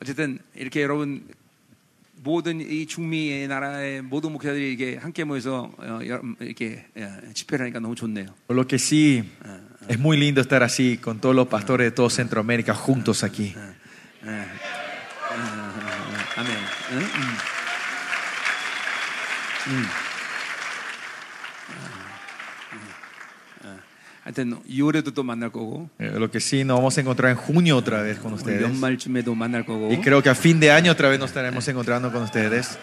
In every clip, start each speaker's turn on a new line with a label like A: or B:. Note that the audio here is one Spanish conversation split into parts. A: 어쨌든 이렇게 여러분 모든 이 중미의 나라의 모든 목회자들이 이게 함께 모여서 어, 여- 이렇게 예, 집회를 하니까 너무 좋네요.
B: Por lo que sí, es muy lindo estar así con todos los pastores de todo Centroamérica juntos aquí.
A: 예. 예, 예, 예. 아멘. 응? 음. 음. 아, 음. 아. 하여튼 6월에도 또 man날 거고
B: Eh, Lo que sí, nos vamos a encontrar en junio otra vez con ustedes.
A: 연말쯤에도 만날 거고
B: Y creo que a fin de año otra vez nos estaremos encontrando con ustedes.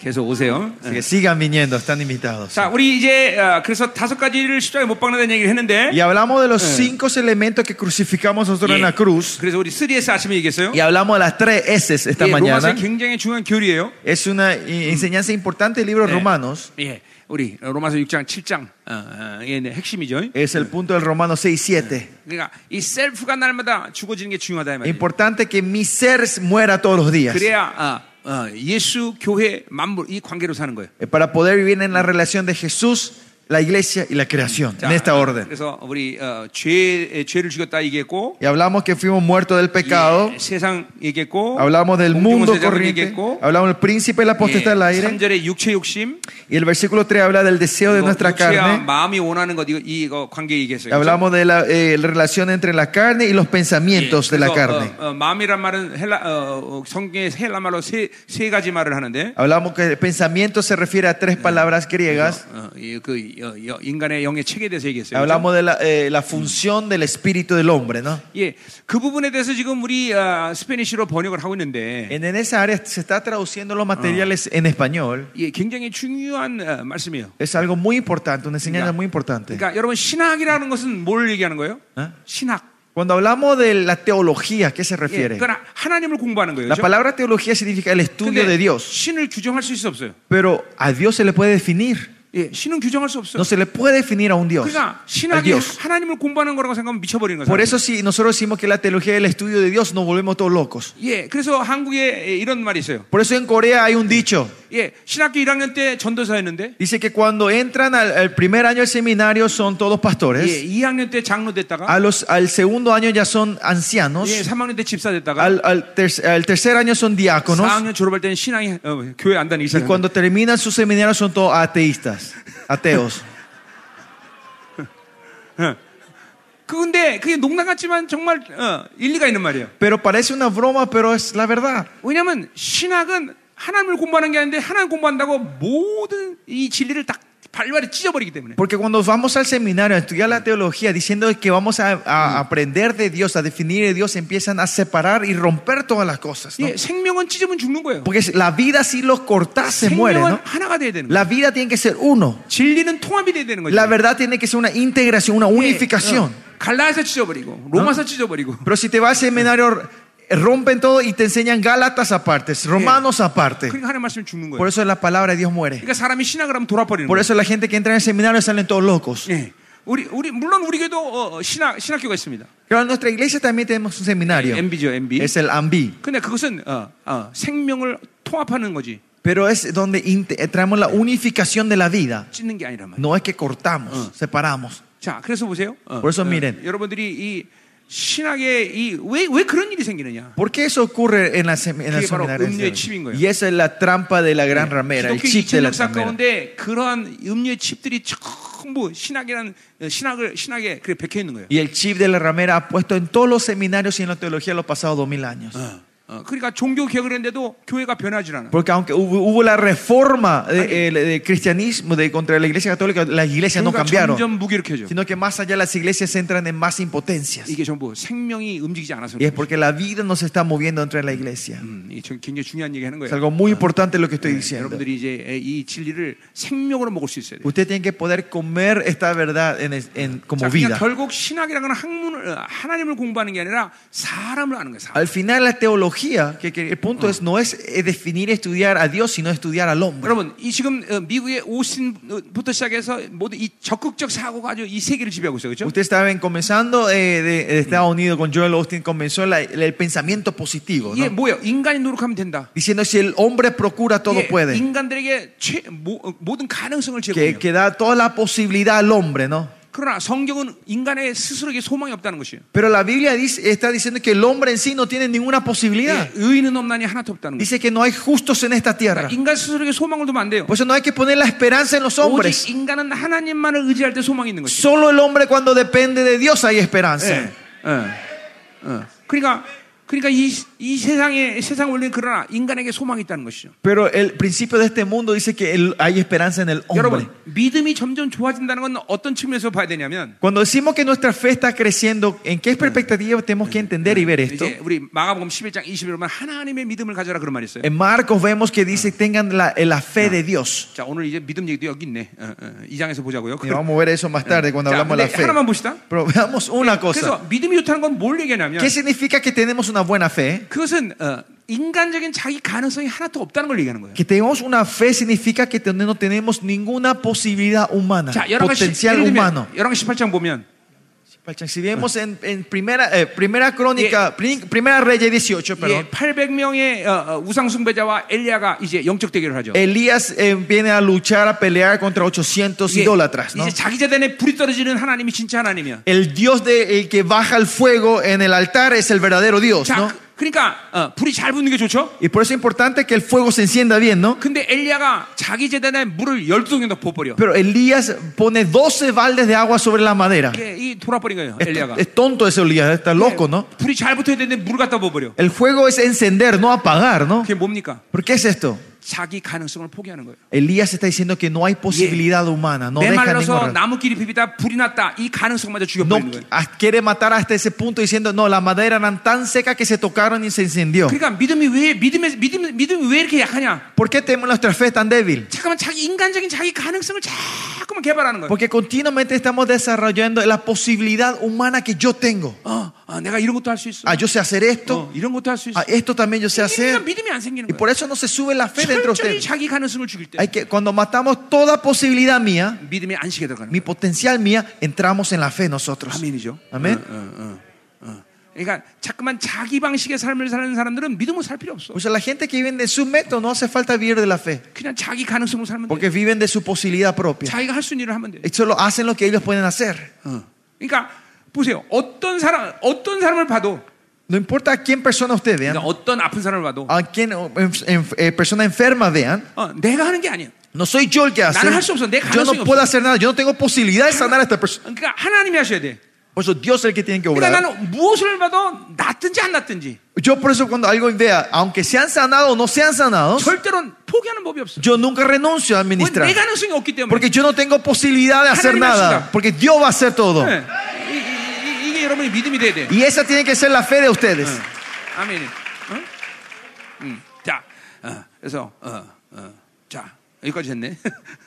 A: 계속 오세요. 예.
B: Así que sigan viniendo, están invitados.
A: 자, 우리 이제 어, 그래서 다섯 가지를 십자가에 못 박는다는 얘기를 했는데 예.
B: Y hablamos de los cinco elementos que crucificamos nosotros en la cruz.
A: 그래서 우리 3에서 아침에 얘기했어요.
B: Y hablamos de las tres S esta
A: 예, 로마서
B: mañana.
A: 굉장히 중요한 교리예요.
B: Es una eh, enseñanza importante del libro de
A: Eh.
B: Romanos.
A: 예, 우리 로마서 6장 7장 어, 어, 이게 이제 핵심이죠.
B: Es el punto del Romanos 6 7.
A: 그러니까 이 셀프가 날마다 죽어지는 게 중요하다 이 말이에요.
B: Importante que mi ser muera todos los días.
A: 그래야 어, 어, 예수 교회 만물 이 관계로 사는 거예요.
B: Eh, Para poder vivir en la relación de Jesús, la iglesia y la creación. En esta orden.
A: 그래서 우리 어, 죄 에, 죄를 죽였다 얘기했고
B: Y hablamos que fuimos muertos del pecado.
A: 예, 세상 얘기했고
B: Hablamos del
A: 공중원
B: mundo
A: 세상
B: corriente.
A: 얘기했고
B: Hablamos del príncipe y la
A: 예,
B: potestad del aire.
A: 3절의 육체 욕심
B: Y el versículo 3 habla del deseo de
A: 이거
B: nuestra
A: 육체와
B: carne.
A: 마음이 원하는 것 이거, 이거 관계 얘기했어요.
B: Hablamos de la eh, la relación entre la carne y los pensamientos de la
A: 그래서,
B: carne.
A: 어, 어, 마음이란 말은 헬라 어, 어, 성경의 헬라 말로 세, 세 가지 말을 하는데
B: Hablamos que pensamiento se refiere a tres palabras griegas.
A: 어, 이, 그 여, 여, 인간의 영의 체계에 대해서 얘기했어요. 그렇죠?
B: Hablamos de la, eh, la función del espíritu del hombre, ¿no?
A: 예, 그 부분에 대해서 지금 우리 아, 스페니쉬로 번역을 하고 있는데
B: En, en esa área se está traduciendo los materiales en español.
A: 예, 굉장히 중요한 어, 말씀이에요.
B: Es algo muy importante, una enseñanza muy importante.
A: 그러니까 여러분 신학이라는 것은 뭘 얘기하는 거예요?
B: 어?
A: 신학.
B: Cuando hablamos de la teología, ¿a qué se
A: 예,
B: refiere?
A: 그러니까 하나님을 공부하는 거예요.
B: La
A: 그렇죠?
B: palabra teología significa el estudio de
A: 근데
B: Dios,
A: 신을 규정할 수 있어 없어요.
B: pero a Dios se le puede definir.
A: 예, 신은 규정할 수 없어요.
B: No se le puede definir a un Dios.
A: 그러니까
B: Al
A: 신학이
B: Dios.
A: 하나님을 공부하는 거라고 생각하면 미쳐버리는
B: Por
A: 거예요.
B: eso si nosotros decimos que la teología es el estudio de Dios, nos volvemos todos locos.
A: 예, 그래서 한국에 이런 말이 있어요.
B: Por eso en Corea hay un dicho.
A: 예, 신학교 1학년 때 전도사였는데,
B: Dice que cuando entran al, al primer año del seminario son todos
A: 예,
B: pastores.
A: 2학년 때 장로 됐다가,
B: A los, al segundo año ya son ancianos.
A: 예, 3학년 때 집사 됐다가,
B: Al, al ter- al tercer año son diáconos.
A: 4학년 졸업할 때는 신앙이 어, 교회 안 다니기
B: Y
A: 시작합니다.
B: cuando terminan su seminario son todos ateístas. Ateos.
A: 근데 그게 농담 같지만 정말 어, 일리가 있는 말이에요.
B: Pero parece una broma, pero es la verdad.
A: 왜냐하면 신학은 하나님을 공부하는 게 아닌데 하나님 공부한다고 모든 이 진리를 딱 발발에 찢어버리기 때문에.
B: Porque cuando vamos al seminario a estudiar la teología diciendo que vamos a, a aprender de Dios, a definir de Dios, empiezan a separar y romper todas las cosas. ¿no?
A: 예, 생명은 찢으면 죽는 거예요.
B: Porque la vida si los cortás se muere.
A: 생명은
B: ¿no?
A: 하나가 돼야 뭐, 되는 거예요.
B: La vida tiene que ser uno.
A: 진리는 통합이 돼야 되는 거죠.
B: La verdad tiene que ser una integración, una
A: 예,
B: unificación.
A: 어, 갈라에서 찢어버리고 네. 로마서 찢어버리고
B: Pero si te vas al seminario, rompen todo y te enseñan Gálatas aparte, Romanos aparte.
A: 그러니까 하나님 말씀이 죽는 거예요.
B: Por eso la palabra de Dios muere.
A: 그러니까 사람이 신학을 하면 돌아버리는
B: Por
A: 거예요.
B: eso la gente que entra en el seminario salen todos locos.
A: 예. 우리 우리 물론 우리 교도 어, 어, 신학 신학교가 있습니다.
B: Pero en nuestra iglesia también tenemos un seminario.
A: MB죠, MB.
B: Es el AMBI.
A: 근데 그것은 어, 어, 생명을 통합하는 거지
B: Pero es donde inte- traemos la unificación de la vida.
A: 찢는 게 아니란 말이야.
B: No es que cortamos, separamos.
A: 자, 그래서 보세요. 어,
B: Por eso
A: 어,
B: miren.
A: 여러분들이 이 신학의 이왜 왜 그런 일이 생기느냐?
B: ¿Por qué eso ocurre en la, sem- en la
A: 그게 바로
B: seminario?
A: 음료의 칩인 거예요.
B: Y esa es la trampa de la gran ramera, el
A: 기독교
B: chip de la
A: 이천역사
B: ramera.
A: 가운데 그러한 음료의 칩들이 전부 신학이라는 어, 신학을 신학에 그래 박혀 있는 거예요.
B: Y el chip de la ramera ha puesto en todos los seminarios y en la teología los pasados dos mil años.
A: 어, 어, 그러니까 종교 개혁을 했는데도 교회가 변하지 않아.
B: Porque aunque hubo, hubo la reforma de- eh, de cristianismo de, contra la iglesia católica, las iglesias no
A: 교회가
B: cambiaron,
A: 점점 무기력해져.
B: sino que más allá las iglesias entran en más impotencias.
A: 이게 전부 생명이 움직이지 않아서.
B: Y
A: 그래요.
B: es porque la vida nos está moviendo dentro de la iglesia.
A: 음, 이 저- 굉장히 중요한 얘기하는
B: Es
A: 거예요.
B: algo muy importante lo que estoy diciendo.
A: 여러분들이 이제 이 진리를 생명으로 먹을 수 있어야 돼요.
B: Usted tiene que poder comer esta verdad en es- en- como
A: 자, 그러니까
B: vida.
A: 결국 신학이라는 건 학문을 어, 하나님을 공부하는 게 아니라 사람을 아는 거예요. 사람.
B: Al final la teología, que, que el punto es no es eh, definir estudiar a Dios, sino estudiar al hombre.
A: 여러분, 이 지금 어, 미국의 오신부터 시작해서 모두 이 적극적 사고가 아주 이 세계를 지배하고 있어요. 그렇죠?
B: Ustedes estaban comenzando eh, de, de Estados Unidos con Joel Austin, comenzó la- la- el pensamiento positivo,
A: 이게
B: ¿no?
A: 뭐예요? 인간이 노력하면 된다.
B: diciendo si el hombre procura todo
A: 이게
B: puede,
A: 인간들에게 최, 모, 어, 모든 가능성을 제공해요.
B: que, que da toda la posibilidad al hombre, ¿no?
A: 그러나 성경은 인간의 스스로에게 소망이 없다는 것이에요.
B: Pero la Biblia dice- está diciendo que el hombre en sí no tiene ninguna posibilidad.
A: 예, 의인은 없나니 하나도 없다는 거예요.
B: Dice que no hay justos en esta tierra.
A: 그러니까 인간 스스로에게 소망을 두면 안 돼요.
B: Por eso no hay que poner la esperanza en los
A: 오직
B: hombres.
A: 인간은 하나님만을 의지할 때 소망이 있는 것이에요.
B: Solo el hombre cuando depende de Dios hay esperanza.
A: 예, 예, 예. 그러니까 그러니까 이, 이 세상에 세상 원리는 그러나 인간에게 소망이 있다는 것이죠.
B: Pero el principio de este mundo dice que el- hay esperanza en el
A: Oh
B: hombre.
A: 여러분 믿음이 점점 좋아진다는 건 어떤 측면에서 봐야 되냐면
B: Cuando decimos que nuestra fe está creciendo, ¿en qué perspectiva tenemos que entender y ver esto?
A: 이제 우리 마가복음 11장 21절만 하나님의 믿음을 가져라 그런 말이 있어요.
B: En Marcos vemos que dice tengan la, eh, la fe de Dios.
A: 자 오늘 이제 믿음 얘기도 여기 있네. 어, 어, 이 장에서 보자고요.
B: Y vamos a ver eso más tarde cuando
A: 자,
B: hablamos de la
A: 근데
B: fe.
A: 하나만 봅시다.
B: Pero veamos una
A: 그래서
B: cosa.
A: 믿음이 좋다는 건 뭘 얘기하냐면
B: ¿Qué significa que tenemos una buena fe?
A: 그것은 어, 인간적인 자기 가능성이 하나도 없다는 걸 얘기하는 거예요.
B: Que tenemos una fe significa que ten- no tenemos ninguna posibilidad humana,
A: 자, 열왕하
B: potencial humano. Ah.
A: 18장 보면
B: Si vemos en, en primera, eh, primera crónica, pri- primera Reyes 18, perdón.
A: 예, 800명의 어, 우상 숭배자와 엘리야가 이제 영적 대결을 하죠.
B: Elías eh, viene a luchar, a pelear contra 800
A: 이게
B: idólatras. ¿no?
A: 이제 자기 재단에 불이 떨어지는 하나님이 진짜 하나님이야.
B: El Dios de, el que baja el fuego en el altar es el verdadero Dios.
A: 자,
B: ¿no?
A: 그러니까 어, 불이 잘 붙는 게 좋죠.
B: Y por eso es importante que el fuego se encienda bien, ¿no?
A: 근데 엘리야가 자기 재단에 물을 열두 동이나 부어버려.
B: Pero Elías pone 12 baldes de agua sobre la madera.
A: 이게 이 돌아버린 거예요.
B: Es,
A: 엘리야가
B: es tonto ese Elías, está loco, ¿no?
A: 불이 잘 붙어야 되는데 물을 갖다 부어버려.
B: El fuego es encender, no apagar, ¿no?
A: 그게 뭡니까?
B: ¿Por qué es esto?
A: 자기 가능성을 포기하는 거예요.
B: Elías está diciendo que no hay posibilidad humana, no deja
A: 메말라서
B: ninguna.
A: 나무끼리 비비다 불이 났다. 이 가능성마저
B: No
A: 죽여버리는 거예요.
B: ah, quiere matar hasta ese punto diciendo, no, la madera eran tan seca que se tocaron y se encendió.
A: 그러니까 믿음이 왜 믿음에 믿음 믿음이 왜 이렇게 약하냐?
B: ¿Por qué tenemos nuestra fe tan débil?
A: 잠깐만 자기 인간적인 자기 가능성을 자꾸만 개발하는 거예요.
B: Porque continuamente estamos desarrollando la posibilidad humana que yo tengo.
A: 어, 아, 내가 이런 것도 할 수 있어.
B: Ah, yo sé hacer esto,
A: 어, 이런 것도 할 수 있어.
B: ah, esto también yo sé
A: 그러니까
B: hacer.
A: 믿음이 안 생기는
B: Y
A: 거예요.
B: por eso no se sube la fe dentro de
A: 철저히
B: ustedes.
A: 자기 가능성을 죽일 때
B: Hay que, cuando matamos toda posibilidad mía,
A: 믿음의 안식에 들어가는
B: mi
A: 거예요.
B: potencial mía, entramos en la fe nosotros.
A: 아멘이죠.
B: 아멘.
A: 어, 어, 어, 어. 그러니까 자꾸만 자기 방식의 삶을 사는 사람들은 믿음으로 살 필요 없어.
B: O sea, la gente que vive de su método no hace falta vivir de la fe,
A: 그냥 자기 가능성으로 살면 돼.
B: porque viven de su posibilidad propia.
A: 자기가 할 수 있는 일을 하면 돼.
B: Y Solo hacen lo que ellos pueden hacer.
A: 어. 그러니까 보세요. 어떤 사람 어떤 사람을 봐도
B: No importa a quién persona ustedes
A: 그러니까
B: vean,
A: 어떤 아픈 사람을 봐도
B: a quién o, enf- enf- eh, persona enferma vean,
A: 어, 내가 하는 게 아니에요.
B: no soy yo el que hace.
A: Naranjar su opción, deja,
B: Yo
A: no soy
B: no puedo
A: opción.
B: hacer nada, yo no tengo posibilidad de sanar a esta persona.
A: 그러니까 하나님이 하셔야 돼.
B: Por eso Dios es el que tiene que
A: 그러니까
B: obrar.
A: 나는 무엇을 봐도 낫든지 안 낫든지
B: Yo por eso cuando algo vea, aunque sean sanados o no sean sanados,
A: 절대로 포기하는 법이 없어.
B: yo nunca renuncio a
A: 왜?
B: administrar.
A: 내 가능성이 없기 때문에.
B: Porque yo no tengo posibilidad de hacer
A: Hacerme
B: nada.
A: ayuda.
B: Porque Dios va a hacer todo.
A: 네. 이, 이, 이, 이게 여러분의 믿음이 돼야 돼.
B: Y esa tiene que ser la fe de ustedes.
A: 아멘. 응? 음, 자, 어, 그래서 어, 어, 자 여기까지 했네.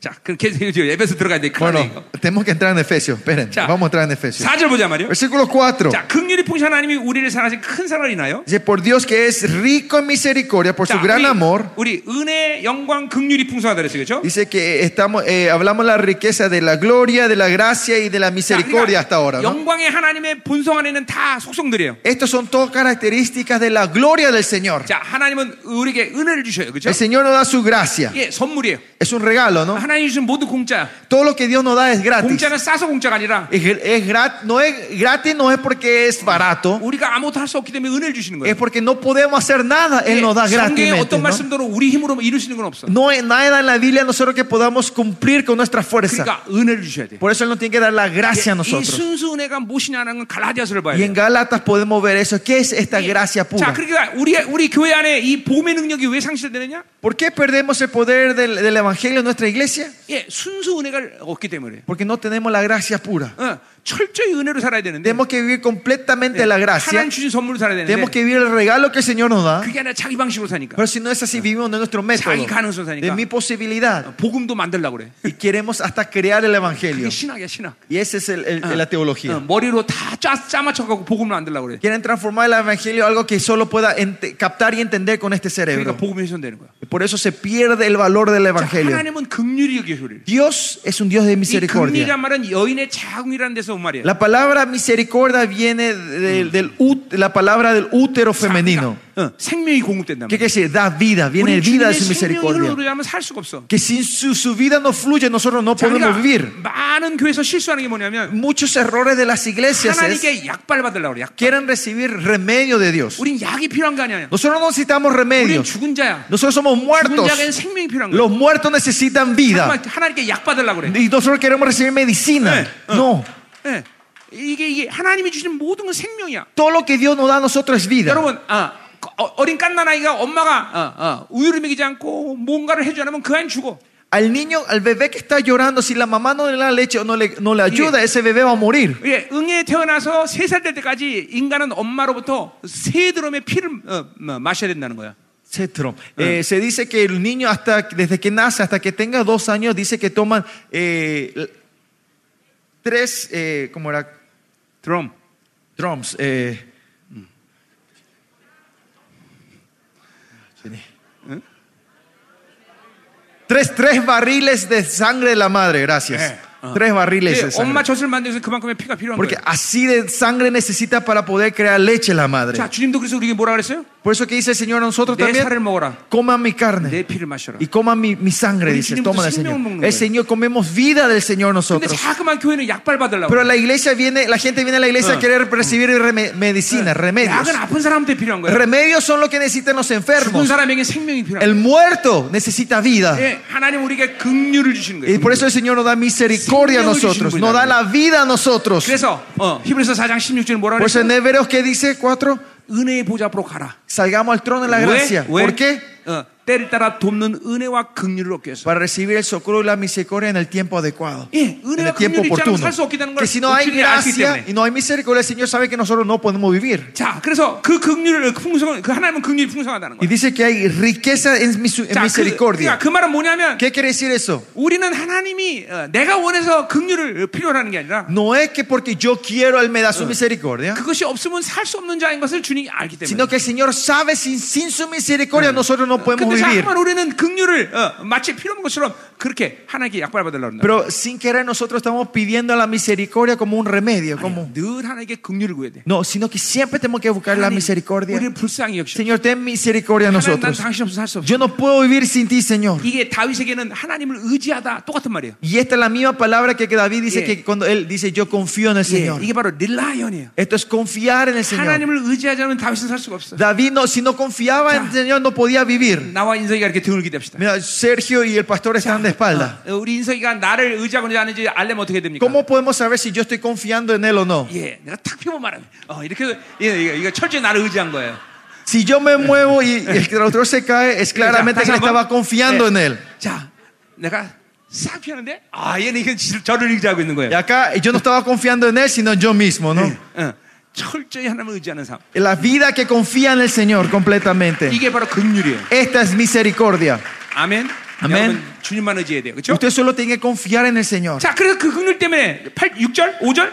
A: 자, 그럼 계속 이제 예배에서 들어가야 돼. 큰일
B: Bueno,
A: 나니까.
B: tenemos que entrar en Efesios. Esperen,
A: Ya.
B: vamos a entrar en Efesios.
A: 4절 보자 말이요.
B: Versículo 4.
A: 자, 극률이 풍성한 하나님이 우리를 사랑하신 큰 사랑을 인하여.
B: Dice, por Dios que es rico en misericordia, por
A: 자,
B: su gran amor.
A: 우리, 우리 은혜, 영광, 극률이 풍성하다 그랬어요, 그렇죠?
B: Dice que estamos, eh, hablamos la riqueza de la gloria, de la gracia y de la misericordia hasta ahora. ¿no?
A: 그러니까 영광의 하나님의 본성 안에는 다 속성들이에요.
B: Estos son todas características de la gloria del Señor.
A: 자, 하나님은 우리에게 은혜를 주셔요. 그렇죠?
B: El Señor nos da su gracia.
A: 이게 선물이에요.
B: Es un regalo, ¿no?
A: 하나님 주신 모든 공짜야.
B: Todo lo que Dios nos da es gratis.
A: 공짜는 싸서 공짜가 아니라
B: Es, es grat- no es gratis, no es porque es barato,
A: 우리가 아무것도 할 수 없기 때문에 은혜를 주시는
B: es
A: 거예요. 예,
B: porque no podemos hacer nada. Él nos da
A: 성경에
B: gratis.
A: 어떤
B: ¿no?
A: 말씀대로 우리 힘으로 뭐 이루시는 건 없어.
B: No hay nada en la Biblia nosotros que podamos cumplir con nuestra fuerza.
A: 그러니까 은혜를 주셔야 돼.
B: Por eso Él nos tiene que dar la gracia a
A: 이
B: nosotros.
A: 순수 은혜가 무엇이냐는 건 갈라디아서를 봐야
B: Y
A: 돼.
B: en Gálatas podemos ver eso. ¿Qué es esta gracia
A: 자,
B: pura?
A: 그러니까 우리 우리 교회 안에 이 봄의 능력이 왜 상실되느냐?
B: ¿Por qué perdemos el poder del, del Evangelio en nuestra iglesia?
A: 예, 순수 은혜가 없기 때문에.
B: Porque no tenemos la gracia pura.
A: 어, 철저히 은혜로 살아야 되는데 예,
B: Tenemos que vivir completamente la gracia.
A: 하나님 주신 선물로 살아야
B: Tenemos
A: 되는데
B: que vivir el regalo que el Señor nos da.
A: 그게 아니라 자기 방식으로 사니까
B: Pero si no es así, vivimos de nuestro método,
A: 자기 가능성 사니까.
B: de mi posibilidad.
A: 어, 복음도 만들려고 그래.
B: y queremos hasta crear el
A: 그게
B: evangelio.
A: 신학이야, 신학.
B: Y esa es el-
A: Ah.
B: el- la
A: 어,
B: teología.
A: 머리로 다 짜, 짜맞춰갖고 복음을 만들려고 그래.
B: Quieren transformar el evangelio en algo que solo pueda ente- captar y entender con este
A: 그러니까
B: cerebro.
A: 복음이 훼손되는 거야.
B: Por eso se pierde el valor del
A: 자,
B: evangelio.
A: 하나님은 긍휼이 여기 효를.
B: Dios es un Dios de
A: 이
B: misericordia.
A: 긍휼이란 말은 여인의 자궁이라는 데서 온 말이야.
B: La palabra misericordia viene del, del ut- la palabra del útero
A: 자,
B: femenino.
A: 그러니까, 어, 생명이 공급된다.
B: ¿Qué quiere decir? Da vida, viene
A: 우리
B: vida de
A: 주님의 생명으로
B: su misericordia.
A: 우리하면 살 수가 없어.
B: Que sin su, su vida no fluye, nosotros no
A: 자,
B: podemos vivir.
A: 많은 교회에서 실수하는 게 뭐냐면
B: Muchos errores de las iglesias es,
A: 하나님께 약발 받으려고 그래. 약.
B: quieren recibir remedio de Dios.
A: 우린 약이 필요한 게 아니야.
B: Nosotros no necesitamos
A: 우린
B: remedios.
A: 죽은 자야.
B: Nosotros somos
A: 죽은
B: muertos.
A: 자에게는 생명이 필요한 거야.
B: Los muertos necesitan vida.
A: 정말 하나님께 약 받으려고 그래.
B: Y nosotros queremos recibir medicina. No.
A: 예. 이게 이게 하나님이 주신 모든 건 생명이야.
B: Todo lo que Dios nos da a nosotros es vida.
A: 여러분, 아, 어, 어린 깐난아이가 엄마가 어, 어, 우유를 먹이지 않고 뭔가를 해주지 않으면 그 아이는 죽어.
B: Al niño, al bebé que está llorando, si la mamá no le da leche o no le, no le ayuda, ese bebé va a morir.
A: 예, 응에 태어나서 세 살 될 때까지 인간은 엄마로부터 세 드럼의 피를 어, 어, 마셔야 된다는 거야.
B: Cetro. Eh, se dice que el niño, hasta desde que nace hasta que tenga dos años, dice que toman eh, l- tres, eh, ¿cómo era?
A: 드럼.
B: Drums. eh. Sí. Tres, tres barriles de sangre de la madre, gracias.
A: Eh, ah.
B: Tres barriles de
A: 예,
B: sangre.
A: 엄마 젖을 만들기 위해서 그만큼의 피가 필요한
B: Porque
A: 거예요.
B: así de sangre necesita para poder crear leche la madre.
A: 자, 주님도 그래서 우리에게 뭐라 그랬어요?
B: Por eso que dice el Señor a nosotros
A: 내 살을
B: también,
A: 먹어라.
B: coman mi
A: 내
B: carne
A: 피를 마셔라.
B: y coman mi, mi sangre,
A: Uy,
B: dice,
A: Señor,
B: toma el
A: entonces,
B: Señor.
A: Señor, ¿no?
B: El Señor, comemos vida del Señor
A: 근데
B: nosotros.
A: 그렇죠. 자그만 교회는 약발 받으려고.
B: Pero la iglesia viene, la gente viene a la iglesia a
A: Ah.
B: querer recibir reme- medicina, remedios.
A: 약은 아픈 사람한테 필요한 거예요.
B: Remedios son lo que necesitan los
A: 죽은
B: enfermos.
A: 사람에게 생명이 필요한 거예요.
B: El muerto necesita vida.
A: 예, 하나님 우리에게 긍휼을 주신
B: Y
A: 거예요.
B: por eso el Señor nos da misericordia a nosotros, nos da la vida a nosotros.
A: 그래서 어, 히브리서 4장 16절에 뭐라
B: Por eso en
A: 그랬어요?
B: Hebreos que dice 4,
A: 은혜의 보좌 앞으로 가라.
B: salgamos al trono de la gracia. ¿Por qué?
A: 어, 때를 따라 돕는 은혜와 긍휼을 얻기 위해서.
B: Para recibir el socorro y la misericordia en el tiempo adecuado.
A: 예,
B: En
A: 은혜와
B: el tiempo
A: 긍휼이 있지 않으면
B: oportuno.
A: 살수 없게 되는 걸
B: Que si no hay
A: 주님이 아시기
B: gracia y
A: 때문에.
B: no hay misericordia, el Señor sabe que nosotros no podemos vivir.
A: 자, 그래서 그 긍휼을 풍성한 그 하나님은 긍휼이 풍성하다는
B: Y
A: 거예요.
B: dice que hay riqueza en, misu- en
A: 자, 그, 그러니까
B: misericordia.
A: 그 말은 뭐냐면
B: ¿Qué quiere decir eso?
A: 우리는 하나님이 어, 내가 원해서 긍휼을 필요로 하는 게 아니라
B: No es que porque yo quiero, Él me da su misericordia.
A: 그것이 없으면 살 수 없는 자인 것을 주님이 알기 때문에.
B: sino que el Señor sabe sin, sin su misericordia nosotros no podemos
A: 근데
B: vivir.
A: 자꾸만 우리는 긍휼을 어, 마치 필요 없는 것처럼 그렇게 하나님께 약발 받으려고 한다.
B: Pero sin querer nosotros estamos pidiendo la misericordia como un remedio, como
A: 늘 하나님께 긍휼을 구해야 돼.
B: no, sino que siempre tenemos que buscar la misericordia.
A: 우리를 불쌍히 역시.
B: Señor, ten misericordia a
A: 하나님 난
B: nosotros.
A: 당신 없어 살수 없어.
B: Yo no puedo vivir sin ti, Señor.
A: 이게 다윗에게는 하나님을 의지하다 똑같은 말이에요.
B: Y esta es la misma palabra que que David dice
A: Yeah.
B: que cuando él dice yo confío en el
A: 예,
B: Señor.
A: 이게 바로 릴라이언이에요.
B: Esto es confiar en el Señor.
A: 하나님을 의지하지 않으면 다윗은 살 수가 없어.
B: David no, si no confiaba en el Señor no podía vivir.
A: 나와 인석이가 이렇게 등을 기댑시다.
B: Mira, Sergio y el pastor están de espalda.
A: 어, 우리 인석이가 나를 의지하고 있는지 아닌지 알려면 어떻게 됩니까?
B: ¿Cómo podemos saber si yo estoy confiando en él o no?
A: 예, 내가 탁 피고 말하면 어, 이렇게 예, 이거, 이거 철저히 나를 의지한 거예요.
B: Si yo me muevo y el traductor se cae, es claramente que
A: 자, 다시
B: él
A: 한번.
B: estaba confiando
A: 예.
B: en él.
A: 자, 내가 싹 피하는데 아, 얘는 이건 지- 저를 의지하고 있는
B: Y
A: 거예요.
B: acá yo no estaba confiando en él, sino en yo mismo, ¿no?
A: 어, 철저히 하나님을 의지하는 삶.
B: La vida que confía en el Señor completamente.
A: 이게 바로 긍휼이에요.
B: Esta es misericordia.
A: 아멘.
B: 아멘.
A: 여러분, 주님만 의지해야 돼요. 그렇죠?
B: Usted solo tiene que confiar en el Señor.
A: 자, 그래서 그 긍휼 때문에 8, 6절, 5절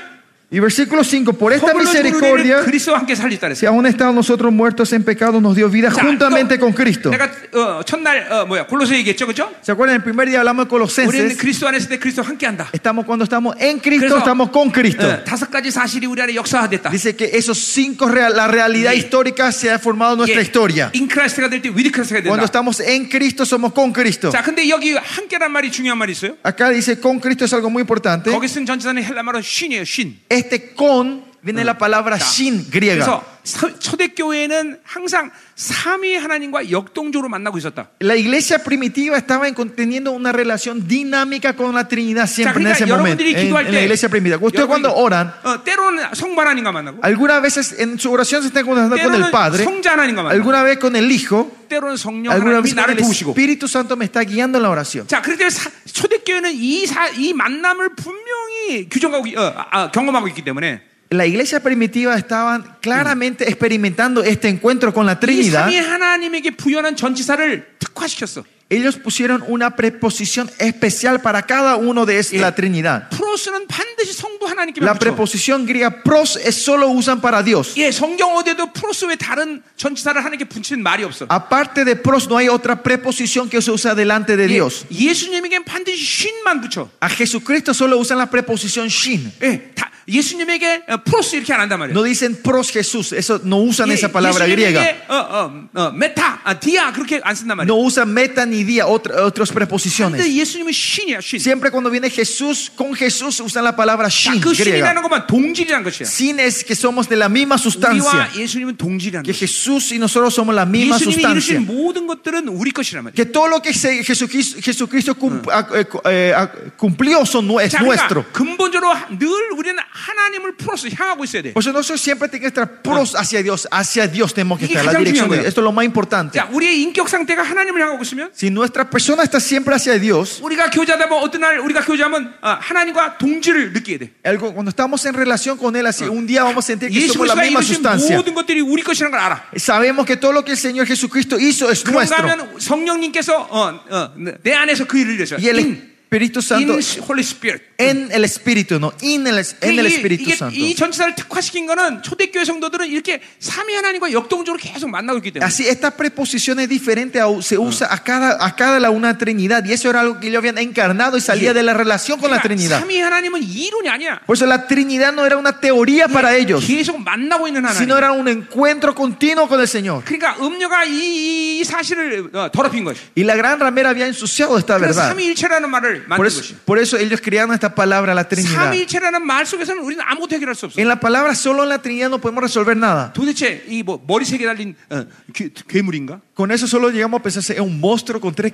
B: Y versículo 5, por esta misericordia,
A: 우리를 그리스도와 함께 살리다 그랬어요.
B: si aún estamos nosotros muertos en pecado, nos dio vida
A: 자,
B: juntamente
A: 또
B: con Cristo.
A: 내가 어, 첫날 어, 뭐야 골로새 얘기했죠, 그렇죠?
B: ¿Se acuerdan? El primer día hablamos
A: 우리는
B: de Colosenses.
A: 그리스도 안에 있을 때 그리스도 함께한다.
B: Estamos cuando estamos en Cristo,
A: 그래서-
B: estamos con Cristo.
A: 어, 다섯 가지 사실이 우리 안에 역사화됐다.
B: Dice que esos cinco, real- la realidad
A: Sí.
B: histórica se ha formado en nuestra historia.
A: 인크라스트가 예. 될 때 위드크라스트가 된다.
B: Cuando estamos en Cristo, somos con Cristo.
A: 자, 근데 여기 함께란 말이 중요한 말이 있어요.
B: Acá dice con Cristo es algo muy importante.
A: 거기 쓴 전치사는 헬라말로 쉰이에요, 쉰.
B: Este con viene la palabra shin griega.
A: 그래서 서- 초대교회는 항상 삼위 하나님과 역동적으로 만나고 있었다.
B: La iglesia primitiva estaba en- teniendo una relación dinámica con la Trinidad
A: 자,
B: siempre en
A: 그러니까
B: ese momento.
A: 여러분들이
B: En,
A: 기도할
B: en la
A: 때
B: iglesia primitiva. Ustedes
A: 여러분이,
B: cuando oran,
A: 어, 때로는 성부 하나님과 만나고
B: algunas veces en su oración se están encontrando con el
A: 때로는
B: Padre,
A: 성자 하나님과 만나고
B: alguna vez con el Hijo,
A: 때로는 성령
B: alguna
A: 하나님이
B: vez con
A: 나를
B: el
A: 도우시고
B: Espíritu Santo me está guiando en la oración.
A: 자, 그런데 사- 초대교회는 이, 사- 이 만남을 분명히 규정하고, 있- 어, 아, 아, 경험하고 있기 때문에
B: La iglesia primitiva estaban claramente experimentando este encuentro con la
A: 이
B: Trinidad.
A: 삼위 하나님에게 부여한 전치사를 특화시켰어.
B: Ellos pusieron una preposición especial para cada uno de es- la Trinidad.
A: 프로스는 반드시 성부 하나님께만
B: La
A: 붙여.
B: preposición griega pros es solo usan para Dios.
A: 예, 성경 어디에도 프로스 외 다른 전치사를 하나님께 붙이는 말이 없어. 예,
B: Aparte de pros, no hay otra preposición que se usa delante de Dios.
A: 예, 예수님에겐 반드시 쉰만 붙여.
B: A Jesucristo solo usan la preposición shin.
A: 예, 다, 예수님에게 어, 프로스 이렇게 안 한단 말이에요.
B: No dicen pros Jesús, eso, no usan
A: 예,
B: esa palabra griega.
A: 예수님에게 어, 어, 어, 메타, 아, 디아 그렇게 안 쓴단 말이에요.
B: No usan meta ni día, otra- otras preposiciones.
A: 근데 예수님은 신이야 신.
B: Siempre cuando viene Jesús, con Jesús usan la palabra
A: 자,
B: shin
A: 그 신이라는
B: griega.
A: 것만 동질이라는 것이야.
B: Sin es que somos de la misma sustancia.
A: 우리와 예수님은 동질이라는
B: Que
A: 것이야.
B: Jesús y nosotros somos la misma
A: 예수님이
B: sustancia.
A: 이루신 모든 것들은 우리 것이란 말이야.
B: Que todo lo que se- Jesucristo, Jesucristo cum- ah, eh, cu- eh, ah, cumplió son, nue- es
A: 자,
B: nuestro.
A: 그러니까 근본적으로 늘 우리는 하나님을 풀어서 향하고 있어야 돼.
B: Por eso nosotros siempre tenemos que estar pros
A: Ah.
B: hacia Dios. Hacia Dios tenemos que
A: Y
B: estar. La
A: 가장
B: dirección de
A: 중요한
B: Dios. Esto es lo más importante.
A: 자, 우리의 인격 상태가 하나님을 향하고 있으면
B: Si nuestra persona está siempre hacia Dios,
A: 우리가 교제하다 보면 어떤 날 우리가 교제하면 어, 하나님과 동질을 느끼게 돼.
B: algo- cuando estamos en relación con Él, así,
A: Ah.
B: un día vamos a sentir que
A: 예수
B: somos la
A: 그리스도가
B: misma
A: 이루신
B: sustancia.
A: 모든 것들이 우리 것이라는 걸 알아.
B: Sabemos que todo lo que el Señor Jesucristo hizo es
A: 그런가
B: nuestro.
A: 하면 성령님께서 어, 어, 내 안에서 그 일을 이루셔.
B: Y el
A: In,
B: Espíritu
A: Mm. in
B: Santo
A: Holy Spirit.
B: en el Espíritu, no, in el, en el
A: 그 이-
B: Espíritu
A: 이게
B: Santo.
A: 이 전체사를 특화시킨 거는 초대교회 성도들은 이렇게 삼위 하나님과 역동적으로 계속 만나고 있기 때문에
B: Así, estas preposiciones diferentes au- se usa a cada, a cada la una Trinidad. Y eso era algo que ellos habían encarnado y salía de la relación con la
A: 그러니까
B: Trinidad.
A: 삼위 하나님은 이론이 아니야.
B: Por eso la Trinidad no era una teoría para ellos,
A: 계속 만나고 있는 하나님.
B: sino era un encuentro continuo con el Señor.
A: 그러니까 음료가 이, 이 사실을 어, 더럽힌 것이.
B: Y la gran ramera había ensuciado esta
A: 아, 그래서
B: verdad.
A: 삼위일체라는 말을 만든
B: Por eso,
A: 것이.
B: por eso ellos crearon esta palabra, la Trinidad.
A: 삼위일체라는 말 속에서는 우리는 아무것도 해결할 수 없어.
B: En la palabra, solo en la Trinidad no podemos resolver nada.
A: 도대체 이 뭐 머리색에 달린 어, 괴, 괴물인가?
B: Con eso solo llegamos a pensar en un monstruo con tres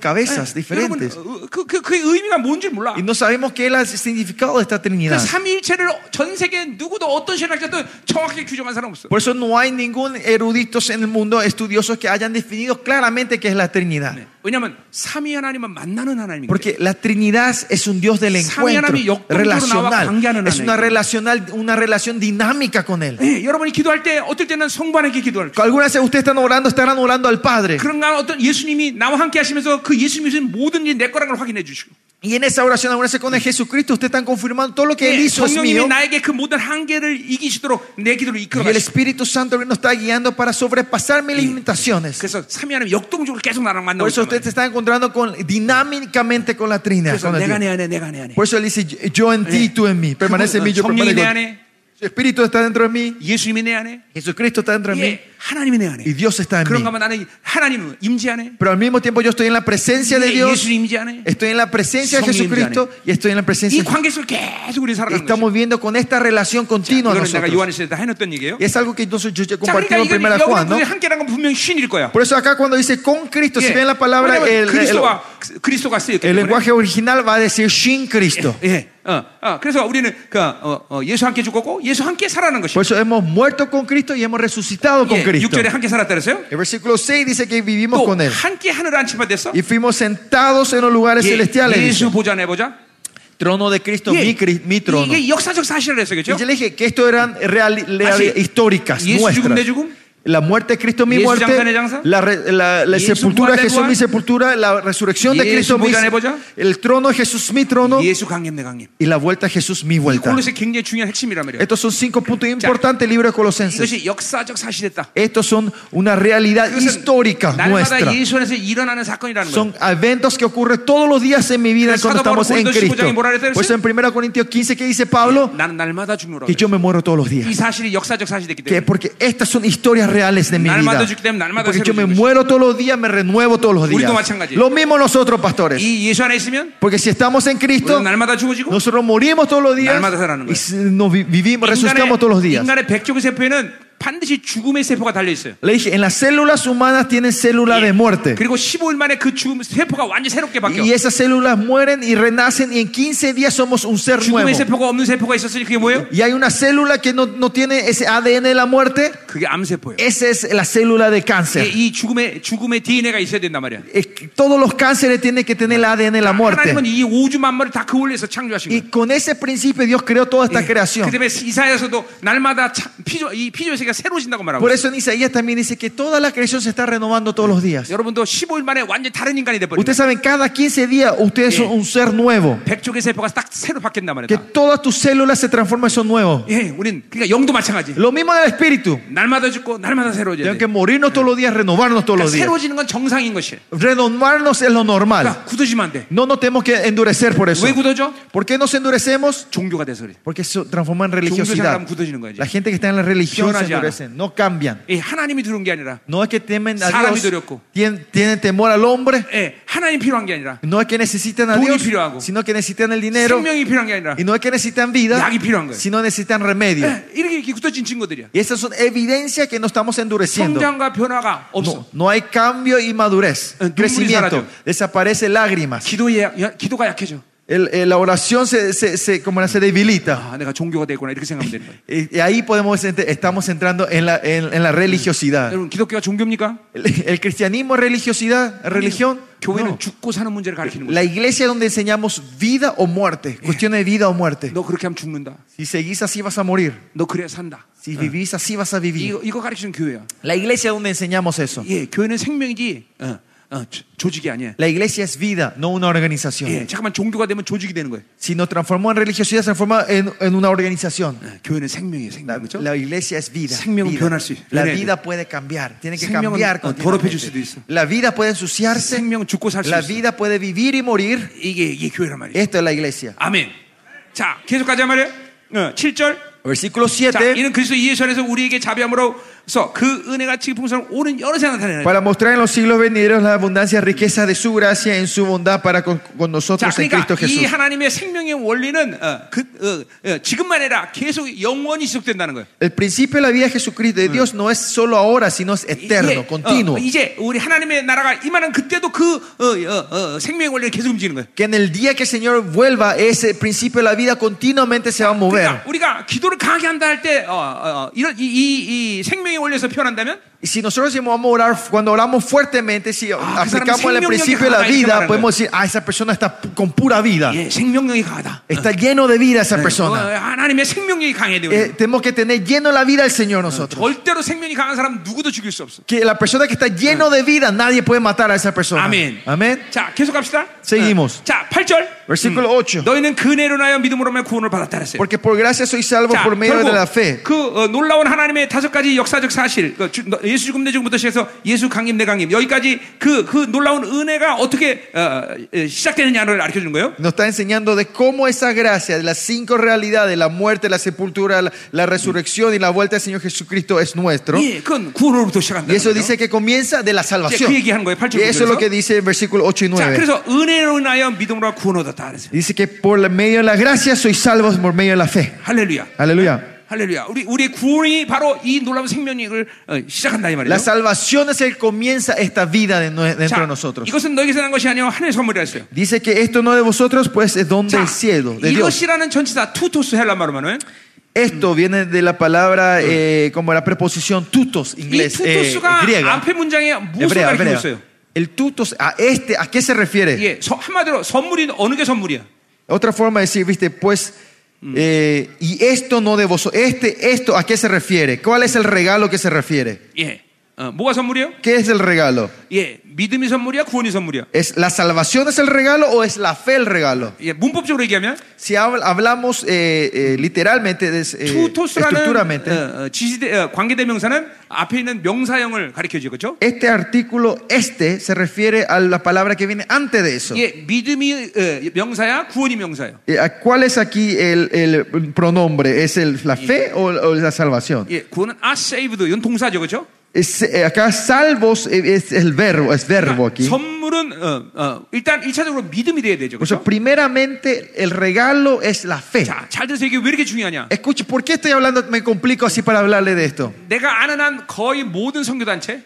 A: 여러분
B: cabezas diferentes.
A: 어, 그, 그, 그 의미가 뭔지 몰라.
B: Y no sabemos qué es el significado de esta
A: 그
B: Trinidad.
A: 삼위일체를 전 세계 누구도 어떤 신학자도 정확히 규정한 사람 없어.
B: Por eso no hay ningún eruditos en el mundo, estudiosos que hayan definido claramente qué es la Trinidad.
A: 네. 왜냐하면 삼위 하나님은 만나는 하나님이기 때문에.
B: Porque la Trinidad es un Dios del
A: Samia
B: encuentro
A: 하나님이 역동적으로 나와
B: relacional.
A: 관계하는
B: Es una
A: 하나님.
B: relacional, una relación dinámica con él.
A: 예, 여러분이 기도할 때 어떨 때는 성부하나님께 기도할 때
B: Algunas veces ustedes están orando, estarán orando al Padre.
A: 그런가 어떤 예수님이 나와 함께 하시면서 그 예수님이 주신 모든 일내 거라는 걸 확인해 주시고
B: Y en esa oración, algunas veces con el Jesucristo, ustedes están confirmando todo lo que él
A: 예,
B: hizo es
A: 성령님이
B: mío.
A: 나에게 그 모든 한계를 이기시도록 내 기도를 이끌어
B: Y
A: 가시고
B: el Espíritu Santo nos está guiando para sobrepasar mis limitaciones.
A: 그래서 삼위 하나님 역동적으로 계속 나랑
B: Por
A: 만나고
B: eso
A: 있단
B: usted
A: 말이에요.
B: se está encontrando con, dinámicamente con la Trinidad.
A: 그래서
B: con el
A: 내가
B: Dios.
A: 내 안에 내가 내 안에
B: Por eso él dice: Yo yo en ti, tú en mí. Permanece en mí, yo
A: 성령이
B: permanezco
A: 내
B: en ti.
A: 안에
B: Su Espíritu está dentro de mí,
A: 예수님이 내 안에
B: Jesucristo está dentro de mí
A: 예, 하나님이 내 안에
B: y Dios está en
A: 그런가
B: mí.
A: 하면 나는 하나님 임재 안에
B: Pero al mismo tiempo yo estoy en la presencia de
A: 예,
B: Dios,
A: 예수 임재 안에
B: estoy en la presencia de
A: Son
B: Jesucristo y estoy en la
A: 이
B: presencia.
A: 관계 속에 계속 우리 살아가는 거죠
B: Estamos viviendo con esta relación continua
A: 이거는 내가
B: nosotros.
A: 요한에서 다 해놨던 얘기예요
B: Y es algo que entonces yo he
A: 자, 그러니까
B: compartido en
A: 이건
B: primera Juan,
A: 여기는
B: ¿no?
A: 우리 함께라는 건 분명히 신일 거야
B: Por eso acá cuando dice con Cristo, si
A: 예,
B: bien la palabra,
A: 왜냐면
B: el, el-
A: 그리스도가 그리스도가 쓰였기
B: el
A: 때문에
B: lenguaje original va a decir sin Cristo.
A: 예, 어, 어, 그래서 우리는 그, 어, 어, 예수 함께 죽었고 예수 함께 살아는 것이
B: Por eso hemos muerto con Cristo y hemos resucitado con
A: 예,
B: Cristo.
A: 6절에 함께 살았다 그랬어요
B: El versículo 6 dice que vivimos
A: 또
B: con Él
A: 함께 하늘 안치마 됐어
B: y fuimos sentados en los lugares celestiales.
A: 예,
B: dice.
A: 수 보자 내보자
B: Trono de Cristo,
A: 예,
B: mi, cri- mi trono.
A: 이게 역사적 사실이라서
B: Y
A: 그죠?
B: yo Ah, le dije que esto eran reali- reali-
A: Así.
B: históricas,
A: ¿Y eso
B: nuestras.
A: 죽음, 내 죽음?
B: La muerte de Cristo, mi
A: ¿Y eso
B: muerte.
A: 장사, 내 장사?
B: La, re- la- la
A: ¿Y eso
B: sepultura de
A: 부활, 내
B: Jesús, mi
A: 부활?
B: sepultura. La resurrección de
A: ¿Y
B: Cristo,
A: eso
B: mi,
A: 보좌, 내 보좌?
B: el trono de Jesús, mi trono.
A: 예수 강림 내 강림
B: Y la vuelta de Jesús, mi vuelta.
A: 골로새 굉장히 중요한 핵심이란 말이에요
B: Estos son cinco puntos importantes del libro de Colosenses.
A: 이것이 역사적 사실이다
B: Estos son una realidad histórica nuestra.
A: 날마다 예수 안에서 일어나는 사건이라는 거예요
B: Son eventos que ocurren todos los días en mi vida
A: 그래서
B: cuando
A: 사도 바울은 고린도
B: estamos en
A: 15
B: Cristo.
A: 장에 뭐라 그랬어요?
B: Por eso en 1 Corintios 15 que dice Pablo,
A: 나는 날마다 죽노라
B: que yo me muero todos los días.
A: 이 사실이 역사적 사실이 됐기
B: que
A: 때문에
B: porque estas son historias reales de mi
A: 날마다
B: vida.
A: 죽기 때문에 날마다
B: Porque yo me
A: 새로워지는 것이죠.
B: muero todos los días, me renuevo todos los
A: 우리도
B: días.
A: 마찬가지예요.
B: Lo mismo nosotros, pastores.
A: 이 예수 안에 있으면
B: Porque si estamos en Cristo,
A: 우리는 날마다 죽어지고
B: nosotros morimos todos los días
A: 날마다 살아나는
B: y si- nos vi- vivimos, resucitamos todos los
A: 인간의,
B: días.
A: 인간의 백족의 세포에는 반드시 죽음의 세포가 달려 있어요.
B: Le dije, en las células humanas tienen células de muerte.
A: 그리고 15일 만에 그 죽음 세포가 완전 히 새롭게 바뀌어.
B: Y esas células mueren y renacen y en 15 días somos un ser
A: 죽음의
B: nuevo.
A: 세포가 없는 세포가 있었으니 그게 뭐예요?
B: Y hay una célula que no, no tiene ese ADN de la muerte,
A: 그게 암 세포예요.
B: esa es la célula de
A: 예,
B: cáncer.
A: 이 죽음의 죽음의 DNA가 있어야 된단 말이야.
B: Es que Todos los cánceres tienen que tener el ADN de la muerte.
A: 하나님은 이 우주 만물을 다 그 원리에서 창조하신
B: Y
A: 거예요.
B: con ese principio Dios creó toda esta
A: 그
B: creación.
A: 다음에 이사야서도 날마다 차- 피조 이 피조의 세계가 새로워진다고 말하고
B: Por eso en Isaías también dice que toda la creación se está renovando todos los días.
A: 있어요. 여러분도 15일 만에 완전히 다른 인간이 돼버린
B: Ustedes saben, cada 15 días ustedes son un ser nuevo.
A: 백쪽의 세포가 딱 새로 바뀐단 말이다.
B: Que todas tus células se transforman y son nuevos.
A: 예, 우린 그러니까 영도 마찬가지.
B: Lo mismo del espíritu.
A: 날마다 죽고 날마다 새로워져야 돼.
B: Tenemos que morirnos todos los días, renovarnos todos
A: 그러니까
B: los días.
A: 새로워지는 건 정상인 것이에요.
B: Renovarnos es lo normal.
A: 그러니까 굳어지면 안 돼.
B: No nos tenemos que endurecer por eso.
A: 왜 굳어져?
B: ¿Por qué nos endurecemos?
A: 종교가 돼서 그래.
B: Porque se transforma en
A: 사람
B: religiosidad.
A: 굳어지는 거지.
B: La gente que está en la religión se
A: 시원하지 않아.
B: endurecen, no cambian.
A: 예, 하나님이 두려운 게 아니라,
B: No es que temen a
A: 사람이
B: Dios,
A: 두렵고.
B: tienen, tienen temor al hombre.
A: 예, 하나님 필요한 게 아니라,
B: No es que necesitan a
A: 돈이
B: Dios,
A: 필요하고.
B: sino que necesitan el dinero.
A: 생명이 필요한 게 아니라,
B: Y no es que necesitan vida,
A: 약이 필요한 거예요.
B: sino necesitan remedio.
A: 예, 이렇게, 이렇게 굳어진 친구들이야.
B: Y esas son evidencias que nos estamos endureciendo.
A: 성장과 변화가
B: No,
A: 없어.
B: no hay cambio y madurez,
A: Eh,
B: crecimiento,
A: 눈물이
B: desaparece lágrimas.
A: 기도에, 야- 기도가 약해져.
B: El- eh, la oración se, se, se- como era, se debilita.
A: 아, 내가 종교가 되구나. 이렇게 생각하면 되는 거예요.
B: Y, y ahí podemos, ent- estamos entrando en la, en, en la religiosidad.
A: 여러분, 기독교가 종교입니까?
B: ¿El, el cristianismo es religiosidad, religión?
A: 교회는
B: No.
A: 죽고 사는 문제를 가르치는 거야.
B: La iglesia es donde enseñamos vida o muerte, cuestiones de vida o muerte.
A: 너 그렇게 하면 죽는다.
B: Si seguís así vas a morir,
A: 너 그래야 산다.
B: si vivís así vas a vivir.
A: 이거, 이거 가르치는 교회야.
B: La iglesia es donde enseñamos eso.
A: 예, 교회는 생명이지. 어, 어, 조- 조직이 아니야.
B: La iglesia es vida, no una
A: 예,
B: organización.
A: 잠깐만 종교가 되면 조직이 되는 거예요.
B: Si nos transformó en religiosidad, se transforma en, en una organización.
A: 어, 교회는 생명이에요,
B: La,
A: 생명. 그렇죠?
B: la iglesia es vida.
A: 생명은
B: vida.
A: 변할 수 있-
B: La
A: 변해야
B: vida puede cambiar. Tiene que
A: 생명은,
B: cambiar.
A: 어,
B: continuamente.
A: 더럽혀질 수도 있어.
B: La vida puede ensuciarse.
A: 생명은 죽고 살 수
B: La
A: 있어.
B: vida puede vivir y morir.
A: 이게 이게 교회란 말이에요.
B: Esto es la iglesia.
A: 아멘. 자, 계속 가자 말이에요. 어, 7절.
B: Versículo
A: 자,
B: 7.
A: 이는 그리스도 예수 안에서 우리에게 자비함으로서 그 은혜 같이 풍성한 옳은 여러 세상 나타내는
B: Para mostrar en los siglos venideros la abundancia y riqueza de su gracia en su bondad para con, con
A: 자,
B: nosotros en
A: 그러니까
B: Cristo
A: 이
B: Jesús.
A: 하나님의 생명의 원리는 어, 그, 어, 어, 지금만 해라 계속 영원히 지속된다는 거예요.
B: El principio de la vida de Jesucristo de Dios no es solo ahora, sino es eterno,
A: 이게,
B: continuo.
A: 어, 이제 우리 하나님의 나라가 이만한 그때도 그 어, 어, 어, 생명의 원리를 계속 움직이는 거예요.
B: Que en el día que el Señor vuelva, ese principio de la vida continuamente se va a mover.
A: 그러니까 우리가 기도를 강하게 한다 할 때 어, 이런 이, 이- 이 생명의 원리에서 표현한다면
B: Y si nosotros decimos, vamos a orar, cuando oramos fuertemente, si aplicamos el
A: 생명력이
B: principio de la
A: 강하다, 이렇게
B: vida,
A: 말하는
B: podemos decir, ah, esa persona está con pura vida.
A: 예, 생명력이 강하다.
B: Está lleno de vida esa
A: 어,
B: persona.
A: 하나님의 예. 생명력이 강해야 돼요.
B: Eh, tenemos que tener lleno la vida al Señor nosotros.
A: 절대로 생명이 강한 사람 누구도 죽일 수 없어.
B: Que la persona que está lleno de vida, nadie puede matar a esa persona.
A: 아멘.
B: Amén. Ah.
A: 자, 계속 갑시다. 어.
B: Seguimos.
A: 자, 8절.
B: Versículo 8.
A: 너희는 그네로 나여 믿음으로 만 구원을 받았다 그랬어요.
B: Porque por gracia soy salvo
A: 자,
B: por medio de la fe.
A: 결국 그 어, 놀라운 하나님의 다섯 가지 역사적 사실, 그 주- 너- 예수 죽음 내 죽음부터 시작해서 예수 강림 내 강림 여기까지 그, 그 놀라운 은혜가 어떻게 어, 에, 시작되느냐를 알려 주는 거예요.
B: Nos está enseñando de cómo esa gracia, de las cinco realidades, la muerte, la sepultura, la, la resurrección y la vuelta del Señor Jesucristo es nuestro.
A: 예, 그건 구원으로부터 시작한다.
B: Y eso dice que comienza de la salvación.
A: Sí, que 얘기하는 거예요, 8절
B: Y eso es lo
A: 구절에서.
B: que dice el versículo 8 y
A: 자,
B: 9.
A: 그래서 은혜로 나여 믿음으로 구원 얻었다 그랬어요.
B: Dice que por la- medio de la gracia soy salvo por medio de la fe.
A: 할렐루야.
B: Aleluya.
A: 할렐루야. 우리 우리의 구원이 바로 이 놀라운 생명력을 어, 시작한다 이 말이에요.
B: La salvación es el comienza esta vida de nue- dentro de nosotros.
A: 이것은 너에게서 난 것이 아니요 하늘의 선물이라 했어요.
B: Dice que esto no de vosotros, pues es don
A: 자,
B: del cielo, de Dios.
A: 이것이라는 전치사 투토스 헬라 말로만은
B: Esto viene de la palabra, eh, como la preposición tutos,
A: 이
B: inglés, eh,
A: 투토스가
B: griega,
A: 앞에 예, 문장에 무엇을
B: hebrea,
A: 가리키고
B: hebrea.
A: 있어요?
B: El tutos, a este, ¿a qué se refiere?
A: 예, 서- 한마디로 선물이 어느 게 선물이야?
B: Otra forma de decir, viste, pues, eh, y esto no de vosotros, este, esto, ¿a qué se refiere? ¿Cuál es el regalo que se refiere?
A: 예, 어, 뭐가 선물이요?
B: ¿Qué es el regalo?
A: 예, 믿음이 선물이야, 구원이 선물이야.
B: ¿Es la salvación es el regalo o es la fe el regalo?
A: 예, 문법적으로 얘기하면
B: Si habl- hablamos eh, eh, literalmente, de, eh,
A: 투토스라는
B: estructuramente,
A: 어, 어, 지시대 어, 관계대명사는 앞에 있는 명사형을 가리켜 주죠, 그렇죠?
B: este artículo, este, se refiere a la palabra que viene antes de eso.
A: 예, 믿음이 어, 명사야, 구원이 명사예요.
B: Eh, ¿a ¿Cuál es aquí el, el pronombre? ¿Es el- la fe o, o la salvación?
A: 예, 구원은 are saved, 이건 동사죠, 그렇죠?
B: Es, eh, acá salvos eh, es el verbo, es verbo aquí.
A: 그러니까 선물은 어, 어, 일단 1차적으로 믿음이 돼야 되죠.
B: Por
A: 그렇죠?
B: eso, primeramente, el regalo es la fe.
A: 자, 잘 들으세요. 이게 왜 이렇게 중요하냐?
B: Escuche, ¿por qué estoy hablando, me complico así para hablarle de esto?
A: 내가 아는 한 거의 모든 선교단체,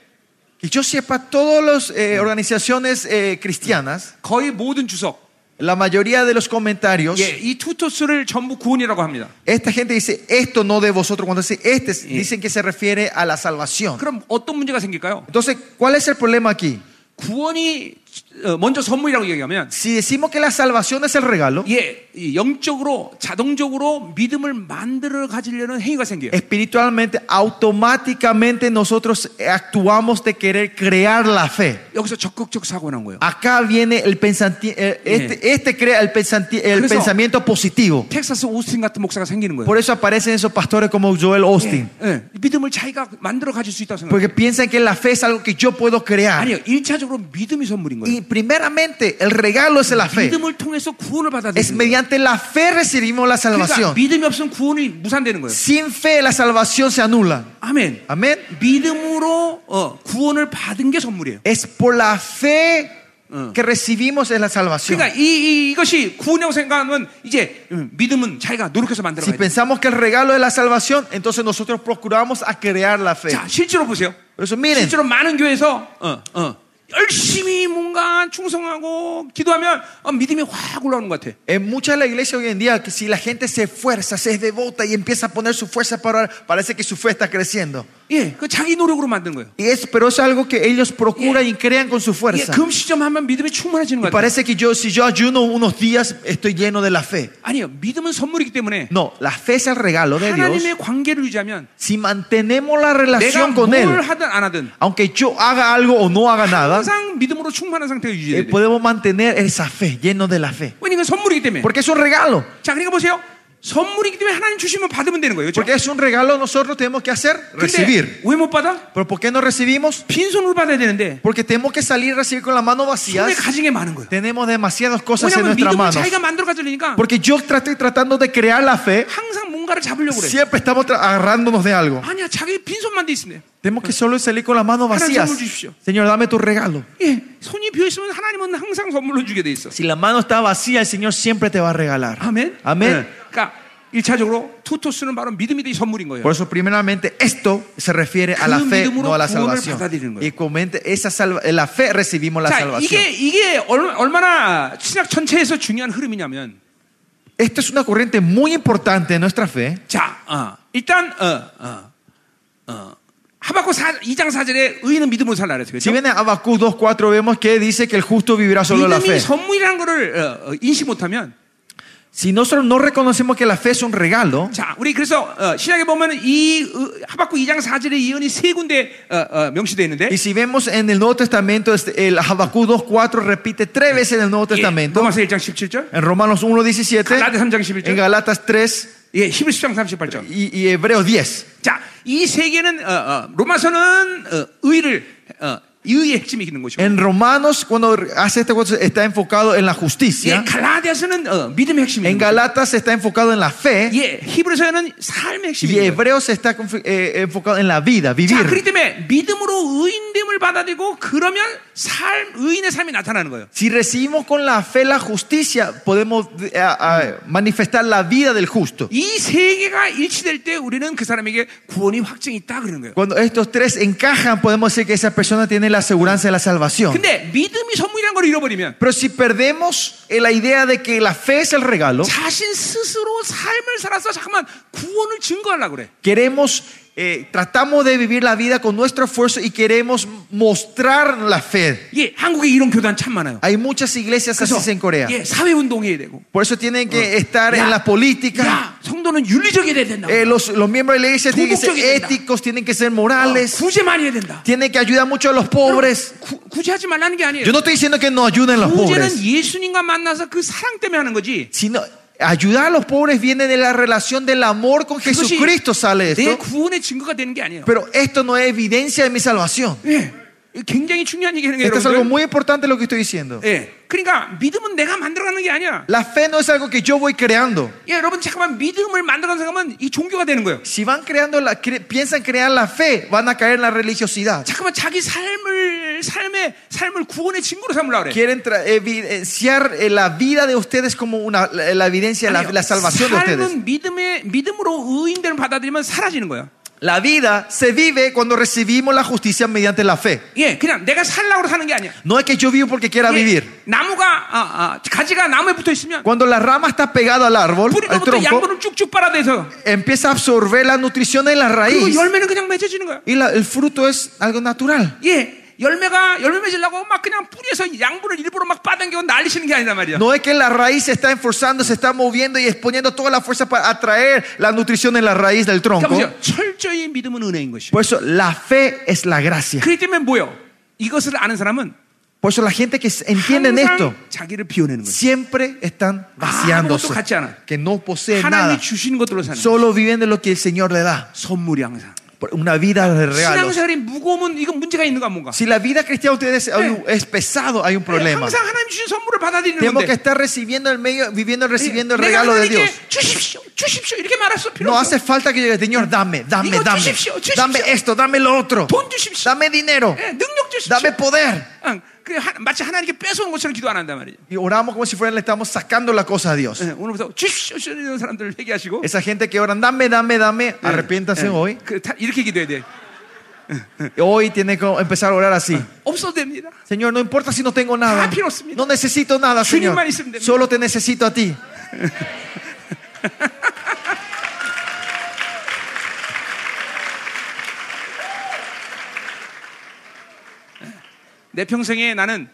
B: Que yo sepa, todas las organizaciones eh, cristianas,
A: 거의 모든 주석,
B: la mayoría de los comentarios,
A: 예, 이 투토스를 전부 구원이라고 합니다.
B: esta gente dice, esto no de vosotros. Cuando dice este, dicen que se refiere a la salvación.
A: 그럼 어떤 문제가 생길까요?
B: Entonces, ¿cuál es el problema aquí?
A: 구원이 어, 먼저 선물이라고 얘기하면
B: Si decimos que la salvación es el regalo,
A: 예, 이 영적으로 자동적으로 믿음을 만들어 가지려는 행위가 생겨요.
B: espiritualmente, automáticamente nosotros actuamos de querer crear la fe.
A: 여기서 적극적 사고 난 거예요. 아,
B: Acá viene el pensamiento, este, este crea el, pensanti- el
A: Por eso-
B: pensamiento positivo.
A: 텍사스 오스틴 같은 목사가 생기는 거예요.
B: Por eso aparecen esos pastores como Joel Austin.
A: 예, 믿음을 자기가 만들어 가질 수 있다고 생각해요.
B: Porque piensan que la fe es algo que yo puedo crear.
A: 아니요, 일차적으로 믿음이 선물인
B: Y
A: 거예요.
B: primeramente, el regalo es la fe.
A: 믿음을 통해서 구원을
B: Es
A: 받아들이는 거예요.
B: mediante la fe recibimos la
A: 그러니까
B: salvación.
A: 믿음이 없으면 구원이 무산되는 거예요.
B: Sin fe la salvación se anula.
A: 아멘.
B: Amén.
A: 믿음으로 어, 구원을 받은 게 선물이에요.
B: Es por la fe que recibimos es la salvación.
A: 그러니까 이, 것이 구원이라고 생각하면 이제 음, 믿음은 자기가 노력해서
B: Si
A: 만들어야 돼.
B: pensamos que el regalo es la salvación, entonces nosotros procuramos a crear la fe.
A: 자, 실제로 보세요.
B: Por eso miren,
A: 실제로 많은 교회에서 어, 어, 열심히 뭔가 충성하고 기도하면 어, 믿음이 확 올라오는 것 같아.
B: en muchas de la iglesia hoy en día, que si la gente se esfuerza, se es devota y empieza a poner su fuerza para orar, parece que su fe está creciendo.
A: 예, 그 자기 노력으로 만든 거예요.
B: Y es, pero es algo que ellos procuran y crean con su
A: 예,
B: fuerza.
A: 금시점 하면 믿음이 충만해지는 것 같아요.
B: Parece que yo, si yo ayuno unos días, estoy lleno de la fe.
A: 아니요, 믿음은 선물이기 때문에
B: No, la fe es el regalo
A: Ah,
B: de Dios.
A: 하나님의 관계를 유지하면
B: Si 만tenemos la
A: 내가
B: relación con Él,
A: 뭘 하든 안 하든
B: aunque yo haga algo o no haga
A: 아?
B: nada,
A: 항상 믿음으로 충만한 상태가
B: eh,
A: 유지돼요.
B: podemos mantener esa fe, lleno de la fe.
A: 왜냐면 선물이기 때문에.
B: Porque es un regalo.
A: 자, 그러니까 보세요. 선물이기 때문에 하나님 주시면 받으면 되는 거예요. 그렇죠?
B: Porque es un regalo, nosotros tenemos que hacer
A: 근데
B: recibir.
A: 왜 못 받아?
B: ¿Pero por qué no recibimos?
A: 빈손으로 받아야 되는데
B: Porque tenemos que salir a recibir con la mano vacía.
A: 손에 가진 게 많은 거예요.
B: Tenemos demasiadas cosas en
A: 왜냐면
B: nuestras
A: 믿음을
B: manos.
A: 자기가 만들어 가지려니까
B: Porque yo tra- estoy tratando de crear la fe,
A: 항상 뭔가를 잡으려고 그래.
B: siempre estamos tra- agarrándonos de algo.
A: 아니야, 자기 빈손만 돼 있으면 돼.
B: Tenemos que solo salir con las manos vacías.
A: 선물 주십시오.
B: Señor, dame tu regalo.
A: 예, 손이 비어 있으면 하나님은 항상 선물로 주게 돼 있어.
B: Si la mano está vacía, el Señor siempre te va a regalar.
A: 아멘.
B: Amén.
A: 예, 그러니까 일차적으로 투토스는 바로 믿음이 이 선물인 거예요.
B: Por eso, primeramente, esto se refiere a la
A: 그
B: fe,
A: 믿음으로
B: no a la
A: 구원을
B: salvación.
A: 받아들이는 거예요.
B: Y comente, esa salva- la fe recibimos la
A: 자,
B: salvación.
A: 이게 이게 얼, 얼마나 신학 전체에서 중요한 흐름이냐면
B: Esto es una corriente muy importante en nuestra fe.
A: 자, 어, 일단 어, 어, 어, 하박국 2장 4절에 의인은 믿음으로 살라 그랬어요.
B: Si
A: 그렇죠?
B: bien en Habacuc 2.4 vemos que dice que el justo vivirá solo de la
A: 믿음이
B: fe.
A: 선물이라는 거를 어, 어, 인식 못하면
B: Si nosotros no reconocemos que la fe es un regalo,
A: 자, 우리 그래서 어, 신약에 보면 이 어, 하박국 2장 4절의 예언이 세 군데 어, 어, 명시되어 있는데
B: y si vemos en el Nuevo Testamento, este, el Habacuc 2.4 repite tres veces en el Nuevo Testamento,
A: 로마서 1장 17절,
B: en Romanos
A: Galatas 3장 11
B: 1.17,
A: 절.
B: en Galatas 3
A: 예, 히브리 10장 38절.
B: y, y Hebreos 10.
A: 자, 이 세 개는 어, 어, 로마서는 어, 의를 어, 의의 핵심이 있는 것이고,
B: En Romanos, cuando hace este cosa, está enfocado en la
A: 예,
B: justicia.
A: 갈라디아서는 어, 믿음의 핵심이
B: En
A: 있는 것이고,
B: Galatas está enfocado en la fe.
A: 예, 히브리서는 삶의 핵심이 있는
B: Y
A: 거예요.
B: Hebreos está conf- eh, enfocado en la vida,
A: 자, 그렇기
B: vivir.
A: 때문에 믿음으로 의인됨을 받아들이고 그러면 삶 의인의 삶이 나타나는 거예요.
B: Si recibimos con la fe la justicia, podemos eh, ah, manifestar la vida del justo.
A: 이 세 개가 일치될 때 우리는 그 사람에게 구원이 확증이 있다 그러는 거예요.
B: Cuando estos tres encajan, podemos decir que esa persona tiene la seguridad de la salvación.
A: 근데 믿음이 선물이라는 걸 잃어버리면
B: Pero si perdemos eh, la idea de que la fe es el regalo,
A: 자신 스스로 삶을 살아서 잠깐만 구원을 증거하려고 그래.
B: queremos, eh, tratamos de vivir la vida con nuestro esfuerzo y queremos mostrar la fe.
A: 예, 한국에 이런 교단 참 많아요.
B: Hay muchas iglesias
A: 그래서
B: así en Corea.
A: 예, 사회 운동해야 되고.
B: Por eso tienen
A: 예,
B: que estar
A: Ya.
B: en la política.
A: 야, 성도는 윤리적이어야 된다.
B: Eh, los, los miembros de la iglesia tienen que ser
A: Tuvo que ir,
B: éticos, tienen que ser morales,
A: 어, 구제 많이 해야 된다.
B: tienen que ayudar mucho a los pobres.
A: 구, 구제하지 말라는 게 아니에요.
B: Yo no estoy diciendo que no ayuden a los
A: 구제는
B: pobres,
A: 예수님과 만나서 그 사랑 때문에 하는 거지.
B: sino ayudar a los pobres viene de la relación del amor con
A: 그것이
B: Jesucristo, sale
A: 내
B: esto.
A: 구원의 증거가 되는 게 아니에요.
B: Pero esto no es evidencia de mi salvación.
A: 예, 굉장히 중요한 얘기하는 거예요.
B: Esto es algo
A: 여러분들.
B: muy importante lo que estoy diciendo.
A: 예, 그러니까 믿음은 내가 만들어가는 게 아니야.
B: La fe no es algo que yo voy creando.
A: 예, 여러분 잠깐만 믿음을 만들어가는 생각하면 이 종교가 되는 거예요.
B: Si van creando, la, cre- piensan crear la fe, van a caer en la religiosidad.
A: 잠깐만 자기 삶을 삶의 삶을 구원의 증거로 삼으려 그래.
B: Quieren tra- evidenciar eh, la vida de ustedes como una, la, la evidencia, la,
A: 아니요.
B: la salvación de ustedes.
A: 삶은 믿음의 믿음으로 의인들을 받아들이면 사라지는 거예요.
B: La vida se vive cuando recibimos la justicia mediante la fe.
A: 예, 그냥 내가 살라고 사는 게 아니야.
B: No es que yo vivo porque quiera
A: 예,
B: vivir.
A: 나무가 아, 아, 가지가 나무에 붙어 있으면
B: Cuando la rama está pegada al árbol, al
A: 뿌리로부터
B: tronco,
A: 양분을 쭉쭉 빨아대서
B: empieza a absorber la nutrición en la
A: 그리고
B: raíz
A: 열매는 그냥 맺어지는 거야.
B: y la- el fruto es algo natural.
A: 예, 열매가 열매 맺으려고 막 그냥 뿌리에서 양분을 일부러 막 빠당기고 날리시는 게 아니란 말이야.
B: No es que la raíz se está esforzando, se está moviendo y exponiendo toda la fuerza para atraer la nutrición en la raíz del
A: 그러니까
B: tronco.
A: 보세요. 철저히 믿음은 은혜인 것이요.
B: Por eso la fe es la gracia.
A: 그렇기 때문에 뭐요? 이것을 아는 사람은
B: Por eso la gente que entiende esto
A: 항상 자기를 비워내는 거예요.
B: siempre
A: Ah,
B: están vaciándose,
A: 아무것도 갖지 않아.
B: que no poseen nada,
A: 하나님이 주시는 것들로 사는 거예요.
B: solo viven de lo que el Señor le da,
A: 선물이 항상.
B: Por una vida de regalos.
A: 신앙생활이 무거우면 이건 문제가 있는가 뭔가.
B: Si la vida cristiana de ustedes
A: Sí.
B: es pesado,
A: Eh,
B: hay un problema.
A: 항상 하나님 주신 선물을 받아들이는
B: Tenemos que
A: 건데.
B: estar recibiendo el medio, viviendo, recibiendo el
A: 내가
B: regalo de Dios.
A: 하나님께 주십시오, 주십시오 이렇게 말할 수 필요
B: No
A: 없어.
B: hace falta que diga, Señor, dame, dame,
A: Digo,
B: dame.
A: "Chuchipsio, chuchipsio".
B: Dame esto, dame lo otro.
A: 돈 주십시오,
B: Dame dinero,
A: 예, 능력 주십시오.
B: dame poder.
A: 응, 그래 하- 마치 하나님께 뺏어온 것처럼 기도 안 한단 말이죠.
B: Y oramos como si fuera le estamos sacando la cosa a Dios.
A: 예, 오늘부터 주십시오 주는 사람들 회개하시고.
B: Esa gente que oran, dame, dame, dame,
A: 예,
B: arrepiéntase
A: 예,
B: hoy.
A: 그 다- 이렇게 기도해야 돼. eh.
B: Hoy tiene que empezar a orar
A: Ah.
B: así.
A: 없어도 됩니다.
B: Señor, no importa si no tengo nada.
A: Ah, 필요 없습니다.
B: No necesito nada, Señor.
A: 주님만 있으면 됩니다.
B: Solo te necesito a ti.
A: 내 평생에 나는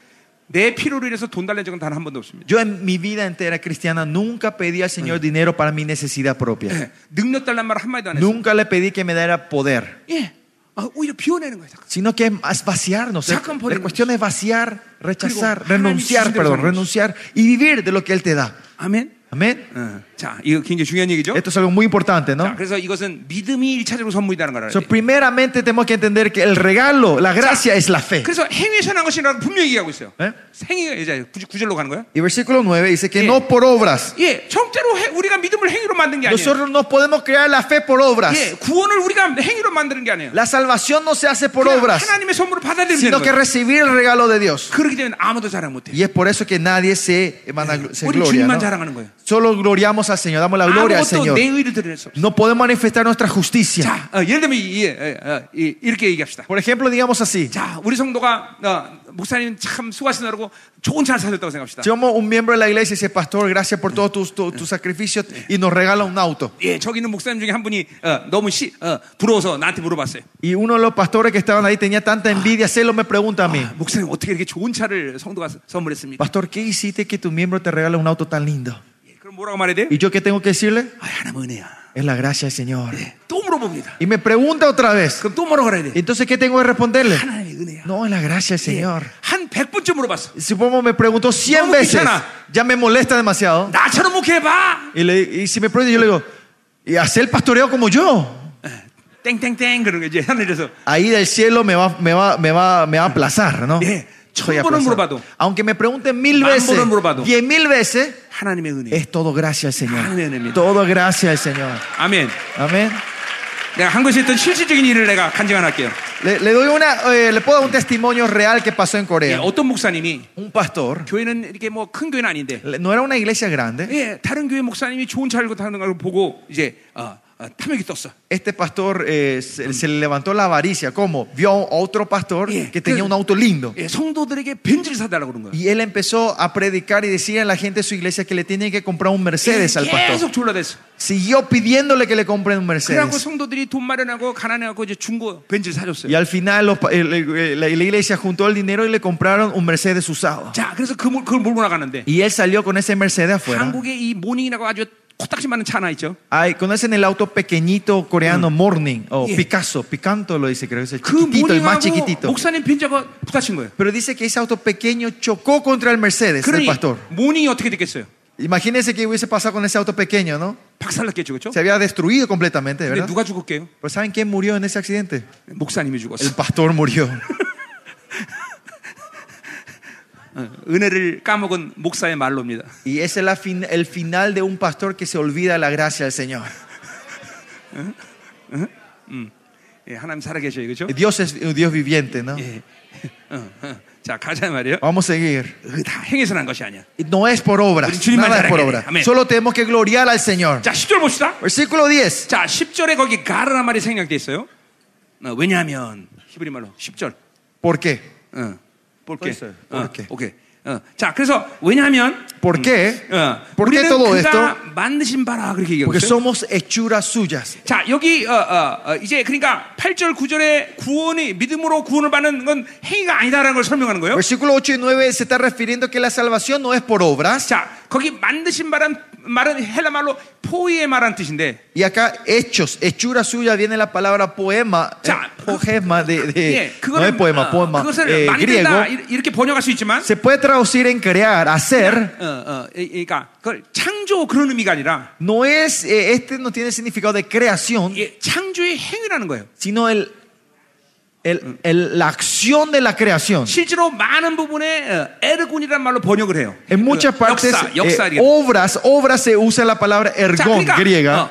A: 내 피로로 인해서 돈 달란 적은 단 한 번도 없습니다.
B: Yo en mi vida entera cristiana nunca pedí al Señor dinero para mi necesidad propia.
A: 예, 능력 달란 말 한마디도 안 했어요.
B: Nunca le pedí que me diera poder,
A: 예, 아, 오히려 비워내는 거예요. 자꾸.
B: sino que es vaciarnos. es-
A: Sacan por
B: La
A: el-
B: cuestión es vaciar, rechazar,
A: Digo,
B: renunciar,
A: hagan
B: perdón,
A: mis-
B: renunciar y vivir de lo que Él te da.
A: 아멘.
B: Amén.
A: 어, 자, 이거 굉장히 중요한 얘기죠.
B: Esto es algo muy importante, ¿no?
A: 자, 그래서 이것은 믿음이 일차적으로 선물이라는 걸 알아야
B: So,
A: 돼.
B: primeramente tenemos que entender que el regalo, la gracia es la fe.
A: 그래서 행위에서 난 것이라고 분명히 얘기하고 있어요.
B: ¿Eh?
A: 행위가 이제 구- 구절로 가는 거야?
B: Y versículo 9 dice que
A: Sí.
B: no por obras.
A: 예, 절대로 해- 우리가 믿음을 행위로 만든 게 아니에요.
B: Nosotros no podemos crear la fe por obras.
A: 예, 구원을 우리가 행위로 만드는 게 아니에요.
B: La salvación no se hace por
A: 그냥
B: obras,
A: 하나님의 선물을 받아들이는
B: sino que
A: 거예요.
B: recibir el regalo de Dios.
A: 그렇기 때문에 아무도 자랑 못해. 요
B: Y es por eso que nadie se, vanaglo- se
A: 우리
B: gloria.
A: 주님만
B: ¿no?
A: 자랑하는 거예요.
B: Solo gloriamos al Señor,
A: Ah,
B: damos la gloria al
A: 아무것도
B: Señor.
A: 내 의를 드릴 수 없어.
B: No podemos manifestar nuestra justicia.
A: 자, 어, 예를 들면 이, 이, 어, 이, 이렇게 얘기합시다.
B: Por ejemplo, digamos así:
A: 자, 우리 성도가 어, 목사님 참 수고하시느라고 좋은 차를 사셨다고 생각합시다.
B: somos un miembro de la iglesia y dice, Pastor, gracias por todos tus, tu- tus sacrificios y nos regala un auto.
A: 예, 저기 있는 목사님 중에 한 분이 어, 너무 시, 어, 부러워서 나한테 물어봤어요.
B: Y uno de los pastores que estaban ahí tenía tanta envidia, se lo me pregunta a mí:
A: 목사님 어떻게 이렇게 좋은 차를 성도가 서- 선물했습니까?
B: Pastor, ¿qué hiciste que tu miembro te regale un auto tan lindo?
A: 예, 그럼 뭐라고 말해야 돼요?
B: ¿Y yo qué tengo que decirle?
A: 아, 하나님 은혜야.
B: Es la gracia del Señor.
A: 또 물어봅니다.
B: Y me pregunta otra vez:
A: 그럼 또 뭐라고 말해야 돼?
B: Entonces, ¿qué tengo que responderle?
A: 하나님의 은혜야.
B: No, es la gracia del
A: 예,
B: Señor.
A: 한 100번쯤 물어봤어.
B: Supongo me preguntó 100
A: No,
B: veces.
A: Cristiana.
B: Ya me molesta demasiado.
A: 나처럼 목회해봐.
B: Y, le- y si me pregunta, yo le digo, y hacer el pastoreo como yo.
A: 땡땡땡 그런 거 이제 하늘에서
B: Ahí del cielo me va, me va, me va, me va a aplazar, ¿no?
A: Yeah.
B: Soy
A: Chon 번은
B: aplazado.
A: 물어봐도.
B: Aunque me pregunten mil
A: Man
B: veces,
A: 번은 물어봐도.
B: diez mil veces,
A: 하나님의 은혜.
B: es todo gracias al
A: Amén, amén.
B: Señor. Todo gracias al Señor.
A: 아멘.
B: Amén.
A: 내가 한 것이 있던 실질적인 일을 내가 간증 하나 할게요.
B: Le, le doy una, eh, le puedo dar un testimonio real que pasó en
A: 예,
B: Corea.
A: 어떤 목사님이
B: Un pastor,
A: 교회는 이렇게 뭐 큰 교회는 아닌데
B: le- no era una iglesia grande.
A: 예, 다른 교회 목사님이 좋은 차를 타는 걸 보고 이제 어, 어, 탐욕이 떴어.
B: Este pastor eh, se, se le levantó la avaricia. ¿Cómo? Vio a otro pastor
A: Yeah.
B: que tenía un auto lindo.
A: 예, 성도들에게 벤츠를 사달라고 그런 거야.
B: Y él empezó a predicar y decir a la gente de su iglesia que le tienen que comprar un Mercedes al pastor.
A: 예, 계속 졸라댔어.
B: Siguió pidiéndole que le compren un
A: 그래갖고
B: Mercedes.
A: 성도들이 돈 마련하고 가난해갖고 이제 중고 벤츠를 사줬어요.
B: Y al final los pa- el- el- la, la iglesia juntó el dinero y le compraron un Mercedes usado.
A: 자, 그래서 그, 물- 그걸 몰고 나가는데
B: Y él salió con ese Mercedes afuera.
A: 한국에 이 모닝이라고 아주 코딱지 많은 차 하나 있죠.
B: Ay, conocen el auto pequeñito coreano Morning o
A: Yeah.
B: Picasso, Picanto lo dice, creo que es el
A: 그
B: chiquitito, el más
A: 모닝하고
B: chiquitito.
A: 목사님 벤츠하고 부딪힌 거예요.
B: Pero dice que ese auto pequeño chocó contra el Mercedes del
A: 그러니
B: pastor.
A: 모닝이 어떻게 됐겠어요?
B: Imagínense qué hubiese pasado con ese auto pequeño, ¿no?
A: 박살났겠죠, 그렇죠?
B: Se había destruido completamente,
A: 근데
B: ¿verdad?
A: 누가 죽었게요?
B: Pero ¿saben quién murió en ese accidente?
A: 목사님이 죽었어.
B: El pastor murió.
A: 어, 은혜를 까먹은 목사의 말로입니다.
B: Y ese es la fin- el final de un pastor que se olvida la gracia del Señor.
A: 예, 하나님 살아계셔요, 그렇죠?
B: Dios es un Dios viviente, ¿no?
A: 예. 어, 어. 자 가자 말이에요.
B: Vamos a seguir.
A: 그다 행해서 난 것이 아니야.
B: No es por
A: Uy,
B: obras,
A: 주님만
B: nada es por
A: 자랑해야 돼.
B: obras.
A: 아멘.
B: Solo tenemos que gloriar al Señor.
A: 자 10절 봅시다.
B: Versículo 10.
A: 자 10절에 거기 가르란 말이 생략돼 있어요. 어, 왜냐하면 히브리 말로 10절.
B: ¿Por qué?
A: 어, 볼게.
B: 있어요.
A: 어,
B: 볼게.
A: 오케이. 어, 자, 그래서 왜냐하면
B: ¿Por qué?
A: 어,
B: ¿Por qué
A: 우리는
B: todo
A: 그가
B: esto?
A: 만드신 바라 그렇게 얘기하고
B: Porque
A: 있어요.
B: somos hechuras suyas.
A: 자, 여기 어, 어, 어, 이제 그러니까 8절 9절에 구원이 믿음으로 구원을 받는 건 행위가 아니다라는 걸 설명하는 거예요.
B: Versículo 8 y 9 se está refiriendo que la salvación no es por obras.
A: 자, 거기 만드신 바란 말은 헬라 말로 포이의 말한 뜻인데.
B: Y acá, hechos, hechura suya, viene la palabra poema, eh,
A: Ya.
B: poema de, de-
A: 예,
B: no es
A: 그거는
B: poema,
A: 어,
B: poema,
A: 그것을
B: eh, griego.
A: 만든다 이- 이렇게 번역할 수 있지만
B: Se puede traducir en crear, hacer.
A: 어, 어, 이- 그러니까 그걸 창조 그런 의미가 아니라
B: No es, eh, este no tiene el significado de creación,
A: 예, 창조의 행위라는 거예요.
B: sino el, el- el- la acción de la creación.
A: 실제로 많은 부분에 어, 에르곤이라는 말로 번역을 해요.
B: En muchas
A: 그
B: partes,
A: 역사,
B: eh,
A: 역사 이렇게.
B: obras, obras se usa la palabra
A: 자,
B: ergón
A: 그러니까,
B: griega.
A: 어,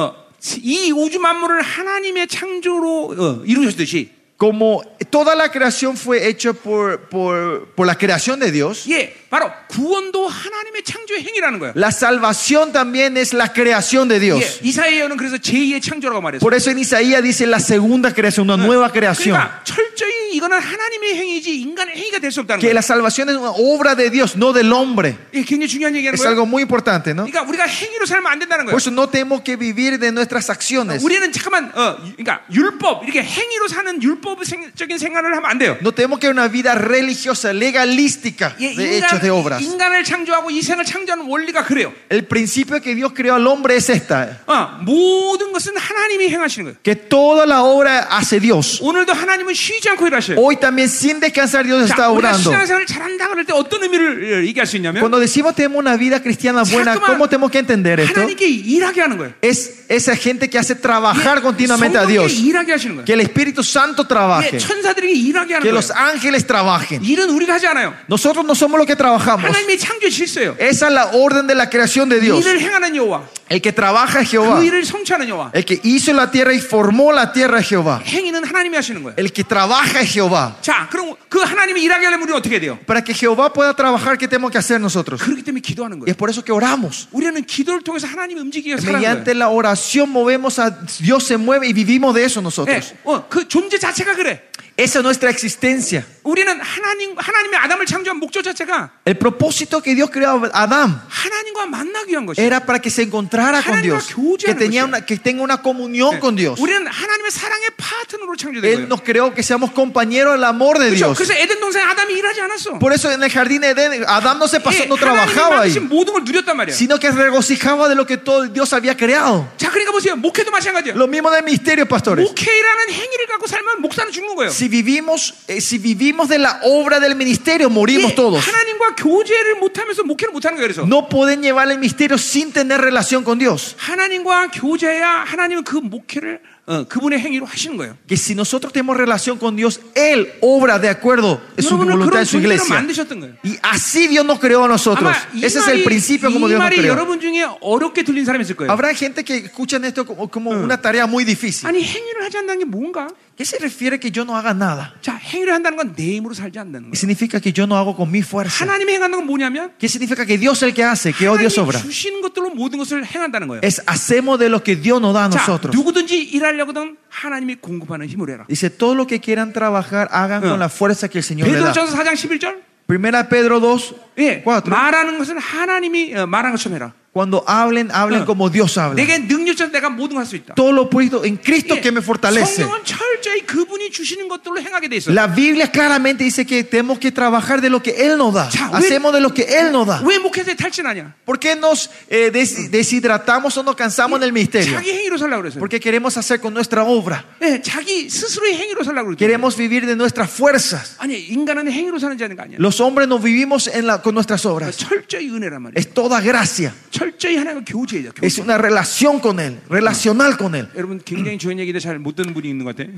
A: 어, 이 우주 만물을 하나님의 창조로 어, 이루셨듯이
B: Como toda la creación fue hecha por, por, por la creación de Dios,
A: 예, 바로 구원도 하나님의 창조의 행위라는 거예요.
B: la salvación también es la creación de Dios.
A: 예, 이사야는 그래서 제2의 창조라고 말했어요.
B: Por eso en Isaías dice la segunda creación, una nueva creación.
A: 그러니까 철저히 이거는 하나님의 행위지 인간의 행위가 될 수 없다는
B: Que
A: 거예요.
B: la salvación es una obra de Dios, no del hombre.
A: 이게 굉장히 중요한 얘기하는
B: Es
A: 거예요.
B: algo muy importante, ¿no?
A: 그러니까 우리가 행위로 살면 안 된다는 거예요.
B: Por eso no tenemos que vivir de nuestras acciones.
A: 우리는 잠깐만 어, 그러니까 율법 이렇게 행위로 사는 율법적인 생활을 하면 안 돼요.
B: No tenemos que una vida religiosa, legalística,
A: 예,
B: de hechos, de obras.
A: 인간을 창조하고 이 생을 창조하는 원리가 그래요.
B: El principio que Dios creó al hombre es esta,
A: 어, 모든 것은 하나님이 행하시는 거예요.
B: que toda la obra hace Dios.
A: 오늘도 하나님은 쉬지 않고 일하셔요.
B: Hoy también sin descansar Dios
A: 자,
B: está
A: 우리가
B: obrando.
A: 신앙생활을 잘한다 그럴 때 어떤 의미를 어, 얘기할 수 있냐면
B: Cuando decimos tenemos una vida cristiana buena,
A: 자꾸만
B: ¿cómo tenemos que entender esto?
A: 하나님께 일하게 하는 거예요. 예,
B: Es esa gente que hace trabajar 아, continuamente a
A: 성령께
B: Dios.
A: 일하게 하시는 거예요.
B: Que el Espíritu Santo
A: 예,
B: trabaje.
A: 천사들에게 일하게 하는
B: Que
A: 거예요.
B: los ángeles trabajen.
A: 일은 우리가 하지 않아요.
B: Nosotros no somos los que trabajamos.
A: 하나님의 창조 질서예요.
B: Esa es la orden de la creación de Dios.
A: 일을 행하는 여호와,
B: El que trabaja es Jehová.
A: 그 일을 성취하는 여호와.
B: El que hizo la tierra y formó la tierra es Jehová.
A: 행위는 하나님이 하시는 거예요.
B: El que trabaja es Jehová.
A: 자, 그럼 그 하나님이 일하게 하려면 우리는 어떻게 해야 돼요?
B: Para que Jehová pueda trabajar, ¿qué tenemos que hacer nosotros?
A: 그렇기 때문에 기도하는
B: Y
A: 거예요.
B: es por eso que oramos.
A: 우리는 기도를 통해서 하나님 움직이게 살아가는
B: Mediante
A: 거예요.
B: la oración movemos a Dios se mueve y vivimos de eso
A: 예,
B: nosotros.
A: 어, 그 존재 자체가 그래.
B: Esa es nuestra existencia.
A: 우리는 하나님 하나님의 아담을 창조한 목적 자체가
B: El propósito que Dios creó a Adán
A: 하나님과 만나기 위한 것이에요.
B: era para que se encontrara con Dios, que, tenía una- que tenga una comunión con Dios.
A: 우리는 하나님의 사랑의 파트너로 창조된
B: Él
A: 거예요.
B: nos creó que seamos compañeros del amor de
A: 그렇죠?
B: Dios.
A: 그래서 에덴 동산 아담이 일하지 않았어.
B: Por eso en el jardín de Edén, Adán no se pasó,
A: 예,
B: no
A: 하나님이
B: trabajaba
A: 만드신
B: ahí,
A: 모든 걸 누렸단 말이야.
B: sino que regocijaba de lo que todo Dios había creado.
A: 자, 그러니까 보세요. 목회도 마찬가지예요.
B: Lo mismo del misterio, pastores.
A: 목회라는 행위를 갖고 살면 목사는 죽는 거예요.
B: Si vivimos, eh, si vivimos de la obra del ministerio, morimos
A: 이게
B: todos.
A: 예, 하나님과 교제를 못하면서 목회를 못하는 거예요. 그래서
B: No pueden llevar el misterio sin tener relación con Dios.
A: 하나님과 교제해야 하나님은 그 목회를 어, 그분의 행위로 하시는 거예요.
B: Que si nosotros tenemos relación con Dios, Él obra de acuerdo a su
A: 여러분을
B: voluntad
A: 그런
B: en su
A: 존재로
B: iglesia.
A: 만드셨던 거예요.
B: Y así Dios nos creó a nosotros.
A: 아마 이
B: Ese es
A: 말이-
B: el principio como
A: 이
B: Dios nos
A: 말이
B: creó.
A: 여러분 중에 어렵게 들린 사람이 있을 거예요.
B: Habrá gente que escuchan esto como, como
A: Ah.
B: una tarea muy difícil.
A: 아니 행위를 하지 않는 게 뭔가?
B: ¿Qué se refiere que yo no haga nada?
A: 자, 행위를 한다는 건 내 힘으로 살지 않는다는
B: ¿Qué
A: 거예요.
B: significa que yo no hago con mi fuerza?
A: 하나님이 행한다는 건 뭐냐면
B: ¿Qué significa que Dios es el que hace, que oh,
A: 하나님이
B: Dios obra?
A: 주시는 것들로 모든 것을 행한다는 거예요.
B: Es hacemos de lo que Dios nos da a
A: 자,
B: nosotros.
A: 누구든지 일하려거든 하나님이 공급하는 힘으로 해라.
B: Dice, todo lo que quieran trabajar, hagan
A: Ah.
B: con la fuerza que el Señor le da.
A: 베드로전서 4장 11절.
B: Primera Pedro 2,
A: 예,
B: 4.
A: 말하는 것은 하나님이 어, 말한 것처럼 해라.
B: Cuando hablen, hablen
A: Ah.
B: como Dios habla.
A: 내게 능력자는 내가 모든 걸 할 수 있다.
B: Todo lo puesto en Cristo
A: 예,
B: que me fortalece.
A: 성령은 철저히 그분이 주시는 것들로 행하게 돼 있어. 요
B: La Biblia claramente dice que tenemos que trabajar de lo que Él nos da.
A: Cha,
B: Hacemos de lo que Él nos da.
A: 왜 목회자에 탈진하냐?
B: ¿Por qué nos eh, des- deshidratamos o nos cansamos en el ministerio?
A: 자기 행위로 살라고 그래서.
B: Porque queremos hacer con nuestra obra.
A: 예, 자기 스스로의 행위로 살라고 그랬죠.
B: Queremos vivir de nuestras fuerzas.
A: 아니, 인간은 행위로 사는 자는 거 아니야.
B: Los hombres nos vivimos en la- con nuestras obras.
A: 철저히 은혜란 말이야.
B: Es toda gracia.
A: 철저히 하나님과 교제이자 교제.
B: Es una relación con Él, relacional con Él.
A: 여러분 굉장히 좋은 얘기인데 잘 못 듣는 분이 있는 것 같아.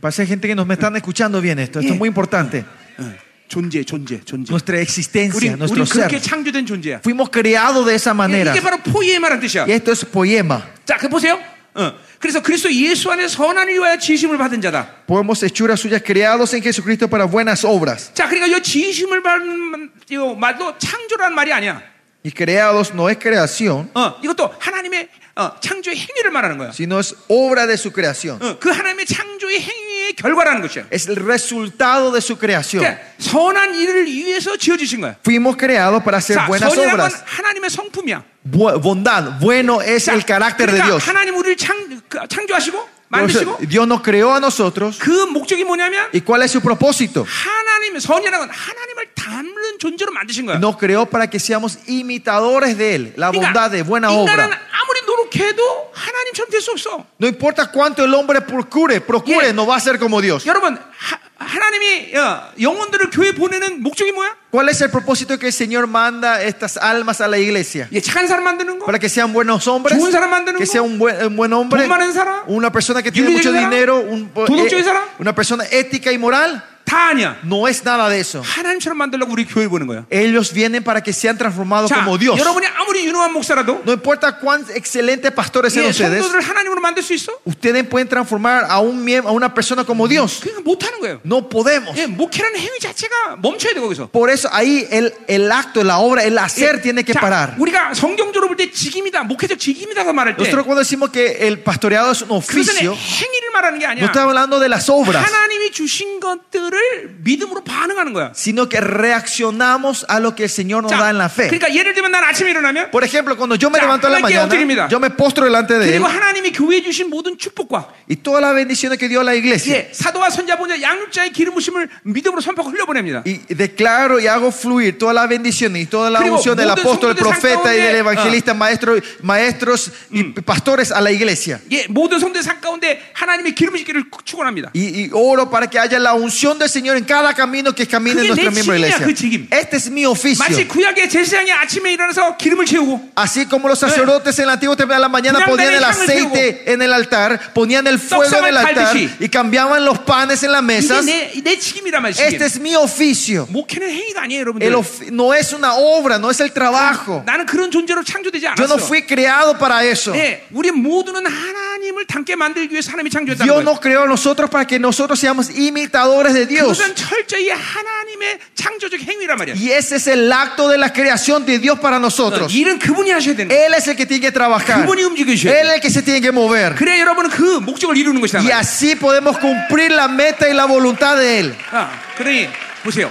B: Parece gente que nos me están escuchando bien esto. Esto es muy importante.
A: 예, 존재, 존재, 존재.
B: Nuestra
A: 우리
B: existencia,
A: 우리
B: nuestro
A: 그렇게
B: ser.
A: 창조된 존재야.
B: Fuimos creados de esa
A: 예,
B: manera.
A: 이게 바로 포이의 말한 뜻이야.
B: Y esto es poema.
A: 자, 그 보세요. 어. 그래서 그리스도 예수 안에 선한을 위하여 지심을 받은 자다.
B: Podemos hechuras suyas creados en Jesucristo para buenas obras.
A: 자, 그러니까 이 지심을 받는 이 말도 창조라는 말이 아니야.
B: Y creados no es creación,
A: 어, 이것도 하나님의 어, 창조의 행위를 말하는 거야.
B: sino es obra de su creación.
A: 어, 그 하나님의 창조의 행위의 결과라는 것이야.
B: Es el resultado de su creación.
A: 그러니까 선한 일을 위해서 지어지신 거야.
B: Fuimos creados para hacer
A: 자,
B: buenas
A: 선이라는 건
B: obras.
A: 하나님의 성품이야.
B: Bu- bondad, bueno es
A: 자,
B: el carácter de
A: 그러니까
B: Dios.
A: 하나님 우리를 창, 그, 창조하시고 만드시고
B: Entonces, Dios nos creó a nosotros.
A: 그 목적이 뭐냐면
B: ¿Y cuál es su propósito?
A: 하나님 선이라는 건 하나님을 닮는 존재로 만드신 거야.
B: Nos creó para que seamos imitadores de Él, la bondad de buena
A: 그러니까 인간은
B: obra.
A: 아무리 노력해도 하나님처럼 될 수 없어.
B: No importa cuánto el hombre procure,
A: Yeah.
B: procure, no va a ser como Dios.
A: 여러분 하, 하나님이 어, 영혼들을 교회 보내는 목적이 뭐야?
B: ¿Cuál es el propósito que el Señor manda estas almas a la iglesia?
A: 예, 착한 사람 만드는 거,
B: Para que sean buenos hombres,
A: 좋은 사람 만드는
B: que
A: 거?
B: sea un buen, un buen hombre,
A: 돈 많은 사람?
B: una persona que tiene
A: 윤리적인
B: mucho
A: 사람?
B: dinero, un- eh,
A: 도덕적인 사람?
B: una persona ética y moral.
A: 다 아니야.
B: No es nada de eso.
A: 하나님처럼 만들려고 우리 교회 보는 거야.
B: Ellos vienen para que sean transformados
A: 자,
B: como Dios.
A: 여러분이 아무리 유능한 목사라도
B: No importa cuán excelentes pastores sean
A: 예,
B: ustedes,
A: 성도들을 하나님으로 만들 수 있어?
B: ustedes pueden transformar a, un miemb- a una persona como Dios.
A: 그러니까 못하는 거예요.
B: No podemos.
A: 예, 목회라는 행위 자체가 멈춰야 돼 거기서.
B: Por eso ahí el, el acto, la obra, el hacer tiene que
A: 자,
B: parar.
A: 우리가 성경적으로 볼 때 직임이다, 목회적 직임이다가 말할 때
B: Nosotros cuando decimos que el pastoreado es un
A: 그것은
B: oficio,
A: 행위를 말하는 게
B: no
A: 아니야.
B: estamos hablando de las obras,
A: 하나님이 주신 것들을 믿음으로 반응하는 거야.
B: sino que reaccionamos a lo que el Señor nos
A: 자,
B: da en la fe.
A: 그러니까 예를 들면 난 아침에 일어나면
B: Por ejemplo, cuando yo me
A: 자,
B: levanto a la
A: 하나님께 엎드립니다.
B: mañana, yo me postro delante de Él
A: 그리고 하나님이 교회에 주신 모든 축복과
B: y todas las bendiciones que dio a la iglesia.
A: 예, 사도와 선자 보자 양육자의 기름 부심을 믿음으로 선포하고 흘려보냅니다.
B: Y declaro y hago fluir todas las bendiciones y toda la
A: 그리고
B: unción del
A: 모든
B: apóstol, el
A: 성도들
B: profeta y
A: 상가운데,
B: del evangelista, maestro, maestros y pastores a la iglesia.
A: 예, 모든 성도의 삶 가운데 하나님의 기름 부심기를 축원합니다.
B: Y, y oro para que haya la unción del Señor en cada camino que camine en
A: 그게
B: nuestra
A: 내
B: misma
A: 직임이야,
B: iglesia.
A: 그 직임.
B: Este es mi oficio.
A: 마치 구약의 제사장이 아침에 일어나서 기름을 채우고
B: Así como los sacerdotes en el Antiguo Testamento a la mañana
A: Una
B: ponían el
A: vez en el
B: aceite en el altar, ponían el fuego en
A: Toxaman
B: el altar
A: caldeshi.
B: y cambiaban los panes en las
A: 이게
B: mesas.
A: 내, 내 직임이란 말이에요.
B: Este es mi oficio.
A: 목회는 행위가 아니에요,
B: El
A: 여러분들.
B: ofi- no es una obra, no es el trabajo.
A: 나는 그런 존재로 창조되지
B: Yo
A: 않았어.
B: no fui creado para eso.
A: 예, 우리 모두는 하나님을 닮게 만들기 위해 하나님이 창조했다는 거예요.
B: Dios nos creó a nosotros para que nosotros seamos imitadores de Dios.
A: 그것은 철저히 하나님의 창조적 행위란 말이야.
B: Y ese es el acto de la creación de Dios para
A: 어,
B: nosotros.
A: 일은 그분이 하셔야 되는 거야.
B: Él es el que tiene que trabajar.
A: 그분이 움직이셔야
B: Él es el que se tiene que mover.
A: 그래야 여러분은 그 목적을 이루는 것이다.
B: Y
A: 말이야.
B: así podemos cumplir la meta y la voluntad de Él.
A: 아, 그러니 보세요.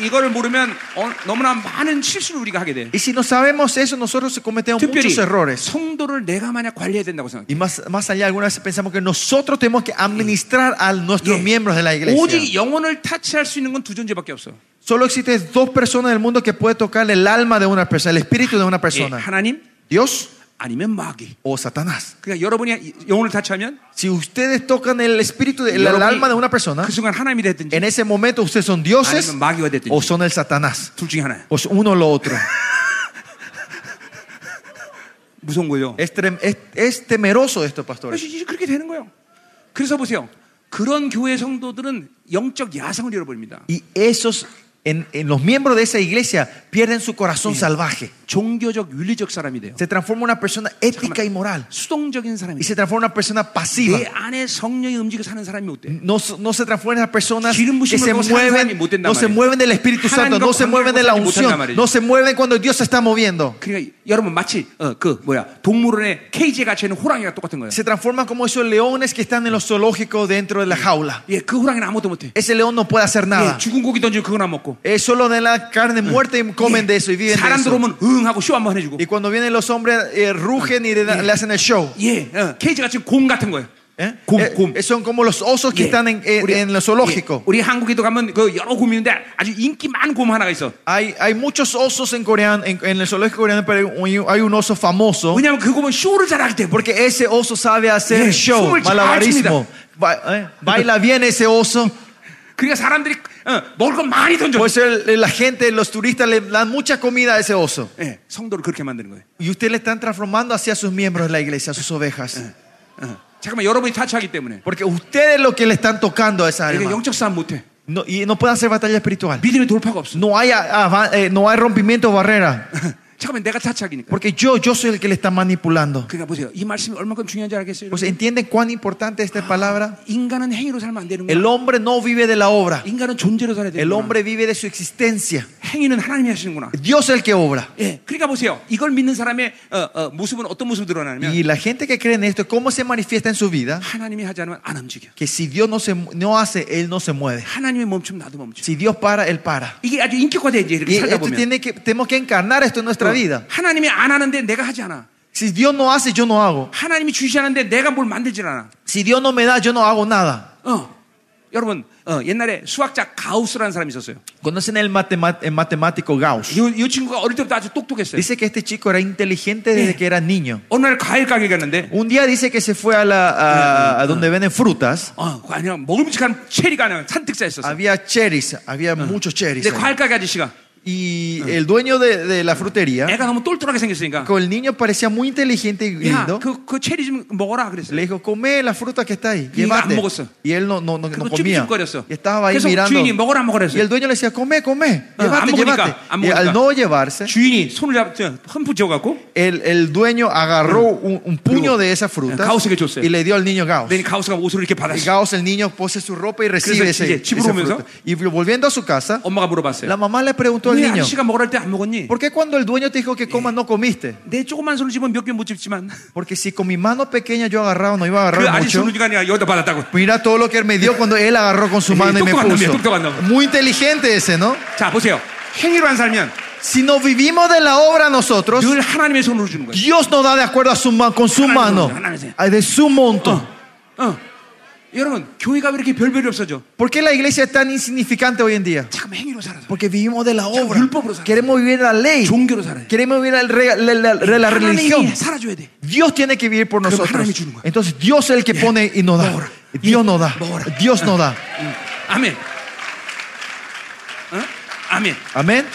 A: 이거를 모르면 어, 너무나 많은 실수를 우리가 하게 돼.
B: Y si no sabemos eso, nosotros cometemos
A: 특별히
B: muchos errores.
A: 성도를 내가 만약 관리해야 된다고 생각해.
B: Y más, más allá, algunas veces pensamos que nosotros tenemos que administrar a nuestros
A: Yeah.
B: miembros de la
A: 오직
B: iglesia.
A: 영혼을 타치할 수 있는 건 두 존재밖에 없어. 예,
B: Solo existen dos personas en el mundo que puede tocar el alma de una persona, el espíritu de una
A: 예,
B: persona.
A: 하나님
B: Dios
A: 아니면 마귀.
B: o Satanás.
A: 그러니까 여러분이 영혼을 타치하면
B: Si ustedes tocan el espíritu, de- el, el
A: 여러분이
B: alma de 네, una persona,
A: 그 순간 하나님이 됐든지
B: en ese momento ustedes son dioses
A: 아니면 마귀가 됐든지
B: o son el Satanás.
A: 둘 중에 하나야.
B: O son uno o lo otro.
A: 무서운 거죠.
B: Es, trem- es- es temeroso esto, pastores.
A: 그래서 그렇게 되는 거예요. 그래서 보세요. 그런 교회 성도들은 영적 야성을 잃어버립니다.
B: Y esos, en, en los miembros de esa iglesia, pierden su corazón salvaje.
A: 종교적 윤리적 사람이 돼요.
B: Se transforma en una persona ética y moral.
A: 수동적인 사람이
B: Y
A: 돼요.
B: se transforma en una persona pasiva.
A: 내 안에 성령이 움직여 사는 사람이 못 돼.
B: No, no se transforman en las personas
A: 기름
B: que
A: 부심을
B: se
A: 받고 사는 사람이
B: mueven,
A: 못 된단
B: no se
A: 말이에요.
B: mueven del Espíritu Santo,
A: 하나님과
B: no se mueven de la
A: 관계를 못 한단
B: unción,
A: 말이죠.
B: no se mueven cuando Dios se está moviendo.
A: 그러니까 여러분 마치 어, 그 뭐야 동물원에 케이지에 갇혀 있는 호랑이가 똑같은 거예요.
B: Se transforman como esos leones que están en los zoológicos dentro de la jaula.
A: 예, 그 호랑이는 아무것도 못 해.
B: Ese león no puede hacer
A: 예,
B: nada.
A: 죽은 고기 던지고 그거나 먹고. 예,
B: Es solo de la carne muerta y comen de eso y viven de
A: 사람
B: eso.
A: 들어오면 응 하고 쇼 한번 해주고.
B: Y cuando vienen los hombres, eh, rugen y le, da- le hacen el show.
A: 예, 어, 케이지 같은 곰 같은 거예요.
B: ¿Eh?
A: 곰,
B: Eh,
A: 곰.
B: son como los osos que
A: 예,
B: están en, en- en los zoológicos.
A: 예, 우리 한국에도 가면 그 여러 곰이 있는데 아주 인기 많은 곰 하나가 있어.
B: Hay, hay muchos osos en, Corea, en, en el zoológico coreano, pero hay un- hay un oso famoso.
A: 왜냐하면 그 곰은 쇼를 잘하기 때문에.
B: Porque ese oso sabe hacer
A: Yeah,
B: show,
A: 춤을 잘
B: malabarismo. Ba- eh, baila bien ese oso.
A: 그러니까 사람들이 어, 먹을 건 많이 던져.
B: Por eso el- la gente, los turistas le dan mucha comida a ese oso.
A: 예, 성도를 그렇게 만드는 거예요.
B: Y ustedes le están transformando hacia sus miembros de la iglesia, a sus ovejas.
A: 어. 잠깐만 여러분이 타치하기 때문에.
B: Porque ustedes lo que le están tocando a esa
A: 이게
B: alma.
A: 영적 싸움 못해.
B: No- y no pueden hacer batalla espiritual.
A: 믿음의 돌파가 없어.
B: No hay, a- ava- eh, no hay rompimiento de barrera.
A: 잠깐만 내가 자착이니까.
B: Porque yo, yo soy el que le está manipulando.
A: 그러니까 보세요. 이 말씀이 얼마큼 중요한지 알겠어요.
B: Pues entienden cuán importante es esta palabra.
A: 인간은 행위로 살면 안 되는 거야.
B: El hombre no vive de la obra.
A: 인간은 존재로 살아야 돼.
B: El hombre vive de su existencia.
A: 행위는 하나님이 하시는구나.
B: Dios es el que obra.
A: 예, 그러니까 보세요. 이걸 믿는 사람의 어, 어, 모습은 어떤 모습이 드러나냐면
B: Y la gente que cree en esto, ¿cómo se manifiesta en su vida?
A: 하나님이 하지 않으면 안 움직여.
B: Que si Dios no, se, no hace, Él no se mueve.
A: 하나님이 멈추면 나도 멈춰.
B: Si Dios para, Él para.
A: 이게 아주 인격화돼 이제
B: Y
A: 이렇게 살다
B: esto
A: 보면 어,
B: tiene que, tenemos que encarnar esto en nuestra vida.
A: 하나님이 안 하는데 내가 하지 않아.
B: Si Dios no hace, yo no hago.
A: 하나님이 주시지 않는데 내가 뭘 만들질 않아.
B: Si Dios no me da, yo no hago nada.
A: 어. 여러분, 어, 옛날에 수학자 가우스라는 사람이 있었어요.
B: Conocen el, matema- el matemático Gauss.
A: 이, 이 친구가 어릴 때부터 아주 똑똑했어요.
B: Dice que este chico era inteligente desde que era niño.
A: 어느 날 과일 가게 갔는데
B: Un día dice que se fue a, la, a- a donde venden frutas.
A: 어, 그냥 먹음직한 체리가 하나 산뜩 쌓였었어요.
B: Había cherries, había muchos cherries.
A: 근데
B: ahí.
A: 과일 가게 아저씨가
B: Y el dueño de, de la frutería,
A: 애가 너무 똘똘하게 생겼으니까
B: con el niño parecía muy inteligente y
A: 야,
B: lindo,
A: 그, 그 체리 좀 먹어라 그랬어요.
B: le dijo, come la fruta que está ahí,
A: Y él
B: llévate.
A: no 먹었어.
B: Y él no, no, no, no
A: 그거 예,
B: comía.
A: 찝찝거렸어.
B: Y estaba ahí
A: 그래서
B: mirando.
A: 주인이 먹어라 안 먹어라
B: Y el
A: 했어요.
B: dueño le decía, come, come,
A: Ah, 안
B: llévate,
A: 먹으니까,
B: llévate.
A: 안
B: Y
A: 먹으니까.
B: al no llevarse,
A: 주인이 손을 잡죠. 흠프 지어갖고
B: el, el dueño agarró un, un puño de esa fruta
A: Gauss에게 줬어요.
B: y le dio al niño Gauss.
A: 내니 가우스가 옷을 이렇게
B: Y
A: 받았어.
B: Gauss, el niño, pose su ropa y recibe
A: 그래서
B: ese,
A: 이제 집으로
B: esa
A: 오면서
B: fruta. Y volviendo a su casa,
A: 엄마가 물어봤어요.
B: la mamá le preguntó al
A: 왜
B: niño,
A: 아저씨가 먹으라 할 때 안 먹었니?
B: ¿por qué cuando el dueño te dijo que comas no comiste?
A: 내 조그만 손을 집으면 몇 개 못 집지만
B: Porque si con mi mano pequeña yo agarraba, no iba a
A: 그
B: agarrar
A: 아저씨
B: mucho.
A: 손우지가 아니라 여기다 받았다고.
B: Mira todo lo que él me dio cuando él agarró con su mano y me
A: 똑똑한 놈이야,
B: puso.
A: 똑똑한 놈.
B: Muy inteligente ese, ¿no?
A: 자 보세요. 행위로 안 살면
B: Si no vivimos de la obra nosotros,
A: 늘 하나님의 손으로 주는 거예요.
B: Dios nos da de acuerdo a su ma- con su
A: Hanánim,
B: mano,
A: hanánim.
B: ah, de su monto.
A: 어. 여러분 교회가 왜 이렇게 별별이 없어져?
B: ¿Por qué la iglesia es tan insignificante hoy en día?
A: 잠깐만 행위로 살아서
B: Porque vivimos de la obra.
A: 율법으로 살아.
B: Queremos vivir la ley.
A: 종교로 살아야 돼.
B: Queremos vivir la, re- la- la- la- la religión.
A: 하나님이 살아줘야 돼.
B: Dios tiene que vivir por nosotros.
A: hanánim 주는 거야.
B: Entonces Dios es el que pone y nos da.
A: 먹어라.
B: Dios nos da.
A: 먹어라.
B: Dios nos da.
A: 음. 아멘. 어? 아멘.
B: Amén.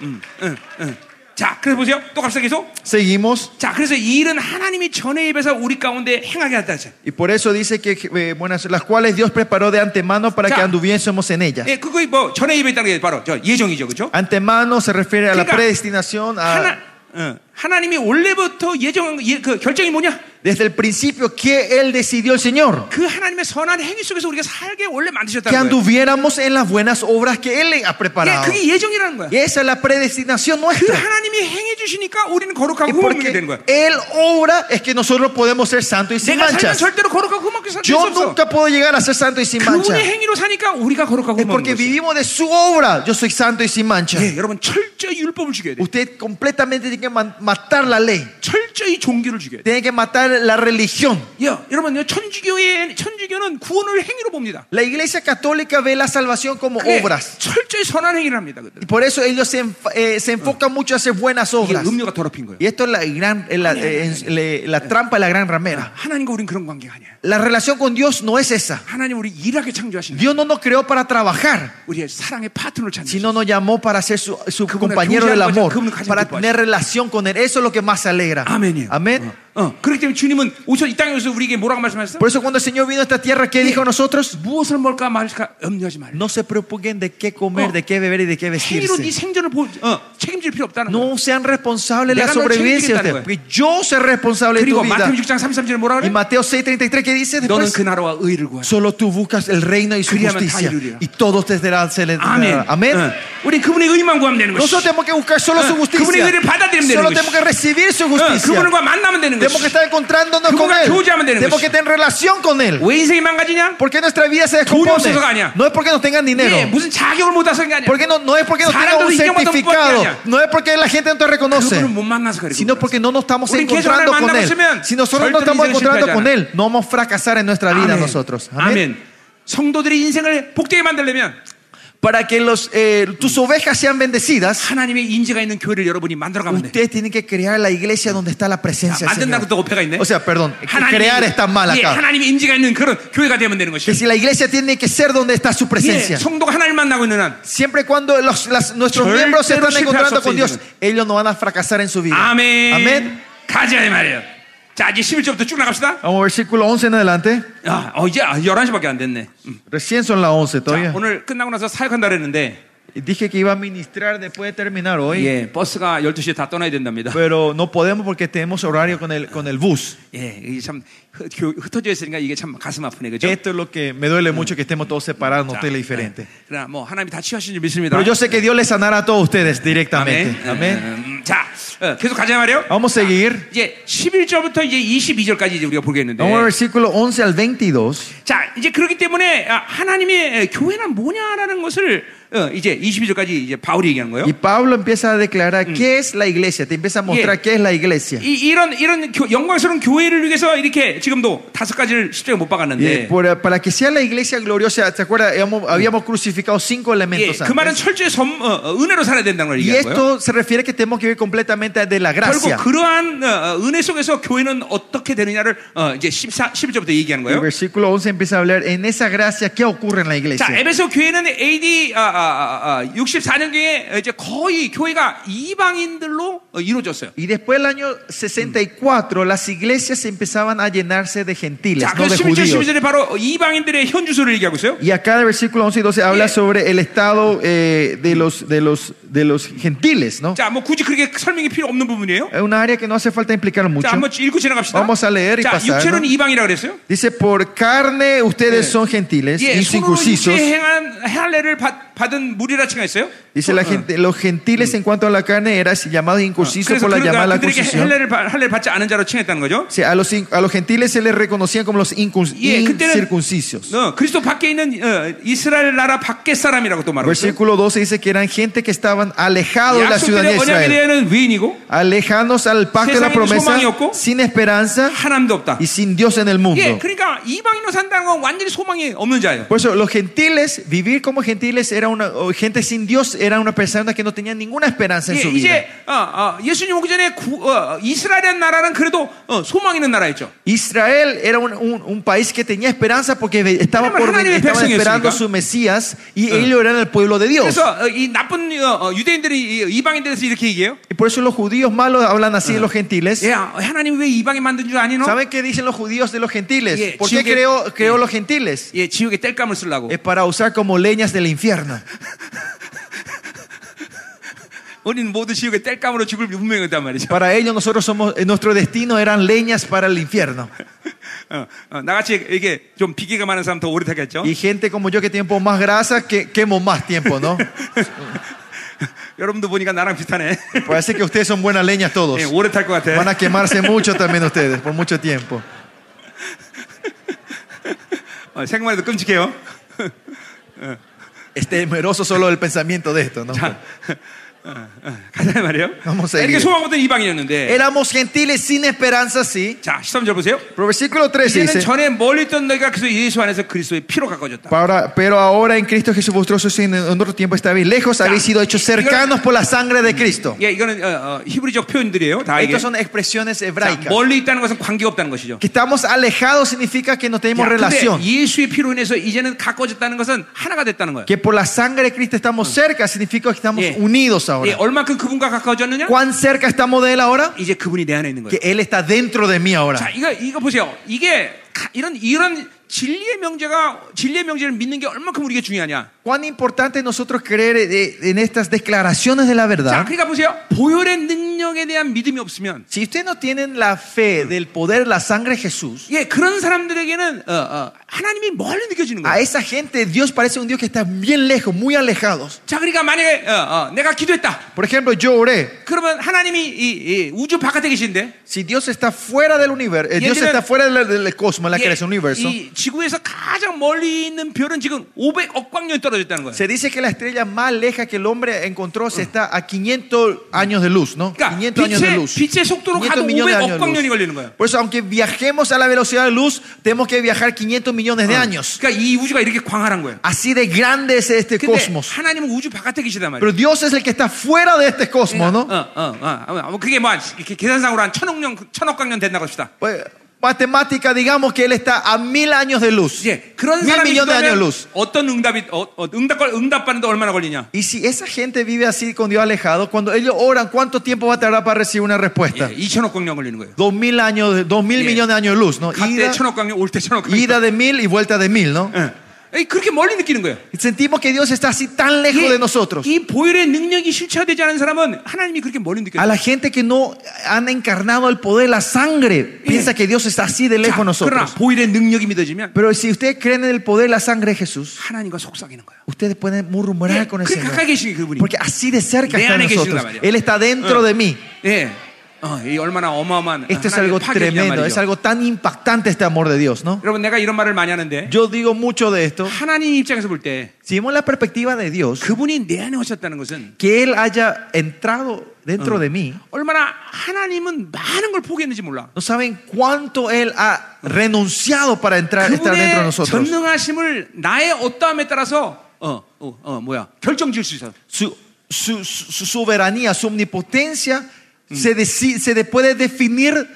A: 음, 음, 음. 자, 그래서 보세요. 또 갑시다 계속.
B: Seguimos.
A: 자, 그래서 이 일은 하나님이 전에 입에서 우리 가운데 행하게 하다. 자,
B: Y por eso dice que eh, buenas, las cuales Dios preparó de antemano para
A: Ya. Eh,
B: que anduviésemos en ellas.
A: 예, 그거 뭐 전에 입에 있다는 게 바로 저 예정이죠, 그렇죠?
B: Antemano se refiere a la
A: Kika.
B: predestinación. a-
A: 하나, 어, 하나님이 원래부터 예정, 예, 그 결정이 뭐냐?
B: desde el principio que Él decidió el Señor.
A: 그 하나님의 선한 행위 속에서 우리가 살게 원래
B: Que
A: 만드셨다는 거예요.
B: anduviéramos en las buenas obras que Él le ha
A: 예,
B: preparado.
A: 그게 예정이라는 거야.
B: Y esa es la predestinación
A: 그
B: nuestra.
A: 하나님이 행해 주시니까 우리는
B: Y
A: 거룩하고 흠없게 예,
B: porque
A: 되는 거야.
B: Él obra es que nosotros podemos ser santos y sin
A: 내가 살면
B: manchas.
A: 절대로 거룩하고 예, 흠없게 살 수
B: Yo
A: 없어.
B: nunca puedo llegar a ser santo y sin mancha.
A: 그분의 행위로 사니까 우리가 거룩하고
B: Es
A: 흠없는
B: porque
A: 거지.
B: vivimos de su obra. Yo soy santo y sin mancha.
A: 예, 여러분 철저히 율법을 죽여야 돼.
B: Usted completamente tiene que man- matar la ley.
A: 철저히 종교를 죽여야 돼.
B: Tiene que matar la religión.
A: 여, 여러분 천주교의 천주교는 구원을 행위로 봅니다.
B: La iglesia católica ve la salvación como
A: 그게
B: obras.
A: 철저히 선한 행위를 합니다. 그들.
B: Y por eso ellos se, enf- eh, se enfocan mucho a hacer buenas
A: 이게
B: obras.
A: 음료가 더럽힌 거예요.
B: Y esto es la, gran, eh, la, eh, es le- la trampa de la gran ramera.
A: 하나님과 우린 그런 관계가 아니야.
B: La relación con Dios no es esa.
A: 하나님 우리 일하게 창조하신
B: Dios no nos creó para trabajar,
A: 우리의 사랑의 파트너를 찾는
B: sino nos llamó para ser su, su
A: Kevin,
B: compañero
A: Kevin,
B: del amor,
A: Kevin, Kevin,
B: para
A: Kevin.
B: tener relación con Él. Eso es lo que más alegra.
A: 아멘이에요.
B: Amén.
A: 어, 어. 그렇기 때문에 주님은 오셔 이 땅에 오셔서 우리에게 뭐라고 말씀하셨어?
B: Por eso cuando el Señor vino a esta tierra, ¿qué dijo a nosotros?
A: 무엇을 먹을까 말까 염려하지 말라.
B: No se preocupen de qué
A: Oh.
B: comer, de qué beber y de qué
A: 행위로
B: vestirse.
A: 네 생존을 보, 어, 책임질 필요 없다는 거야.
B: No sean responsables de la
A: 내가 널
B: sobrevivencia de
A: 책임지겠다는
B: ustedes. Porque yo soy responsable de tu
A: 그리고
B: vida.
A: 마태복음 6장 33절에 뭐라
B: Y
A: 그래?
B: Mateo 6:33, ¿qué dice
A: 너는
B: después?
A: 그 나라와 의를 구하라.
B: Solo tú buscas el reino y su
A: 그리하면
B: justicia.
A: 다 이루리라.
B: Y todo te será se le-
A: 아멘.
B: Amén. Ah.
A: 어. 우리 그분의 의만 구하면 되는 것이.
B: Nosotros tenemos que buscar solo
A: Ah,
B: su
A: 그분의
B: justicia.
A: 의를 받아들이면 되는
B: Solo
A: 것이.
B: tenemos que Ah. recibir su
A: 어,
B: justicia.
A: 그분과 만나면 되는
B: Tenemos
A: 것이.
B: que estar encontrándonos con
A: 그분과
B: Él.
A: 교제하면 되는 것이.
B: Tenemos que estar en relación con Él.
A: 왜 인생이 망가지냐?
B: ¿Por qué nuestra vida se
A: 없어서가
B: descompone?
A: 아니야.
B: No es porque no tengan
A: 예,
B: dinero.
A: 무슨 자격을 못 따서 그게 아니야.
B: Porque no, no es porque no tengan
A: 사람도
B: un
A: 인정받은
B: certificado.
A: 것뿐이 아니야.
B: No es porque la gente no te reconoce.
A: 그분을 못 만나서 그래.
B: sino porque no nos estamos
A: Porque
B: encontrando
A: 계속
B: con
A: 하나님
B: Él.
A: 만나면
B: Si nosotros no
A: 절대로
B: estamos
A: 인생은
B: encontrando con
A: 실패하지
B: Él, no vamos a fracasar en nuestra vida nosotros. Amén.
A: 아멘. 성도들이 인생을 복되게 만들려면
B: Para que los, eh, tus ovejas sean bendecidas,
A: 하나님의 인재가 있는 교회를 여러분이 만들어가면 돼.
B: ustedes tienen que crear la iglesia donde está la presencia del
A: 만든다고 또
B: Señor.
A: 오페가 있네.
B: O sea, perdón, que crear está mal
A: 예,
B: acá.
A: 하나님의 인재가 있는 그런 교회가 되면 되는
B: Que
A: 것이.
B: si la iglesia tiene que ser donde está su
A: 예,
B: presencia.
A: 성도가 하나님 만나고 있는 한.
B: Siempre y cuando los- las- nuestros
A: 절대로
B: miembros se están
A: 실패할 수
B: encontrando
A: 없어,
B: con Dios,
A: 인생은.
B: ellos no van a fracasar en su vida.
A: 아멘.
B: Amén.
A: 가자 이 말이에요. 자 이제 11절부터 쭉 나갑시다.
B: Vamos, versículo 11 en adelante.
A: 아, 어, 이제 11시밖에 안 됐네. 음.
B: Recién son las 11
A: 자,
B: todavía.
A: 오늘 끝나고 나서 사역한다 그랬는데
B: Dije que iba a ministrar después de terminar hoy,
A: 예, 버스가 12시에 다 떠나야 된답니다.
B: pero no podemos porque tenemos horario con el, con el bus.
A: 예, 이게 참 흐- 교- 흩어져 있으니까 이게 참 가슴 아프네. 그죠?
B: Esto es lo que me duele mucho que estemos todos separados, no
A: 자,
B: tele diferente.
A: 예. 그러나 뭐 하나님이 다 치유하신 줄 믿습니다.
B: Pero yo sé que Dios les sanará a todos ustedes
A: 아멘.
B: directamente. Amén.
A: 음, 자, 어, 계속 가자 말이요.
B: Vamos a seguir.
A: 이제 11절부터 이제 22절까지 이제 우리가 보겠는데.
B: Vamos al versículo 11 al 22.
A: 자, 이제 그렇기 때문에 아, 하나님의 에, 교회란 뭐냐라는 것을 어, 이제 22절까지 이제 바울이 얘기하는 거예요.
B: Y Pablo empieza a declarar qué es la iglesia. Te empieza a mostrar
A: Yeah.
B: qué es la iglesia.
A: 이, 이런 이런 교- 영광스러운 교회를 위해서 이렇게 지금도 다섯 가지를 십자가에 못
B: Y,
A: 박았는데.
B: eh, por- para que sea la iglesia gloriosa, ¿te acuerdas? Habíamos, habíamos crucificado cinco
A: 예,
B: elementos.
A: 그 말은
B: antes.
A: 철저히 섬, 어, 어, 은혜로 살아야 된다는 걸
B: Y
A: 얘기하는 거예요.
B: esto se refiere que tenemos que vivir completamente de la
A: 결국
B: gracia.
A: 그러한 어, 어, 은혜 속에서 교회는 어떻게 되느냐를 어, 이제 14, 11절부터 얘기하는
B: El
A: 거예요.
B: versículo 11 empieza a hablar en esa gracia, ¿qué ocurre en la iglesia?
A: 자, 에베소 교회는 아, AD 64년경에 이제 거의 교회가 이방인들로 어, 이루어졌어요.
B: Y después del año 64, las iglesias empezaban a llenarse de gentiles,
A: 자,
B: no de
A: 그래서 11절,
B: judíos.
A: 12절에 바로 이방인들의 현주소를 얘기하고 있어요.
B: Y acá en el versículo 11 y 12 habla
A: Yeah.
B: sobre el estado eh, de, los, de, los, de los gentiles, ¿no?
A: 자, 뭐 굳이 그렇게 설명이 필요 없는 부분이에요.
B: Es una área que no hace falta implicar mucho.
A: 자, 한번 읽고 지나갑시다.
B: Vamos a leer y
A: 자,
B: pasar,
A: 육체로는
B: ¿no?
A: 이방이라고 그랬어요.
B: Dice, por carne
A: Yeah.
B: ustedes son gentiles,
A: 예, 손으로
B: incircuncisos.
A: 육체 행한 할례를 받- 받은 무리라 칭했어요.
B: Dice la gente, los gentiles en cuanto a la carne eran llamados incursisos
A: 그래서
B: por la llamada a la
A: 그러니까 그들에게
B: circuncisión.
A: 할례를 받- 할례를 받지 않은 자로 칭했다는 거죠.
B: O sea, a, los, in- a los gentiles se les reconocían como los incun-
A: Yeah, 그때는-
B: incircuncisos.
A: 어, 그리스도 밖에 있는 어, 이스라엘 나라 밖의 사람이라고 또 말하고 있어요.
B: Versículo 12 dice que eran gente que estaban
A: 아,
B: alejados de la ciudadanía de
A: 약속들의 언약에
B: Israel,
A: 대한 위인이고
B: alejanos al pacto de la
A: 세상에는
B: promesa,
A: 소망이 없고,
B: sin esperanza
A: 하나님도 없다.
B: y sin Dios en el
A: 예,
B: mundo.
A: 그러니까 이방인으로 산다는 건 완전히 소망이 없는 자예요.
B: Por eso los gentiles, vivir como gentiles era una o gente sin Dios, era una persona que no tenía ninguna esperanza en
A: 예,
B: su vida.
A: 이제 어, 어, 예수님 오기 전에 구- 어, 이스라엘이라는 나라는 그래도 어, 소망 있는 나라였죠.
B: Israel era un, un- un país que tenía esperanza porque ve- estaba por
A: 하나님의
B: venir, estaban
A: 백성이었으니까.
B: esperando su Mesías y ellos eran el pueblo de Dios.
A: 그래서 어, 이 나쁜 어, 어, 유대인들이 이- 이방인에 대해서 이렇게 얘기해요.
B: Y por eso los judíos malos hablan así de los gentiles.
A: 예, 하나님 왜 이방인 만든 줄 아니 너?
B: ¿Saben qué dicen los judíos de los gentiles?
A: Yeah,
B: ¿Por qué
A: 지옥에-
B: creó, creó los gentiles?
A: 예, 지옥에 뗄감을 쓰려고.
B: Es para usar como leñas del infierno.
A: 우리는 모두 지옥에 뗄감으로 죽을 분명했단 말이죠.
B: Para ellos nosotros somos, eh, nuestro destino eran leñas para el infierno.
A: 어, 어, 나같이 이게 좀 비계가 많은 사람 더 오래 타겠죠.
B: Y gente como yo que tiempo más grasa, que quemo más tiempo, ¿no?
A: 여러분도 보니까 나랑 비슷하네.
B: Parece que ustedes son buenas leñas todos.
A: 예, 오래 탈 것
B: Van
A: 같아.
B: a quemarse mucho también ustedes, por mucho tiempo.
A: 어, 생각만 해도 끔찍해요.
B: Es Este, temeroso solo el pensamiento de esto, ¿no?
A: 자, 어, 어, 가자 말이에요.
B: 한번
A: 자, 이렇게
B: 세게.
A: 소망 없던 이방인이었는데.
B: Éramos gentiles sin esperanza, sí.
A: 자, 13절 보세요.
B: Pero versículo 13
A: 이제는
B: dice,
A: 전에 멀리 있던 너희가 그래서 예수 안에서 그리스도의 피로 가까워졌다.
B: "Para- pero ahora en Cristo Jesús vosotros en otro tiempo estabais lejos, habéis sido hechos cercanos por la sangre de Cristo.
A: 예, 이거는 어, 어, 히브리적 표현들이에요. 다 이게.
B: Estas son expresiones
A: 자,
B: hebraicas.
A: 멀리 있다는 것은 관계가 없다는 것이죠.
B: Que estamos alejados significa que no tenemos
A: 야,
B: relación.
A: 근데 예수의 피로 인해서 이제는 가까워졌다는 것은 하나가 됐다는 거예요.
B: Que por la sangre de Cristo estamos cerca significa que estamos
A: Yeah.
B: unidos
A: 예,
B: ahora.
A: 얼만큼 그분과 가까워졌느냐?
B: ¿Cuán cerca estamos de Él ahora?
A: 이제 그분이 내 안에 있는
B: Que
A: 거예요.
B: Él está dentro de mí
A: 자,
B: ahora.
A: 이거 이거 보세요. 이게 가- 이런 이런 진리의 명제가 진리의 명제를 믿는 게 얼만큼 우리에게 중요하냐?
B: Cuán importante es nosotros creer eh, en estas declaraciones de la
A: 자,
B: verdad.
A: 그러니까 보세요. 보혈의 능력에 대한 믿음이 없으면
B: Si ustedes no tienen la fe del poder, la sangre de Jesús,
A: 예, 그런 사람들에게는 어, 어, 하나님이 멀리 느껴지는
B: a
A: 거예요.
B: esa gente Dios parece un Dios que está bien lejos, muy alejados.
A: 자, 그러니까 만약에 어, 어, 내가 기도했다.
B: Por ejemplo, yo oré.
A: 그러면 하나님이 이, 이 우주 바깥에 계신데
B: Si Dios está fuera del universo, eh, Dios
A: 얘들은-
B: está fuera del, del cosmos, la creación del universo.
A: 예, 이 지구에서 가장 멀리 있는 별은 지금 500억 광년 떨어졌다는 거예요.
B: Se dice que la estrella más leja que el hombre encontró se está a 500 años de luz, ¿no?
A: 그러니까
B: 500 años de
A: 빛의-
B: luz.
A: 빛의 속도로 가도 500억 광년이 걸리는 거야.
B: Por eso, aunque viajemos a la velocidad de luz, tenemos que viajar 500 millones de años.
A: 그러니까 이 우주가 이렇게 광활한 거예요.
B: Así de grande es este
A: 근데
B: cosmos.
A: 하나님은 우주 바깥에 계시단 말이에요.
B: Pero Dios es el que está fuera de este cosmos,
A: 어,
B: ¿no?
A: 어, 어, 어, 뭐 그게 뭐 한- 이렇게 계산상으로 한 천억 년, 천억 광년 된다고 합시다.
B: Pues, matemática, digamos que Él está a mil años de luz.
A: 이제 예, 그런
B: Mil
A: 사람이
B: millones de años de
A: 있다면
B: luz.
A: 어떤 응답이 어, 어, 응답 걸 응답 받는데 얼마나 걸리냐?
B: Y si esa gente vive así con Dios alejado, cuando ellos oran, ¿cuánto tiempo va a tardar para recibir una respuesta?
A: 예, 2천억 광년 걸리는 거예요.
B: Dos mil años, de- dos mil
A: Yeah. 어,
B: millones de años de luz, ¿no?
A: 갈때
B: Ida-
A: 천억 광년, 올 때 천억 광년.
B: Ida de mil y vuelta de mil, ¿no?
A: 예. 에이, 그렇게 멀리 느끼는 거예요.
B: Sentimos que Dios está así tan lejos de nosotros.
A: 이 보혈의 능력이 실체화되지 않은 사람은 하나님이 그렇게 멀리 느껴요.
B: A la gente que no han encarnado el poder, la sangre, piensa que Dios está así de lejos de
A: 그러나
B: nosotros.
A: 보혈의 능력이 믿어지면
B: Pero si ustedes creen en el poder, la sangre de Jesús,
A: 하나님과 속삭이는 거예요.
B: ustedes pueden murmurar
A: 예,
B: con el
A: 그
B: Señor.
A: 가까이 계신 그분이.
B: Porque así de cerca
A: 내
B: está
A: 안에
B: de nosotros.
A: 계신단 말이에요.
B: Él está dentro
A: 응.
B: de mí.
A: 예. 어, 이 얼마나 어마어마한
B: Esto es
A: 하나님의
B: algo
A: 파격이냐
B: tremendo,
A: 말이죠.
B: es algo tan impactante este amor de Dios, ¿no?
A: 여러분 내가 이런 말을 많이 하는데
B: Yo digo mucho de esto.
A: 하나님 입장에서 볼 때
B: Si vemos la perspectiva de Dios,
A: 그분이 내 안에 오셨다는 것은
B: que Él haya entrado dentro de mí,
A: 얼마나 하나님은 많은 걸 포기했는지 몰라.
B: no saben cuánto Él ha renunciado para entrar, estar dentro de
A: 그분의
B: nosotros.
A: 전능하심을 나의 어떠함에 따라서 어어어 뭐야 결정 지을 수 있어.
B: Su, su- su- su soberanía, su omnipotencia, se, deci- se de- puede definir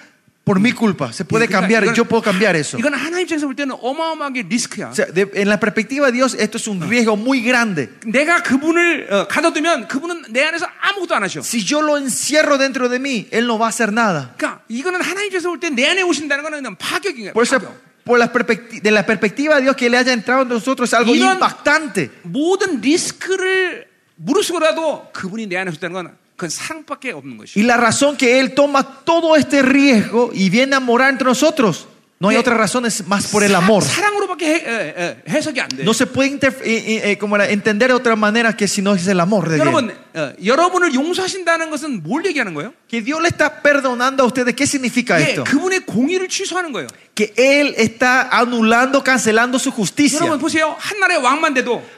B: por mi culpa. Se puede
A: Sí, claro,
B: cambiar,
A: claro.
B: yo puedo cambiar eso.
A: 예, 그러니까 이건 하나님 입장에서 볼 때는 어마어마하게 리스크야.
B: O sea, de- en la perspectiva de Dios, esto es un riesgo muy grande.
A: 내가 그분을 어, 가둬두면 그분은 내 안에서 아무것도 안 하셔.
B: Si yo lo encierro dentro de mí, Él no va a hacer nada.
A: 그러니까 이거는 하나님 입장에서 볼 때 내 안에 오신다는 거는 그냥 파격인 거야.
B: Por eso,
A: 파격.
B: por la perspecti- de la perspectiva de Dios que le haya entrado en nosotros es algo
A: Iron-
B: impactante.
A: 모든 리스크를 무릅쓰고라도 그분이 내 안에 오셨다는 건 그건 사랑밖에 없는 것이.
B: Y la razón que Él toma todo este riesgo y viene a morar entre nosotros, no hay
A: Bien.
B: otra razón es más por el amor.
A: 사랑으로밖에 해, 에, 에, 해석이 안 돼.
B: No se puede inter- eh, eh, eh, como era, entender de otra manera que si no es el amor de Dios.
A: 여러분, 어, 여러분을 용서하신다는 것은 뭘 얘기하는 거예요?
B: Que Dios le está perdonando a ustedes, ¿qué significa
A: 예,
B: esto?
A: 그분의 공의를 취소하는 거예요.
B: Que Él está anulando, cancelando su justicia.
A: 여러분 보세요. 한 나라의 왕만 돼도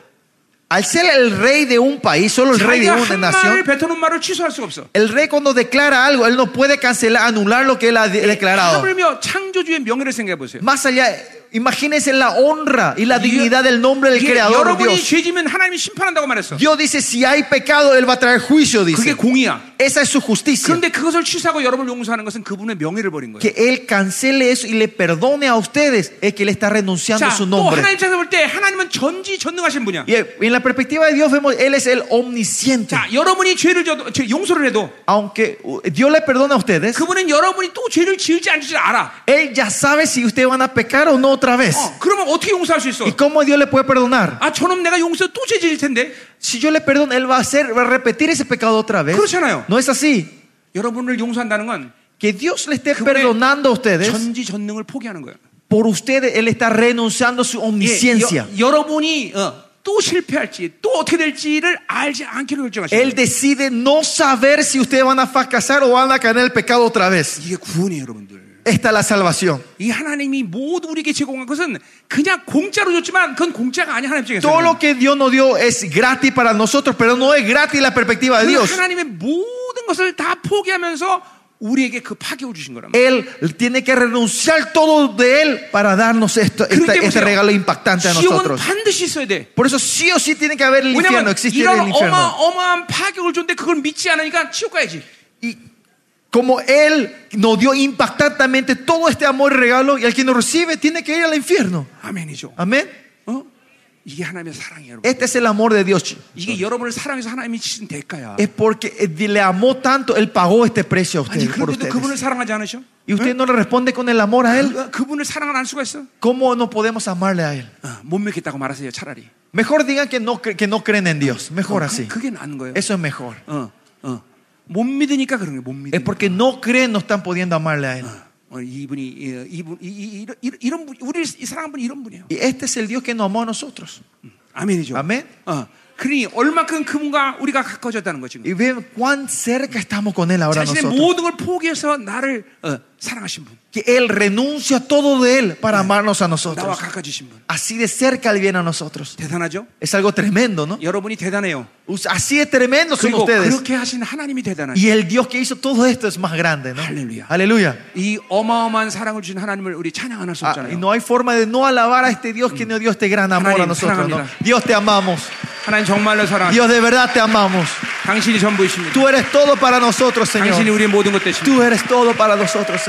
B: Al ser el rey de un país, solo el rey de
A: 자기가
B: una
A: 한 말을
B: nación,
A: 뱉어놓은 말을 취소할 수가 없어.
B: el rey cuando declara algo, Él no puede cancelar, anular lo que Él ha de- declarado.
A: 하물며 창조주의 명예를 생각해 보세요.
B: Más allá, imagínense la honra y la
A: 이게-
B: dignidad del nombre del
A: 이게
B: Creador
A: 여러분이
B: Dios.
A: 죄지면 하나님이 심판한다고 말했어.
B: Dios dice, si hay pecado, Él va a traer juicio,
A: 그게
B: dice.
A: 공의야.
B: Esa es su justicia.
A: 그런데 그것을 취소하고 여러분을 용서하는 것은 그분의 명예를 버린 거예요.
B: Que Él cancele eso y le perdone a ustedes es que Él está renunciando
A: 자,
B: a su
A: 또
B: nombre.
A: 하나님 입장에서 볼 때 하나님은 전지전능하신 분이야.
B: Y en la perspectiva de Dios vemos, Él es el omnisciente.
A: 자, 여러분이 죄를 져도, 죄- 용서를 해도
B: Aunque uh, Dios le perdona a ustedes,
A: 그분은 여러분이 또 죄를 지을지 안 지을지 알아.
B: Él ya sabe si ustedes van a pecar o no otra vez.
A: 어, 그러면 어떻게 용서할 수 있어?
B: ¿Y cómo Dios le puede perdonar?
A: 아, 저놈 내가 용서 또 죄 지을 텐데.
B: Si yo le perdono, Él va a, hacer, va a repetir ese pecado otra vez.
A: 그렇잖아요.
B: No es así.
A: 여러분을 용서한다는 건
B: Que Dios le esté
A: 그분의
B: perdonando a ustedes,
A: 전지전능을 포기하는 거예요.
B: por ustedes Él está renunciando a su omnisciencia.
A: 예, 여, 러분이 어, 또 실패할지 또 어떻게 될지를 알지 않기로 결정하신
B: Él
A: 거예요.
B: decide no saber si ustedes van a fracasar o van a caer en el pecado otra vez.
A: 이게 구원이에요, 여러분들.
B: Esta es la salvación.
A: 이 하나님이 모두 우리에게 제공한 것은 그냥 공짜로 줬지만 그건 공짜가 아니야 하나님
B: Todo
A: 입장에서.
B: lo que Dios nos dio es gratis para nosotros, pero no es gratis la perspectiva de Dios.
A: 그 하나님의 모든 것을 다 포기하면서 우리에게 그 파격을 주신 거란 말이에요.
B: Él tiene que renunciar todo de Él para darnos esto, esta-
A: 그렇게
B: este
A: 보세요.
B: regalo impactante a
A: 시험은
B: nosotros.
A: 반드시 있어야 돼.
B: Por eso sí o sí tiene que haber el infierno,
A: 왜냐면
B: existe el
A: 이런
B: infierno.
A: 어마어마한 파격을 줬는데 그걸 믿지 않으니까 치욕 가야지.
B: Y como Él nos dio impactantemente todo este amor y regalo, y el que nos recibe tiene que ir al infierno.
A: 아멘이죠.
B: Amén.
A: 어? 이게 하나님의 사랑이에요, 여러분.
B: Este es el amor de Dios.
A: 이게 여러분을 사랑해서 하나님이 치신 대가야.
B: Es porque eh, le amó tanto, Él pagó este precio a
A: 아니
B: ustedes, por
A: 그런데도 그분을
B: ustedes.
A: 사랑하지 않으셔?
B: Y usted no le responde con el amor a Él.
A: 그- 그분을 사랑을 안 수가 있어?
B: ¿Cómo no podemos amarle a Él?
A: 어, 못 믿겠다고 말하세요 차라리.
B: Mejor digan que no, cre- que no creen en Dios. Mejor
A: 그,
B: así.
A: 그게 나은 거예요.
B: Eso es mejor.
A: 어, 어. 못 믿으니까 그런 거예요. 못 믿으니까.
B: Es porque no creen, no están pudiendo amarle a Él.
A: 어, 이분이 이- 이분 이, 이, 이런- 이런- 이런 분 우리를 사랑한 분이 이런 분이에요.
B: Y este es el Dios que nos amó a nosotros.
A: 아멘이죠.
B: 아멘.
A: 어, 그러니 얼마큼 그분과 우리가 가까워졌다는 거지.
B: Y ven cuán cerca estamos con Él ahora
A: 자신의
B: nosotros.
A: 모든 걸 포기해서 나를 어, 사랑하신 분,
B: Que Él renuncia todo de Él para amarnos a
A: 나와
B: nosotros.
A: 가까지신 분.
B: Así de cerca Él viene a nosotros.
A: 대단하죠?
B: Es algo tremendo, ¿no?
A: 여러분이 대단해요.
B: Así de tremendo son
A: 그리고
B: ustedes.
A: 그렇게 하신 하나님이 대단하죠.
B: Y el Dios que hizo todo esto es más grande, ¿no?
A: Aleluya.
B: Aleluya.
A: 이 어마어마한 사랑을 주신 하나님을 우리 찬양 안 할 수
B: Ah,
A: 없잖아요.
B: y no hay forma de no alabar a este Dios que nos dio este gran amor a
A: Ha나님,
B: nosotros. ¿no?
A: 사랑합니다.
B: Dios te amamos.
A: 하나님 정말로 사랑.
B: Dios de verdad te amamos.
A: 당신이 전부이십니다.
B: Tú eres todo para nosotros,
A: 당신이
B: Señor.
A: 우리의 모든 것 되십니다.
B: Tú eres todo para nosotros, Señor.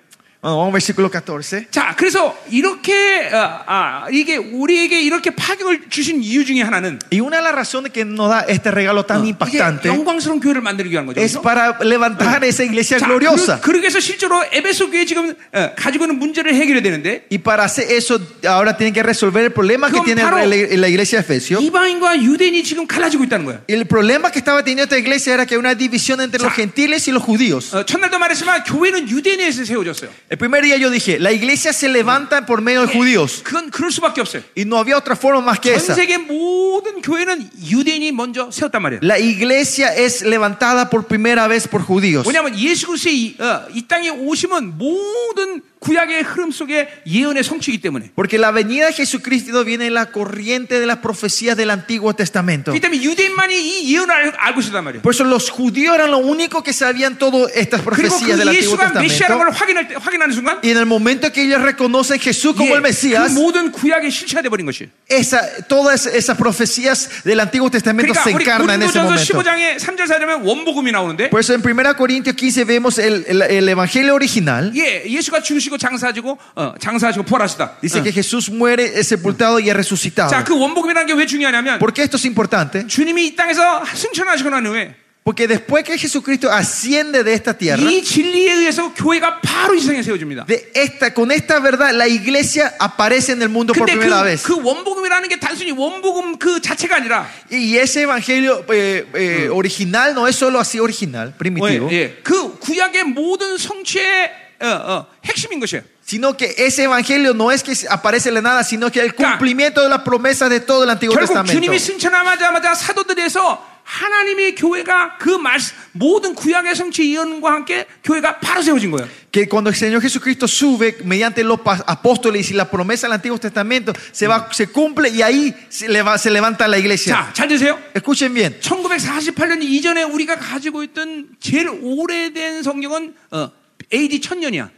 B: 어, vamos al versículo 14.
A: 자, 그래서 이렇게 어, 아, 이게 우리에게 이렇게 파격을 주신 이유 중에 하나는
B: Y una de las razones que nos da este regalo
A: 어,
B: tan
A: 이게
B: impactante
A: 영광스러운 교회를 만들기 위한 거죠.
B: es
A: 그죠?
B: para levantar esa iglesia
A: 자, 그,
B: gloriosa.
A: 그러기 위해서 실제로 에베소 교회 지금 어, 가지고 있는 문제를 해결해야 되는데
B: Y para hacer eso, ahora tienen que resolver el problema que
A: Con
B: tiene
A: paro.
B: la, la iglesia de Efesios.
A: 이방인과 유대인이 지금 갈라지고 있다는 거예요.
B: El problema que estaba teniendo esta iglesia era que había una división entre los
A: Cha.
B: gentiles y los judíos.
A: 어, 첫날도 말했지만 교회는 유대인에서 세워졌어요.
B: El primer día yo dije, la iglesia se levanta por medio de judíos.
A: 그건 그럴 수밖에 없어요.
B: Y no había otra forma más que
A: 전
B: esa.
A: 세계 모든 교회는 유대인이 먼저 세웠단 말이에요.
B: La iglesia es levantada por primera vez por judíos.
A: 뭐냐면 예수 그리스도의 이, 어, 이 땅에 오심은 모든 구약의 흐름 속에 예언의 성취이기 때문에
B: Porque la venida de Jesucristo viene en la corriente de las profecías del Antiguo Testamento.
A: 그렇기 때문에 유대인만이 이 예언을 알- 알고 있었단 말이에요.
B: Por eso los judíos eran los únicos que sabían todas estas
A: 그리고
B: profecías del
A: 그
B: Antiguo
A: 예수가 메시아라는
B: Testamento.
A: 걸 확인할 때, 확인하는 순간
B: Y en el momento que ellos reconocen a Jesús como
A: 예,
B: el Mesías,
A: 그 모든 구약이 실체가 돼버린 것이.
B: esa- todas esas profecías del Antiguo Testamento
A: 그러니까
B: se
A: 우리
B: encarnan en ese
A: 고린도전서
B: momento.
A: 15장에 3절 4절에 원복음이 나오는데
B: Por eso en 1 Corintios 15 vemos el, el- el Evangelio original.
A: 예, 예수가 죽으시고 장사하시고 어, 장사하시고 부활하시다.
B: Dice que Jesús muere, es sepultado y es
A: 자,
B: resucitado.
A: 그 원복음이라는 게 왜 중요하냐면
B: ¿Por qué esto es importante?
A: 주님이 이 땅에서 승천하시고 난 후에
B: Porque después que Jesucristo asciende de esta tierra,
A: 이 진리에 의해서 교회가 바로 이 세상에 세워집니다.
B: de esta, con esta verdad la iglesia aparece en el mundo por
A: 근데 그,
B: primera vez.
A: 그 원복음이라는 게 단순히 원복음 그 자체가 아니라
B: Y ese evangelio eh, eh, original no es solo así original, primitivo,
A: 예, 예, 그 구약의 모든 성취의 어, 어, 핵심인 것이에요.
B: sino que ese evangelio no es que aparece de nada, sino que el
A: Claro.
B: cumplimiento de las promesas de todo el Antiguo
A: 결국
B: Testamento.
A: 주님이 승천하자마자 사도들에서 하나님의 교회가 그 말씀 모든 구약의 성취 예언과 함께 교회가 바로 세워진 거예요.
B: Que cuando el Señor Jesucristo sube mediante los pa- apóstoles y la promesa del Antiguo Testamento se, va, se cumple y ahí se, leva- se levanta la iglesia.
A: 자, 잘 드세요.
B: Escuchen bien.
A: 1948년 이전에 우리가 가지고 있던 제일 오래된 성경은 어, AD 1000년이야.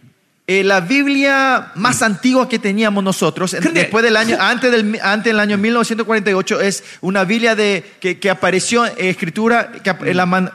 B: Eh, la Biblia más antigua que teníamos nosotros, en-
A: Creo que-
B: después del año, antes del, mi- antes del año 1948, es una Biblia de, que, que apareció, eh, escritura, que, ap- la man-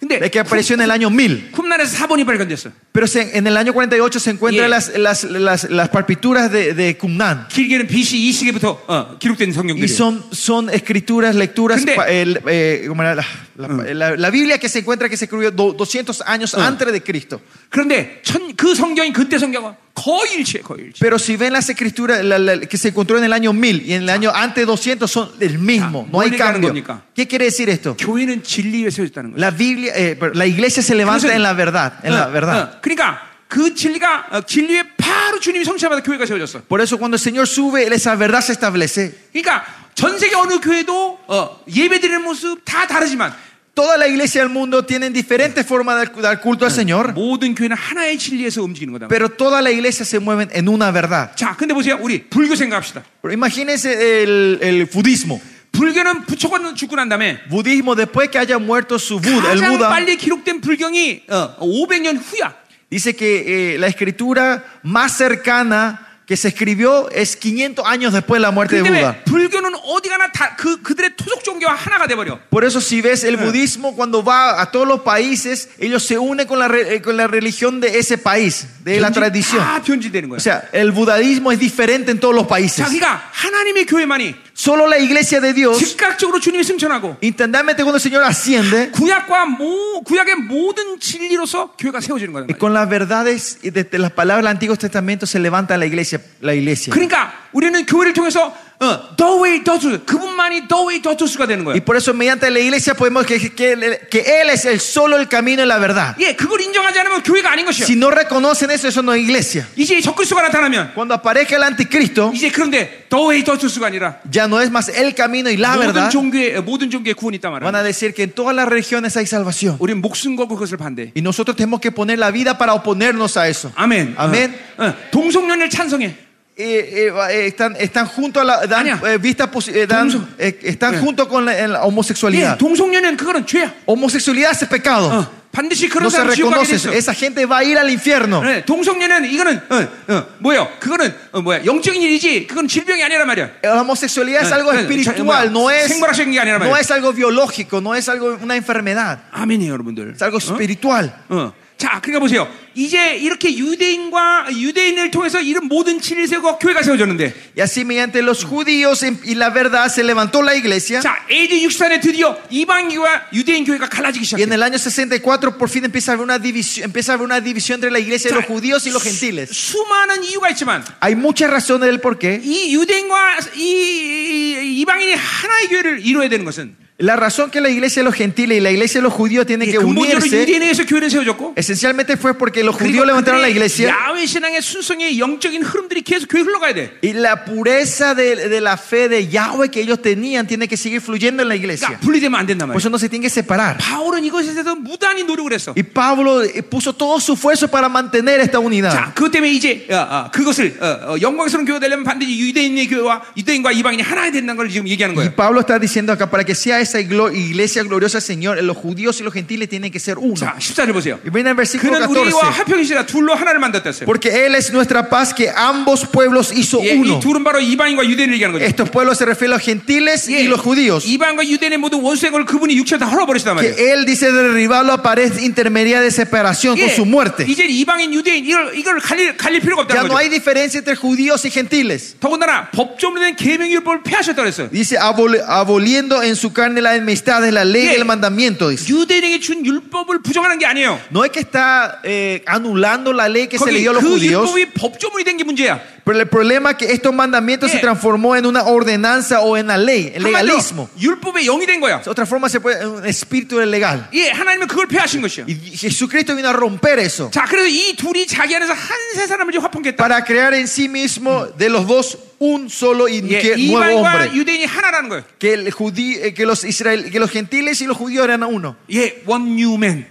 A: Creo que-
B: que apareció en el año 1000.
A: 쿰나라에서 사본이 발견됐어.
B: Pero se- en el año 48 se
A: Yeah.
B: encuentran las, las, las, las partituras de, de Qumran.
A: 길게는 BC 20세기부터 어, 기록된 성경들이.
B: Y son, son escrituras, lecturas,
A: Creo que-
B: pa- el- eh, ¿cómo era? la, la-
A: Ah.
B: la- la Biblia que se encuentra que se escribió do- 200 años antes de Cristo.
A: 그런데 천, 그 성경이 그때 성경과 거의 일치해, 거의 일치.
B: Pero si ven las escrituras la- la- que se encontró en el año 1000 y en el año antes 200 son el mismo,
A: Ya,
B: no hay
A: ¿dónde llegaron,
B: cambio.
A: Donica?
B: ¿Qué quiere decir esto?
A: 교회는 진리에 세워졌다는 거예요.
B: La Biblia, eh, pero la iglesia se levanta
A: Entonces- ah,
B: en la verdad, en la
A: 어,
B: verdad.
A: 어, 그러니까 그 진리가 어, 진리에 바로 주님이 성취하마다 교회가 세워졌어.
B: Por eso cuando el Señor sube, esa verdad se establece.
A: 그러니까 전 세계 어느 교회도 어, 예배드리는 모습 다 다르지만
B: Toda la iglesia del mundo tiene diferentes formas de dar culto al Señor,
A: 모든 교회는 하나의 진리에서 움직이는 거다.
B: pero toda la iglesia se mueve en una verdad.
A: 자, 근데 보세요. 우리 불교 생각합시다.
B: Pero imagínense el, el budismo.
A: 불교는 부처가 죽고 난 다음에
B: Budismo, después que haya muerto su Buda, el
A: 가장
B: Buda,
A: 빨리 기록된 불경이 어, 500년 후야.
B: Dice que eh, la escritura más cercana que se escribió es 500 años después de la muerte
A: 그
B: de
A: 때문에
B: Buda.
A: 불교는 어디 가나 다 그 그들의 토속 종교와 하나가 돼 버려.
B: Por eso si ves el budismo cuando va a todos los países, ellos se unen con la, re- eh, con la religión de ese país, de la tradición.
A: 다 변질되는 거야.
B: O sea, el budadismo es diferente en todos los países.
A: 자, 그러니까 하나님의 교회만이
B: Solo la iglesia de
A: 어,
B: Dios,
A: 즉각적으로 주님이 승천하고
B: internamente cuando el Señor asciende,
A: 구약과 모 구약의 모든 진리로서 교회가 세워지는 거란
B: y
A: 말이야.
B: con las verdades y de, de las palabras del Antiguo Testamento se levanta la iglesia. La iglesia.
A: 그러니까 우리는 교회를 통해서 어, the way the truth 그분만이 the way the truth가 되는
B: Y
A: 거야.
B: por eso mediante la iglesia podemos que, que- que Él es el solo el camino y la verdad.
A: 예, 그걸 인정하지 않으면 교회가 아닌 것이야.
B: Si no reconocen eso, eso no es iglesia.
A: 이제 적그리스도가 나타나면
B: Cuando aparezca el anticristo,
A: 이제 그런데 the way the truth가 아니라
B: ya no es más el camino y la
A: 모든
B: verdad.
A: 종교의 모든 종교의 아, 구원이 있단
B: Van a
A: 말이야.
B: decir que en todas las regiones hay salvación.
A: 우리는 목숨 걸고 그것을 반대.
B: Y nosotros tenemos que poner la vida para oponernos a eso.
A: 아멘.
B: Amén.
A: 어, 어, 동성연을 찬성해. 예,
B: Eh, eh, eh, están, están junto a la dan,
A: Ania.
B: eh, vista posi- eh, dan-
A: 동성-
B: eh, están
A: Eh.
B: junto con la, en la
A: 예,
B: homosexualidad.
A: 동성연은 그거는 죄야.
B: Homosexualidad es
A: 어,
B: pecado.
A: 반드시 그런
B: No se
A: 사람 지옥 가게 돼 있어.
B: reconoce eso. Esa gente va a ir al infierno.
A: 네, 동성연은 이거는 어, 어, 뭐요? 그거는 어, 뭐야? 영적인 일이지. 그건 질병이 아니란 말이야.
B: La homosexualidad es
A: Eh,
B: algo
A: eh,
B: espiritual,
A: eh,
B: no es,
A: 생물학적인 게 아니라 말이야.
B: no es algo biológico, no es algo una enfermedad,
A: 아멘이에요, 여러분들.
B: es algo espiritual.
A: 어? 어. 자, 그러니까 보세요. 이제 이렇게 유대인과 유대인을 통해서 이런 모든 진리를 세우고 교회가 세워졌는데
B: Y así mediante los judíos en- y la verdad se levantó la iglesia.
A: 자 AD 64년에 드디어 이방인과 유대인 교회가 갈라지기
B: Y en
A: 시작해요.
B: el año 64 por fin empieza a haber una división, empieza a haber una división entre la iglesia de los judíos y los gentiles.
A: 수많은 이유가 있지만
B: Hay muchas razones del por qué.
A: 이 유대인과 이, 이- 이 이방인이 하나의 교회를 이루어야 되는 것은
B: La razón que la iglesia de los gentiles y la iglesia de los judíos tienen que
A: 근본적으로
B: unirse
A: 유대인에 의해서 교회는 세워졌고
B: esencialmente fue porque los
A: 그리고
B: judíos levantaron la
A: 그들의
B: iglesia
A: 야외 신앙의 순성의 영적인 흐름들이 계속 교회 흘러가야 돼. 그러니까
B: y la pureza de, de la fe de Yahweh que ellos tenían tiene que seguir fluyendo en la
A: 그러니까
B: iglesia.
A: 분리되면 안 된단
B: Por
A: 말이야.
B: eso no se tiene que separar.
A: 바울은 이것에 대해서 무단히 노력을 했어.
B: Y Pablo eh, puso todo su esfuerzo para mantener esta unidad.
A: 자, 그것 때문에 이제 어, 어, 그것을 어, 어, 영광스러운 교회 되려면 반드시 유대인의 교회와 유대인과 이방인이 하나가 된다는 걸 지금 얘기하는
B: Y
A: 거예요.
B: Pablo está diciendo acá, para que sea esa iglo- iglesia gloriosa, Señor, los judíos y los gentiles tienen que ser uno.
A: 자, 14절 보세요.
B: Y viene el versículo
A: 그는 우리와
B: 14.
A: 화평이시라 둘로 하나를 만들었어요.
B: Porque Él es nuestra paz que ambos pueblos hizo
A: 예,
B: uno.
A: 이 둘은 바로 이방인과 유대인을 얘기하는 거죠.
B: Estos pueblos se refieren a los gentiles
A: 예,
B: y los judíos.
A: 이방과 유대인의 모든 원수의 걸 그분이 육체로 다 헐어버리시단 말이에요.
B: Que Él dice de derribarlo a pared intermedia de separación con
A: 예,
B: su muerte.
A: 이제 이방인 유대인 이걸 이걸 갈릴, 갈릴 필요가
B: Ya
A: 없다는
B: no hay
A: 거죠.
B: diferencia entre judíos y gentiles.
A: 더군다나 법조문에 대한 계명율법을 폐하셨다 그랬어요.
B: Dice, abol- aboliendo en su carne las enemistades, la ley y
A: Yeah.
B: el mandamiento. Dice.
A: 유대인에게 준 율법을 부정하는 게 아니에요.
B: No es que está eh, anulando la ley que se le
A: 거기
B: dio a los
A: 그
B: judíos,
A: 율법이 법조문이 된 게 문제야.
B: pero el problema es que estos mandamientos
A: Yeah.
B: se transformó en una ordenanza o en la ley, el
A: 한마디로
B: legalismo.
A: 율법의 영이 된 거야.
B: De otra forma se puede, en un espíritu del legal.
A: 예, 하나님은 그걸 폐하신 것이야.
B: Y Jesucristo vino a romper eso
A: 자, 그래서 이 둘이 자기 안에서 한 세 사람을 이제 화평했다.
B: para crear en sí mismo de los dos un solo y
A: 예,
B: que- nuevo
A: 이방과
B: hombre.
A: 유대인이 하나라는 거예요.
B: Que, el judí- eh, que, los israel- que los gentiles y los judíos eran uno.
A: 예, 원유맨.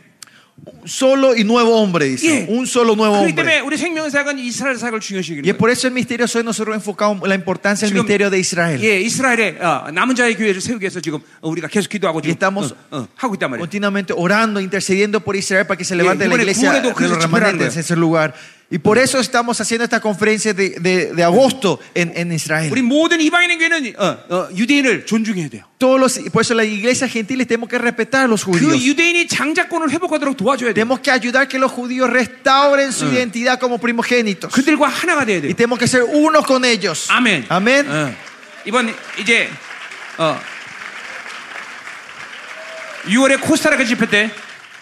B: Un Solo y nuevo hombre, dice.
A: Yeah.
B: Un solo nuevo
A: 그렇기
B: hombre.
A: 때문에 우리 생명 사역은 이스라엘 사역을 중요시
B: Y es
A: 여기는 거예요.
B: por eso el misterio hoy nosotros enfocamos la importancia del
A: 지금-
B: misterio de Israel.
A: 예, 이스라엘의 어, 남은 자의 교회를 세우기 위해서 지금 어, 우리가 계속 기도하고 지금
B: estamos-
A: 어, 어, 하고 있단 말이에요.
B: continuamente orando, intercediendo por Israel para que se levante
A: Yeah,
B: la
A: 이번에
B: iglesia de
A: 구월에도
B: los
A: 그래서 집회를 하는
B: remanentes en ese lugar. Y por eso estamos haciendo esta conferencia de, de- de agosto en, en
A: 우리
B: Israel.
A: 모든 이방인의 교회는 어, 어, 유대인을 존중해야 돼요.
B: Todos los, por eso las iglesias gentiles tenemos que respetar a los
A: 그
B: judíos.
A: 유대인이 장자권을 회복하도록 도와줘야 돼요.
B: Tenemos que ayudar que los judíos restauren su identidad como primogénitos.
A: 그들과 하나가 돼야 돼요.
B: Y tenemos que ser unos con ellos.
A: 아멘.
B: Amén.
A: 어. 이번 이제 어, 6월에 코스타리카 집회 때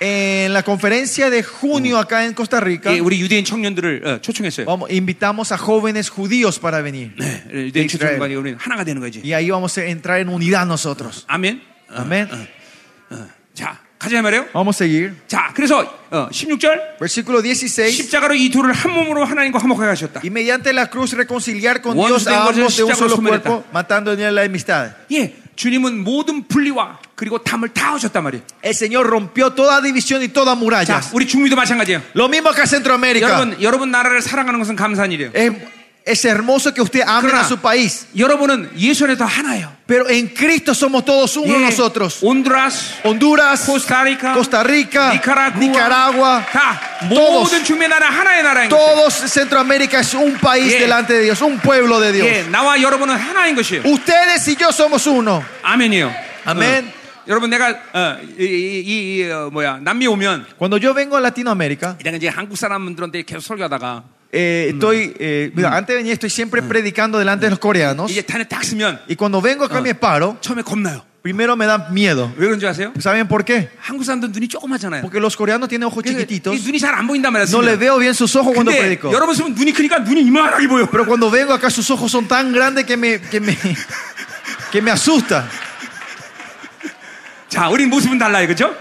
B: En la conferencia de junio acá en Costa Rica,
A: 예, 우리 유대인 청년들을 어, 초청했어요.
B: vamos, invitamos a jóvenes judíos para venir.
A: 네, 유대인 초청과 우리 는 하나가 되는 거지.
B: Y ahí vamos a entrar en unidad nosotros.
A: 아멘. 어,
B: 아멘.
A: 어, 어. 자, 가자 말이에요.
B: Vamos a seguir.
A: 자, 그래서 어, 16절
B: Versículo
A: 네.
B: 16.
A: 십자가로 이 둘을 한 몸으로 하나님과 화목하게 하셨다.
B: Y mediante la cruz reconciliar con
A: One
B: Dios a
A: thing was
B: ambos de un
A: just
B: solo
A: just
B: cuerpo, matando en él la amistad.
A: 예, 주님은 모든 분리와 그리고 담을 다 하셨단 말이에요.
B: El Señor rompió toda división y toda
A: 자, 그러니까
B: muralla.
A: 우리 중미도 마찬가지예요.
B: Lo mismo acá en Centroamérica.
A: 여러분, 여러분 나라를 사랑하는 것은 감사한 일이에요.
B: Es, es hermoso que usted ame
A: Claro.
B: a su país,
A: 여러분은 예수 안에 다 하나예요.
B: pero en Cristo somos todos uno
A: 예,
B: nosotros.
A: 온두라스,
B: Honduras,
A: 코스타리카,
B: Costa Rica,
A: 니카라구아,
B: Nicaragua,
A: 다
B: todos.
A: 모든 중미 나라 하나의 나라인 것이에요.
B: todos Centroamérica es un país
A: Yeah.
B: delante de Dios, un pueblo de Dios.
A: 예, 나와 여러분은 하나인 것이에요.
B: Ustedes y yo somos uno.
A: 아멘이요.
B: 아멘.
A: 어, 여러분 내가 어, 이, 이, 이, 이, 어, 뭐야 남미 오면
B: Cuando yo vengo a Latinoamérica,
A: 내가 이제 한국 사람들한테 계속 설교하다가
B: eh, estoy, eh, mira, antes de venir estoy siempre predicando delante de los coreanos.
A: 이제 탄에 딱 쓰면
B: Y cuando vengo acá me paro,
A: 처음에 겁나요.
B: primero me dan miedo.
A: 왜 그런 줄 아세요?
B: ¿Saben por qué?
A: 한국 사람들 눈이 조그마잖아요.
B: Porque los coreanos tienen ojos
A: 그래서
B: chiquititos.
A: 이 눈이 잘 안 보인단 말이야.
B: No le veo bien sus ojos cuando
A: 근데
B: predico.
A: 여러분 보면 눈이 크니까 눈이 이만하게 보여.
B: Pero cuando vengo acá sus ojos son tan grandes que me, que me, que me asusta.
A: 자, 우리 모습은 달라요, 그렇죠?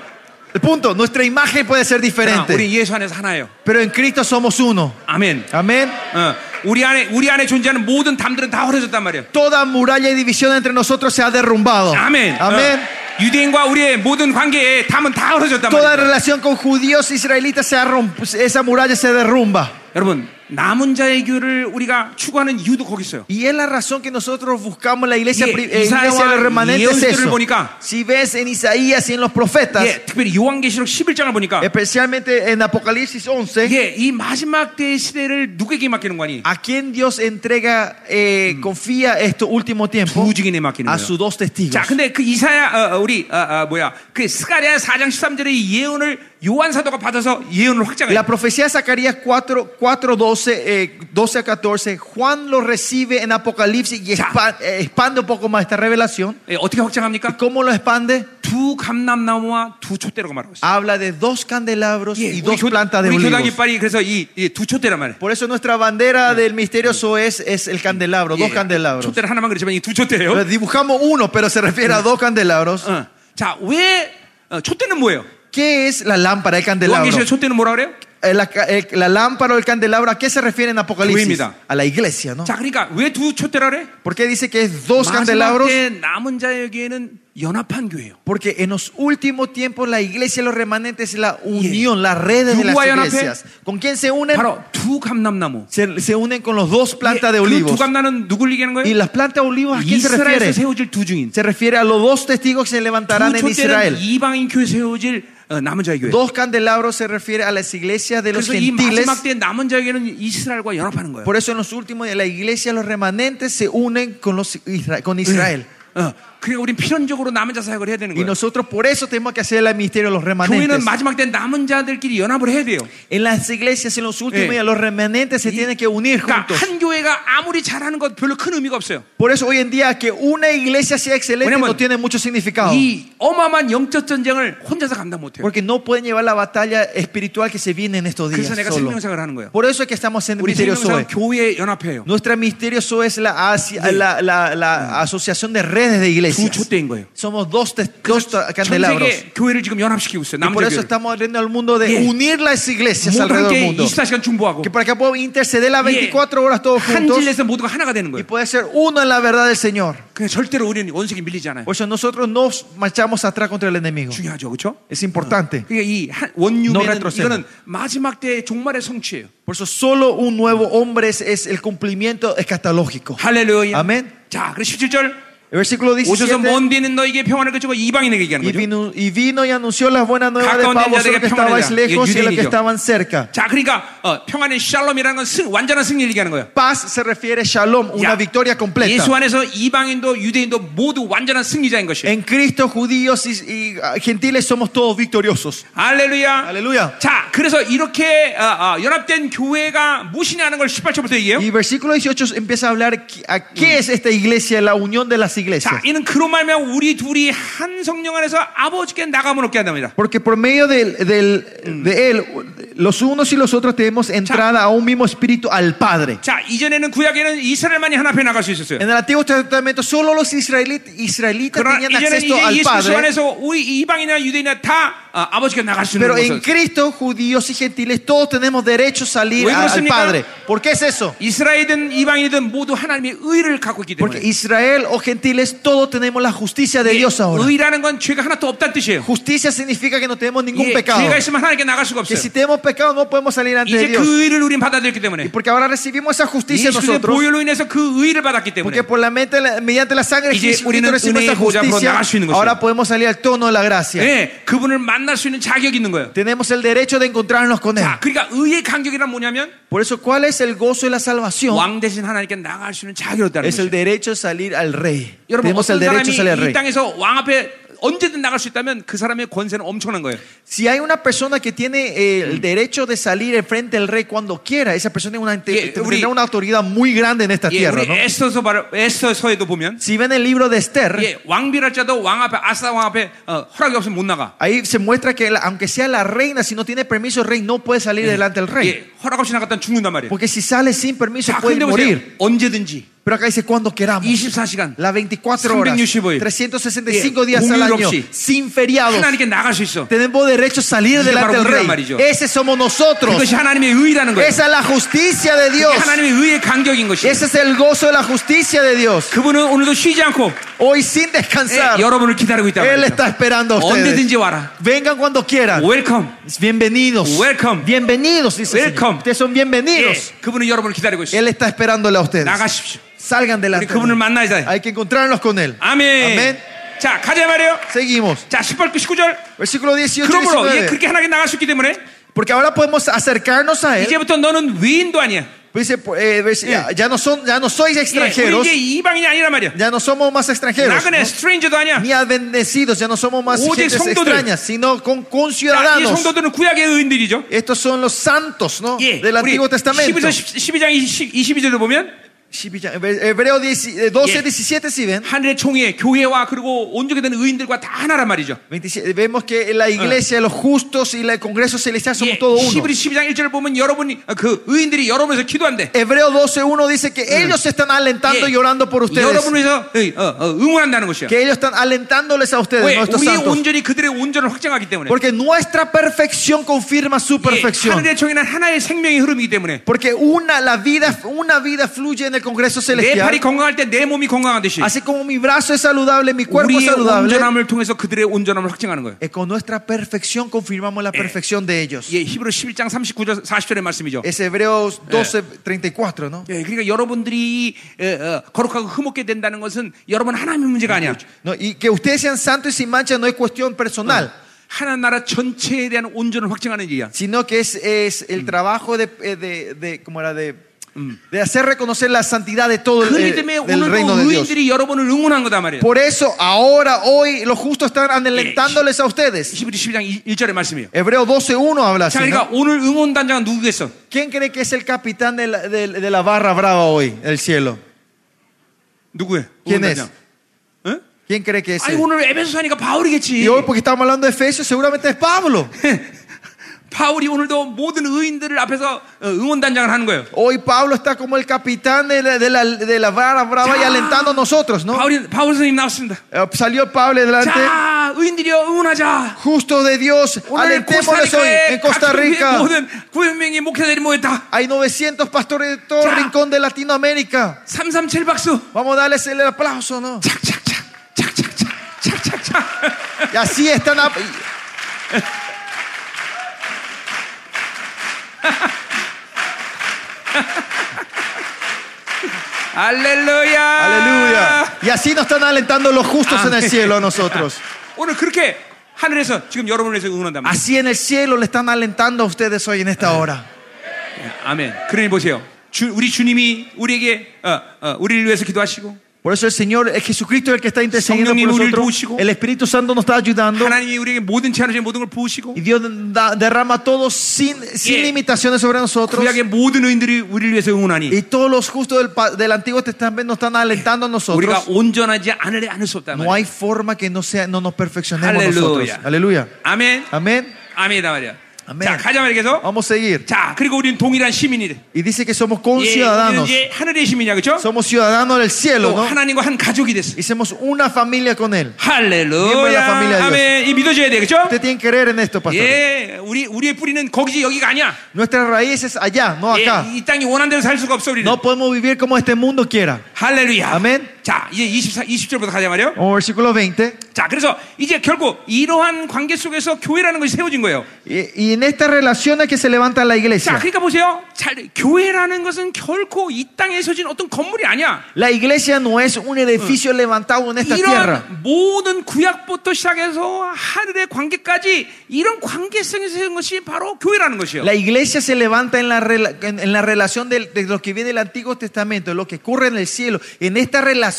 B: El punto, nuestra imagen puede ser diferente.
A: 우리 예수 안에서 하나예요.
B: Pero en Cristo somos uno.
A: 아멘.
B: Amén.
A: 어, 우리 안에 우리 안에 존재하는 모든 담들은 다 흐려졌단 말이에요.
B: Toda muralla y división entre nosotros se ha derrumbado.
A: 아멘. 어,
B: Amén.
A: 유대인과 우리의 모든 관계에 담은 다 흐려졌단
B: Toda
A: 말이에요.
B: relación con judíos e israelitas se ha romp- esa muralla se derrumba.
A: 여러분 남은 자의 교를 우리가 추구하는 이유도 거기 있어요.
B: Y es la razón que nosotros buscamos la iglesia,
A: Yeah,
B: pri- eh,
A: Isaías
B: iglesia de los remanentes es
A: 예언서를
B: eso.
A: 보니까.
B: Si ves en Isaías y en los profetas,
A: 예, 특별히 요한계시록 11장을 보니까
B: especialmente en Apocalipsis 11,
A: 예, 이 마지막 때의 시대를 누구에게 맡기는 거니?
B: ¿a quién Dios entrega, eh, confía estos últimos tiempos?
A: 두 증인에 맡기는
B: A
A: 거예요.
B: sus dos testigos.
A: 자, 근데 그 이사야 어, 어, 우리 어, 어, 뭐야? 그 스가랴 4장 13절의 예언을 요한 사도가 받아서 예언을 확장해요.
B: La profecía de Zacarías 4, 4 12, eh, 12 a 14, Juan lo recibe en Apocalipsis y
A: Ya.
B: expa- eh, expande un poco más esta revelación.
A: 예, 어떻게 확장합니까?
B: ¿Cómo lo expande?
A: 두 감람나무와 두 촛대라고 말하고 있어요.
B: Habla de dos candelabros
A: 예,
B: y
A: 우리,
B: dos
A: 교,
B: plantas de
A: 우리 교당
B: olivos.
A: 이빨이 그래서 이 두 촛대란 말이에요.
B: Por eso nuestra bandera del misterioso es, es el candelabro, dos candelabros.
A: 예, 촛대를 하나만 그리지만 이 두 촛대예요.
B: Pero dibujamos uno, pero se refiere a dos candelabros.
A: 어. 자, 왜 어, 촛대는 뭐예요?
B: ¿Qué es la lámpara del candelabro?
A: 요한계시록 촛대는 뭐라 그래요?
B: Eh, La, ca- eh, la lámpara o el candelabro, ¿a qué se refiere en Apocalipsis?
A: Glorimida.
B: A la iglesia, ¿no?
A: 자, 그러니까 왜 두 촛대라 그래?
B: ¿Por qué dice que es dos
A: 마지막
B: candelabros?
A: 때 남은 자에게는 연합한 교회예요.
B: Porque en los últimos tiempos la iglesia y los remanentes es la unión, las redes de las
A: Uruguay,
B: iglesias. ¿Con quién se unen?
A: 바로 두 감람나무. 예,
B: Se, se unen con los dos plantas de
A: 그두
B: olivos.
A: 감람나무는 누굴 얘기하는
B: ¿Y
A: 거예요?
B: las plantas de
A: 어,
B: olivos a quién se
A: 이스라엘에서
B: refiere?
A: 세워질 두 증인.
B: Se refiere a los dos testigos que se levantarán
A: 두 촛대는
B: en Israel.
A: 이방인 교회 세워질 어, 남은 자의 교회.
B: Dos candelabros se refiere a las iglesias de los
A: 그래서 이
B: gentiles.
A: 마지막 때 남은 자에게는 이스라엘과 연합하는 거예요.
B: Por eso en los últimos días la iglesia, los remanentes se unen con, los Isra-
A: Eh,
B: con Israel.
A: 어, 그러니까 우린 필연적으로 남은 자 사역을 해야 되는
B: Y
A: 거예요.
B: nosotros por eso tenemos que hacer el misterio de los remanentes.
A: 교회는 마지막 때 남은 자들끼리 연합을 해야 돼요.
B: En las iglesias, en los últimos
A: Eh.
B: días, los remanentes se
A: Y-
B: tienen que unir
A: 그러니까
B: juntos.
A: 한 교회가 아무리 잘하는 것 별로 큰 의미가 없어요.
B: Por eso hoy en día que una iglesia sea excelente
A: 왜냐면
B: no tiene mucho significado.
A: 이 어마어마한 영적 전쟁을 혼자서 감당 못해요.
B: Porque no pueden llevar la batalla espiritual que se viene en estos días.
A: 그래서 내가
B: solo.
A: 생명상을 하는 거예요.
B: Por eso es que estamos en
A: 우리
B: Misterio
A: 생명상
B: Zoe.
A: 교회 연합회예요.
B: Nuestra Misterio Zoe es la, asi- la, la- la asociación de redes de
A: 두
B: iglesias.
A: 촛대인 거예요.
B: Somos dos, te- dos ta-
A: 전
B: candelabros.
A: 세계 교회를 지금 연합시키고 있어요.
B: Y por
A: 남자
B: eso
A: 교회를.
B: estamos abriendo al mundo de
A: Yeah.
B: unir las iglesias
A: 모두
B: alrededor del
A: 함께
B: mundo.
A: 24시간 중보하고
B: Que para que podamos interceder las
A: Yeah.
B: 24 horas todos
A: 한
B: juntos
A: 진리에서 모두가 하나가 되는
B: y
A: 거예요.
B: poder ser uno en la verdad del Señor.
A: 그냥 절대로 우리는 원색이 밀리지 않아요.
B: Por eso nosotros nos marchamos atrás contra el enemigo.
A: 중요하죠, 그렇죠?
B: Es importante.
A: 그러니까 이 한-
B: No
A: 원유매는
B: retrocede.
A: 이거는 마지막 때 종말의 성취예요.
B: Por eso solo un nuevo hombre es, es el cumplimiento escatológico.
A: 할렐루야.
B: 아멘.
A: 자, 그리고 17절
B: El versículo
A: 오셔서
B: 17.
A: 먼 데는 너에게 평안을 그치고 이방인에게 얘기하는
B: Y
A: 거죠.
B: vino, y vino y anunció las buenas nuevas de
A: 가까운
B: Pablo
A: 자들에게
B: sobre los que
A: 평안을
B: estabais
A: 자.
B: lejos y
A: 예,
B: los que
A: 유대인이죠.
B: estaban cerca.
A: 자, 그러니까 어, 평안의 샬롬이라는 건 승, 완전한 승리를 얘기하는 거예요.
B: Paz se refiere a shalom, una
A: 야,
B: victoria completa.
A: 예수 안에서 이방인도 유대인도 모두 완전한 승리자인 것이에요.
B: En Cristo, judíos y, y, ah, gentiles somos todos victoriosos.
A: 할렐루야.
B: Aleluya.
A: 자, 그래서 이렇게 어, 어, 연합된 교회가 무엇이냐는 걸 18절부터 얘기해요.
B: Y versículo 18 empieza a hablar qui- a qué es esta iglesia, la unión de las
A: 자,
B: iglesias.
A: 이는 그로 말면 우리 둘이 한 성령 안에서 아버지께 나감을 얻게 한답니다.
B: Porque por medio del- del- de él, los unos y los otros tenemos entrada a un mismo espíritu al Padre.
A: 자, 이전에는 구약에는 이스라엘만이 하나 앞에 나갈 수 있었어요.
B: En el Antiguo Testamento solo los israelit- israelitas
A: 네. 그러나
B: tenían
A: 이제는
B: acceso
A: 이제
B: al
A: 예수 그리스도
B: Padre,
A: 안에서 우리 이방이나 유대인이나 다 아, 아버지께 나갈 수 있는
B: pero en
A: 것은
B: Cristo, judíos y gentiles, todos tenemos derecho a salir
A: ¿Ven
B: a- al
A: 그렇습니까?
B: Padre. ¿Por qué es eso?
A: 이스라엘이든 이방이든 모두 하나님의 의를 갖고 있기
B: Porque
A: 때문에
B: Israel o gentiles, todos tenemos la justicia
A: 예,
B: de Dios ahora.
A: 의라는 건 죄가 하나도 없다는 뜻이에요.
B: Justicia significa que no tenemos ningún
A: 예,
B: pecado.
A: 죄가 있으면 하나님께 나갈 수가
B: Que
A: 없어요.
B: si tenemos pecado no podemos salir ante de
A: 이제
B: Dios.
A: 그 의를 우리는 받아들였기 때문에
B: Porque ahora recibimos esa justicia
A: 예수 그리스도의
B: nosotros.
A: 보혈로 인해서 그 의를 받았기 때문에
B: Porque por la mente, la- mediante la sangre de
A: 이제 우리는
B: Jesucristo recibimos esa
A: 은혜의 보좌 앞으로
B: justicia.
A: 나갈 수 있는
B: Ahora
A: 것이에요.
B: podemos salir al tono de la gracia.
A: 예, 그분을 만날 수 있는 자격이 있는 거예요.
B: Tenemos el derecho de encontrarnos con Él.
A: 자, 그러니까 의의 간격이란 뭐냐면
B: Por eso, ¿cuál es el gozo de la salvación?
A: 왕 대신 하나님께 나갈 수 있는 자격이 있다는
B: Es el
A: 거예요.
B: derecho de salir al rey.
A: 여러분
B: Tenemos el
A: 어떤
B: derecho de salir al
A: 사람이 이
B: rey.
A: 땅에서 왕 앞에 언제든 나갈 수 있다면 그 사람의 권세는 엄청난 거예요.
B: Si hay una persona que tiene eh, el derecho de salir enfrente del rey cuando quiera, esa persona tiene una,
A: Yeah,
B: tendrá
A: 우리-
B: una autoridad muy grande en esta
A: 예,
B: tierra.
A: 우리
B: ¿no?
A: 에스더서 말, 에스더서에도 보면
B: Si ven el libro de Esther,
A: 예, 왕비랄 자도 왕 앞에 아사 왕 앞에 어, 허락이 없으면 못 나가.
B: Ahí se muestra que la- aunque sea la reina, si no tiene permiso el rey, no puede salir delante del rey.
A: 예, 허락 없이 나갔다 죽는단 말이에요.
B: Porque si sale sin permiso
A: 자,
B: puede
A: 근데 보세요.
B: morir.
A: 언제든지
B: Pero acá dice cuando queramos.
A: 24시간
B: Las 24 horas,
A: 365일.
B: 365
A: 예,
B: días al
A: 공휴일
B: año,
A: 없이.
B: sin feriados.
A: 하나님께 나갈 수 있어.
B: Tenemos derecho a salir
A: 이게
B: delante
A: 바로
B: del
A: 우리란
B: rey.
A: 말이죠.
B: Ese somos nosotros.
A: 그것이 하나님의 의라는 거예요.
B: Esa es la justicia de Dios.
A: 이게 하나님의 의의 간격인 것이에요.
B: Ese es el gozo de la justicia de Dios.
A: 그분은 오늘도 쉬지 않고
B: Hoy
A: Eh,
B: sin
A: 예,
B: descansar,
A: 여러분을 기다리고 있다
B: Él
A: 말이죠.
B: está esperando a ustedes.
A: 언제든지 와라.
B: Vengan cuando quieran.
A: 웰컴.
B: Bienvenidos.
A: Welcome.
B: Bienvenidos, dice el Señor.
A: Welcome.
B: Ustedes son
A: 예,
B: bienvenidos.
A: 그분은 여러분을 기다리고 있어.
B: Él está esperándole a ustedes.
A: 나가십시오.
B: Salgan de la
A: 우리 그분을 만나야 돼.
B: Hay que encontrarnos con Él.
A: 아멘.
B: 아멘.
A: 자, 가자 말이에요.
B: Seguimos.
A: 자, 18, 19절.
B: Versículo 18
A: 그러므로 예,
B: 19.
A: 그렇게 하나님께 나갈 수 있기 때문에 네.
B: Porque ahora podemos acercarnos a Él.
A: 이제부터 너는 위인도 아니야.
B: Dice, eh, vers- ya, ya no son, ya no sois
A: 예, 우리
B: extranjeros,
A: 이제 이방인이 아니란 말이야.
B: ya no somos más extranjeros,
A: 나그네 스트레인저도 아니야.
B: ni adventicidos, ya no somos más
A: Oye,
B: gentes
A: 성도들.
B: extrañas, sino con,
A: 자, 이
B: conciudadanos.
A: 성도들은 구약의 의인들이죠.
B: Estos son los santos ¿no?
A: 예,
B: del
A: 우리
B: Antiguo Testamento.
A: 12서 12장 22절을 보면
B: Shibiya- Hebreo 10, eh,
A: Yeah.
B: 12, 17, si ven,
A: 하늘의 총회, 교회와 그리고 온전히 된 의인들과 다 하나란 말이죠.
B: 27, vemos que la iglesia, los justos y el Congreso Celestial
A: 예,
B: somos todo uno.
A: 히브리 12장 1절을 보면 여러분이 어, 그 의인들이 여러분에서 기도한대.
B: Hebreo 12, 1 dice que ellos se están alentando y orando por ustedes.
A: 예. 여러분에서 어, 어, 응원한다는 것이야.
B: Que ellos están alentándoles a ustedes,
A: 왜?
B: nuestros
A: 우리의
B: santos.
A: 온전히 그들의 온전을 확정하기 때문에.
B: Porque nuestra perfección confirma su
A: 예,
B: perfección.
A: 하늘의 총회는 하나의 생명의 흐름이기 때문에
B: Porque una, la vida, una vida fluye en el Congreso
A: 내 팔이 아,
B: Celestial.
A: 건강할 때 내 몸이 건강하듯이
B: Así como mi brazo es saludable, mi cuerpo
A: 우리의
B: es saludable.
A: 온전함을 통해서 그들의 온전함을 확증하는 거예요.
B: eh, Con nuestra perfección confirmamos la perfección de ellos.
A: 예, 히브리 11장 39절 40절의 말씀이죠.
B: Es Hebreos 12, 34, ¿no?
A: 예, 그러니까 여러분들이 예, 어, 거룩하고 흠없게 된다는 것은 여러분 하나님의 문제가 아니야.
B: No, Y que ustedes sean santos y sin mancha no es cuestión personal,
A: 하나 나라 전체에 대한 온전을 확증하는 일이야.
B: sino que es, es el trabajo de, eh, de, de- ¿cómo era? De, de hacer reconocer la santidad de todo el,
A: 그렇기 네,
B: eh,
A: 때문에
B: del reino
A: 오늘도
B: de Dios.
A: 의인들이 여러분을 응원한 거다 말이에요.
B: Por eso ahora, hoy, los justos están alentándoles a ustedes.
A: 히브리 11장 1절의 말씀이에요.
B: Hebreo 12.1 habla
A: 자,
B: así.
A: 그러니까
B: ¿no?
A: 오늘 응원단장은 누구겠어?
B: ¿Quién cree que es el capitán de la, de- de la barra brava hoy, el cielo?
A: 누구예요?
B: ¿Quién es?
A: 응원단장. 응?
B: ¿Quién cree que es
A: 아니
B: él?
A: 오늘 에베소 사니까
B: Y
A: 바울이겠지.
B: hoy, porque estamos hablando de Efesios, seguramente es Pablo.
A: 바울이 오늘도 모든 의인들을 앞에서 어, 응원단장을 하는 거예요.
B: Hoy Pablo está como el capitán de la, de la, de la vara brava y
A: Ya.
B: alentando a nosotros, ¿no?
A: 바울이 바울 선생님 나왔습니다.
B: Eh, Salió Pablo delante.
A: 자, 의인들이여 응원하자.
B: Justo de Dios,
A: 오늘
B: alentémosles hoy
A: 코스타리카에
B: en
A: 각국의
B: Costa Rica.
A: 모든 900명의 목회자들이 모였다.
B: Hay 900 pastores de todo
A: Ya.
B: rincón de Latinoamérica.
A: 337 박수.
B: Vamos a darles el aplauso, ¿no?
A: 착착착. 착착착. 착착착.
B: Y así están. ap-
A: 할렐루야.
B: Aleluya. Y así nos están alentando los justos en el
A: Amén.
B: cielo a nosotros.
A: 오늘 그렇게 하늘에서 지금 여러분을 위해서 응원한단 말이에요.
B: Así en el cielo le están alentando a ustedes hoy en esta hora.
A: 아멘. 그러니 보세요. 주, 우리 주님이 우리에게 어, 어, 우리를 위해서 기도하시고
B: Por eso el Señor, es Jesucristo el que está intercediendo
A: 성령님
B: por
A: 우리를
B: nosotros.
A: 도우시고
B: El Espíritu Santo nos está ayudando.
A: 하나님이 우리에게 모든 제한을 모든 걸 보시고
B: Y Dios da- derrama todo sin, sin
A: Yeah.
B: limitaciones sobre nosotros.
A: 그 구약의 모든 의인들이 우리를 위해서 응원하니
B: Y todos los justos del, pa- del Antiguo Testamento nos están alentando a nosotros.
A: 우리가 온전하지 않을 않을 수 없다
B: No
A: 말이야.
B: hay forma que no, sea, no nos perfeccionemos
A: Aleluya.
B: nosotros. Aleluya.
A: 아멘.
B: Amén.
A: 아멘이다 어. 말이야.
B: 아멘.
A: 자, 가자 말이야 계속.
B: Vamos a seguir.
A: 자, 그리고 우리는 동일한 시민이래.
B: Y dice que somos
A: 예, 우리는
B: conciudadanos.
A: 이제 하늘의 시민이야, 그렇죠?
B: Somos ciudadanos del cielo,
A: 또
B: ¿no?
A: 하나님과 한 가족이 됐어.
B: Y somos una familia con Él. Miembro de la familia
A: 할렐루야.
B: de Dios.
A: 아멘. 이 믿어줘야 돼, 그렇죠?
B: Ustedes tienen que creer en esto, pastor.
A: 예, 우리 우리의 뿌리는 거기지 여기가 아니야.
B: Nuestras raíces allá, no
A: 예,
B: acá.
A: 이 땅이 원하는 대로 살 수가 없어 우리는.
B: No podemos vivir como este mundo quiera.
A: 할렐루야.
B: 아멘.
A: 자, 이제 24, 20절부터 가자 말이요.
B: Vamos al versículo 20.
A: 자, 그래서 이제 결국 이러한 관계 속에서 교회라는 것이 세워진 거예요.
B: Y, y en estas relaciones que se levanta la
A: 자,
B: iglesia.
A: 그러니까 보세요. 잘, 교회라는 것은 결코 이 땅에 서진 어떤 건물이 아니야.
B: La iglesia no es un edificio levantado en esta tierra.
A: 이러한 모든 구약부터 시작해서 하늘의 관계까지 이런 관계성에서 세운 것이 바로 교회라는 것이에요.
B: La iglesia se levanta en la, rela- en, en la relación del- de, lo que viene del Antiguo Testamento, de lo que ocurre en el cielo. En esta relación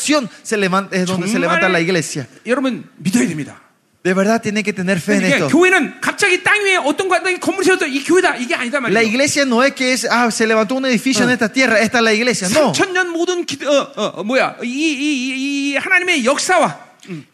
B: se levanta, es donde se levanta la iglesia.
A: 여러분 믿어야 됩니다.
B: De verdad tienen que tener fe en
A: 그러니까
B: esto.
A: 교회는 갑자기 땅 위에 어떤 관계 건물이 세워져 이 교회다 이게 아니다
B: La
A: 말이에요.
B: iglesia no es que es, ah, se levantó un edificio en esta tierra, esta es la iglesia. No.
A: 3천년 모든 기, 어, 어, 어, 뭐야 이, 이, 이, 이 하나님의 역사와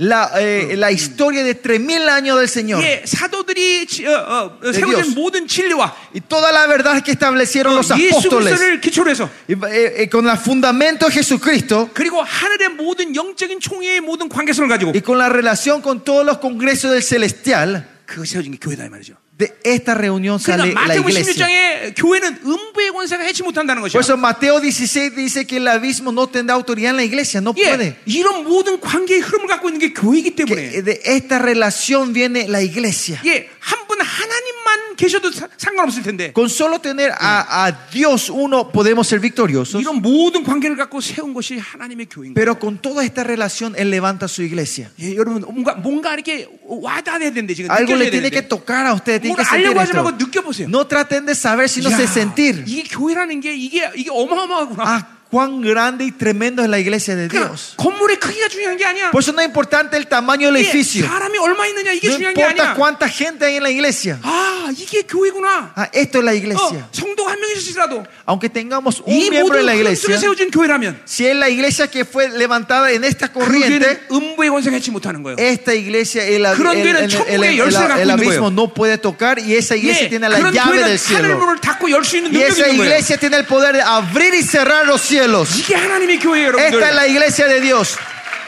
B: La, eh, la historia de 3000 años del Señor
A: 예, 사도들이 지- 어, 어, 어, 세워진
B: Dios.
A: 모든 진리와
B: y toda la verdad que establecieron los
A: 예수
B: apóstoles
A: 그리스도를 기초로 해서
B: Y, eh, eh, con el fundamento de Jesucristo.
A: 그리고 하늘의 모든 영적인 총회의 모든 관계성을 가지고
B: y con la relación con todos los congresos del celestial
A: 그거 세워진 게 교회다 이 말이죠.
B: de esta reunión sale
A: 그러니까
B: la
A: 마태복음
B: iglesia
A: 16장에 교회는 음부의 권세가 해치 못한다는 것이야.
B: por eso Mateo 16 dice que el abismo no tendrá autoridad en la iglesia no
A: 예,
B: puede
A: 이런 모든 관계의 흐름을 갖고 있는 게 예. 교회이기
B: Que eh,
A: 때문에
B: de esta relación viene la iglesia
A: 예, 한 분 하나님만 계셔도 사- 상관없을 텐데
B: Con solo tener a, a Dios uno podemos ser victoriosos.
A: 이런 모든 관계를 갖고 세운 것이 하나님의 교인 거예요.
B: Pero con toda esta relación Él levanta su iglesia.
A: 예, 여러분 뭔가 뭔가 이렇게 와닿아야 되는데 지금
B: Algo le
A: 느껴져야
B: tiene que
A: 되는데
B: tocar a ustedes, tiene
A: 뭘
B: que sentir
A: 알려고 하지
B: esto.
A: 말고 느껴보세요.
B: No traten de saber, sino
A: 야,
B: de sentir.
A: 이게 교회라는 게 이게 이게 어마어마하구나.
B: Ah, cuán grande y tremendo es la iglesia de
A: 아, 그러니까
B: Dios.
A: 건물의 크기가 중요한 게 아니야.
B: Por eso no es importante el tamaño del
A: 이게
B: edificio.
A: 사람이 얼마 있느냐 이게
B: No
A: 중요한 게
B: importa
A: 아니야.
B: cuánta gente hay en la iglesia.
A: 아 이게 교회구나.
B: Ah, esto es la
A: 어,
B: iglesia.
A: 성도 한 명이시더라도
B: Aunque tengamos un
A: 이
B: miembro en
A: 모든
B: la
A: 흐름 속에
B: iglesia,
A: 세워진 교회라면
B: si es la iglesia que fue levantada en esta
A: 그
B: corriente,
A: 교회는 음부의 권세가 해치 못하는 거예요.
B: esta iglesia, el, el-
A: 그런
B: el-
A: 교회는
B: el- el-
A: 천국의
B: el-
A: 열쇠를
B: el- el
A: 갖고 있는
B: abismo
A: 거예요.
B: no puede tocar y esa iglesia
A: 예,
B: tiene la
A: 그런
B: llave
A: 교회는 하늘의
B: del cielo.
A: 문을 닫고 열 수 있는
B: Y
A: 능력이
B: esa
A: 있는 거예요.
B: iglesia tiene el poder de abrir y cerrar los cielos.
A: 이게 하나님의 교회예요,
B: Esta es
A: 여러분들.
B: la iglesia de Dios.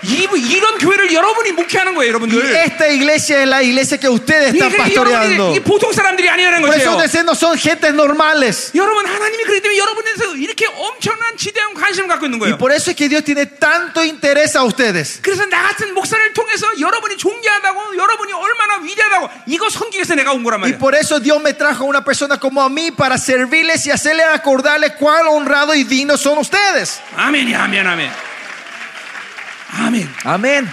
A: 이, 런 교회를 여러분이 목회하는 거예요,
B: Y
A: 여러분들.
B: esta iglesia es la iglesia que ustedes están
A: 이게 여러분이
B: pastoreando.
A: 이 보통 사람들이 아니라는
B: Por eso
A: 거예요.
B: ustedes no son gentes normales.
A: 여러분 하나님이 그렇기 때문에 여러분에서 이렇게 엄청난 지대한 관심을 갖고 있는
B: Y
A: 거예요.
B: por eso es que Dios tiene tanto interés a ustedes.
A: 그래서 나 같은 목사를 통해서 여러분이 존귀하다고 여러분이 얼마나 위대하다고 이거 섬기기 위해서 내가 온 거란
B: Y
A: 말이야.
B: por eso Dios me trajo a una persona como a mí para servirles y hacerles acordarles cuán honrado y digno son ustedes.
A: 아멘이 아멘 아멘. 아멘.
B: Amén.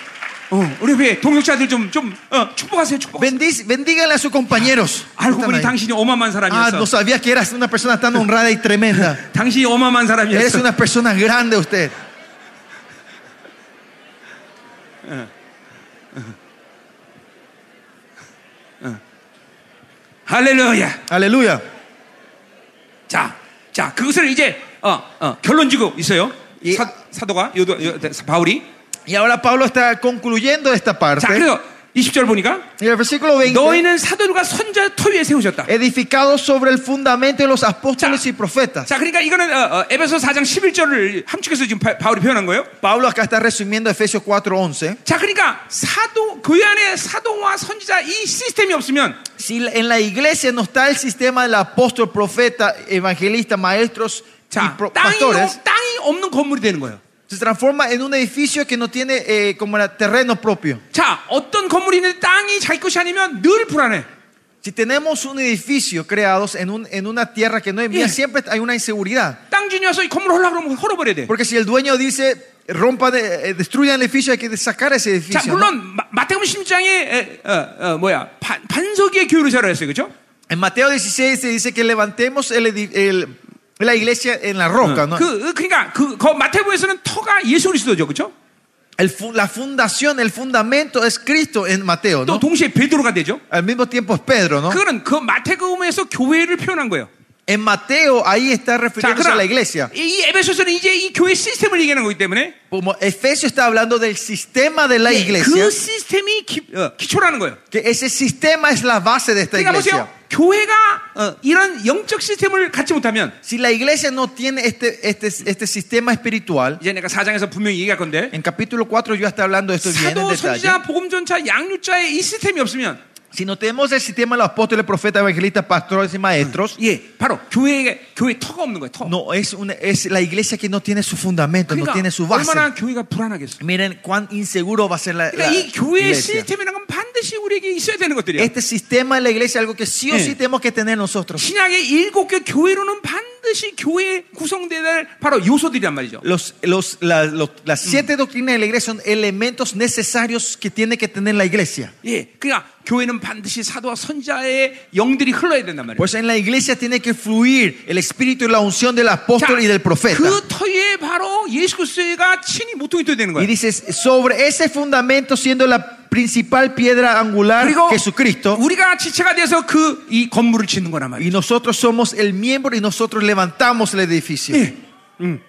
A: 어, 우리 회 동역자들 좀 좀 축복하세요. 축복.
B: Bendic- bendíganle a sus compañeros.
A: 알고
B: Están
A: 보니
B: ahí.
A: 당신이 어마만
B: Ah,
A: 사람이었어.
B: no sabía que eras una persona tan honrada y tremenda.
A: 당신이 어마만
B: Eres
A: 사람이었어.
B: una persona grande usted.
A: 할렐루야.
B: Aleluya.
A: 자, 자 그것을 이제 어, 어, 결론 지고 있어요.
B: 예.
A: 사, 사도가 요도, 요, 바울이.
B: Y ahora Pablo está concluyendo esta
A: 자,
B: parte.
A: 그래서 20절 보니까
B: Y el versículo 20.
A: 너희는 사도들과 선자 토위에 세우셨다.
B: Edificado sobre el fundamento de los apóstoles y profetas.
A: 자, 그러니까 이거는 어, 어, 에베소 4장 11절을 함축해서 지금 바, 바울이 표현한 거예요.
B: Pablo acá está resumiendo Efesios 4:11.
A: 자, 그러니까 사도 교회 안에 사도와 선지자 이 시스템이 없으면
B: Si la- en la iglesia no está el sistema del apóstol, profeta, evangelista, maestros y
A: 자,
B: pro-
A: 땅이,
B: pastores,
A: 없- 땅이 없는 건물이 되는 거예요.
B: se transforma en un edificio que no tiene eh, como era terreno propio.
A: 자, 어떤 건물이 있는데 땅이 자기 것이 아니면 늘 불안해.
B: Si tenemos un edificio creados en, un- en una tierra que no es mía,
A: Yeah.
B: siempre hay una inseguridad.
A: 땅 주인이 와서 이 건물 헐라 그러면 헐어버려야 돼.
B: Porque si el dueño dice, rompa, de- eh, destruyan el edificio, hay que sacar ese
A: 자,
B: edificio. ¿no?
A: 물론 마- 마태복음 16장에 에, 어, 어, 뭐야 반, 반석의 교회를 세우라 했어요, 그렇죠?
B: En Mateo 16 se dice que levantemos el edi- el- la iglesia en la roca. ¿no?
A: 그 그러니까 그, 거 마태복음에서는 터가 예수 그리스도죠, 그렇죠?
B: El fu- la fundación, el fundamento es Cristo en Mateo.
A: 또
B: ¿no?
A: 동시에 베드로가 되죠.
B: Al mismo tiempo es Pedro, ¿no?
A: 그거는 그 마태복음에서 교회를 표현한 거예요.
B: En Mateo ahí está refiriéndose a la iglesia.
A: 이, 이 에베소서는 이제 이 교회 시스템을 얘기하는 거기 때문에
B: Como Efesio está hablando del sistema de la
A: 예,
B: iglesia,
A: 그 시스템이 기, 어, 기초라는 거예요.
B: que ese sistema es la base de esta
A: 그러니까 보세요,
B: iglesia.
A: 교회가 어, 이런 영적 시스템을 갖지 못하면
B: Si la iglesia no tiene este, este, este sistema espiritual,
A: 이제 내가 사장에서 분명히 얘기할 건데
B: en capítulo 4 yo está hablando de esto bien en
A: 사도,
B: detalle.
A: 선지자, 복음전차, 양육자의 이 시스템이 없으면
B: Si no tenemos el sistema de los apóstoles, profetas, evangelistas, pastores y maestros,
A: 예, 바로 교회에 교회 터가 없는 거예요. 터.
B: no es, una, es la iglesia que no tiene su fundamento, no
A: 그러니까
B: tiene su base.
A: 얼마나 교회가 불안하겠어.
B: Miren cuán inseguro va a ser la, la
A: 그러니까 이 교회
B: iglesia.
A: 시스템이란 건 반드시 우리에게 있어야 되는 것들이야.
B: Este sistema de la iglesia es algo que sí o
A: 예.
B: sí tenemos que tener nosotros.
A: 신약의 일곱 개 교회로는 반드시 교회 구성돼야 될 바로 요소들이란 말이죠.
B: Los, los- la- los- las siete doctrinas de la iglesia son elementos necesarios que tiene que tener la iglesia.
A: 예, 그러니까 교회는 반드시 사도와 선자의 영들이 흘러야 된단 말이에요.
B: Pues en la iglesia tiene que fluir el espíritu y la unción del apóstol y del profeta.
A: 그 터에 바로 예수 그리스도가 친히 모퉁이 떠야 되는
B: Y
A: 거예요.
B: dices, sobre ese fundamento siendo la principal piedra angular
A: 그리고
B: Jesucristo,
A: 우리가 지체가 돼서 그 이 건물을 짓는 거란 말이에요.
B: y nosotros somos el miembro y nosotros levantamos el edificio.
A: 예. 음.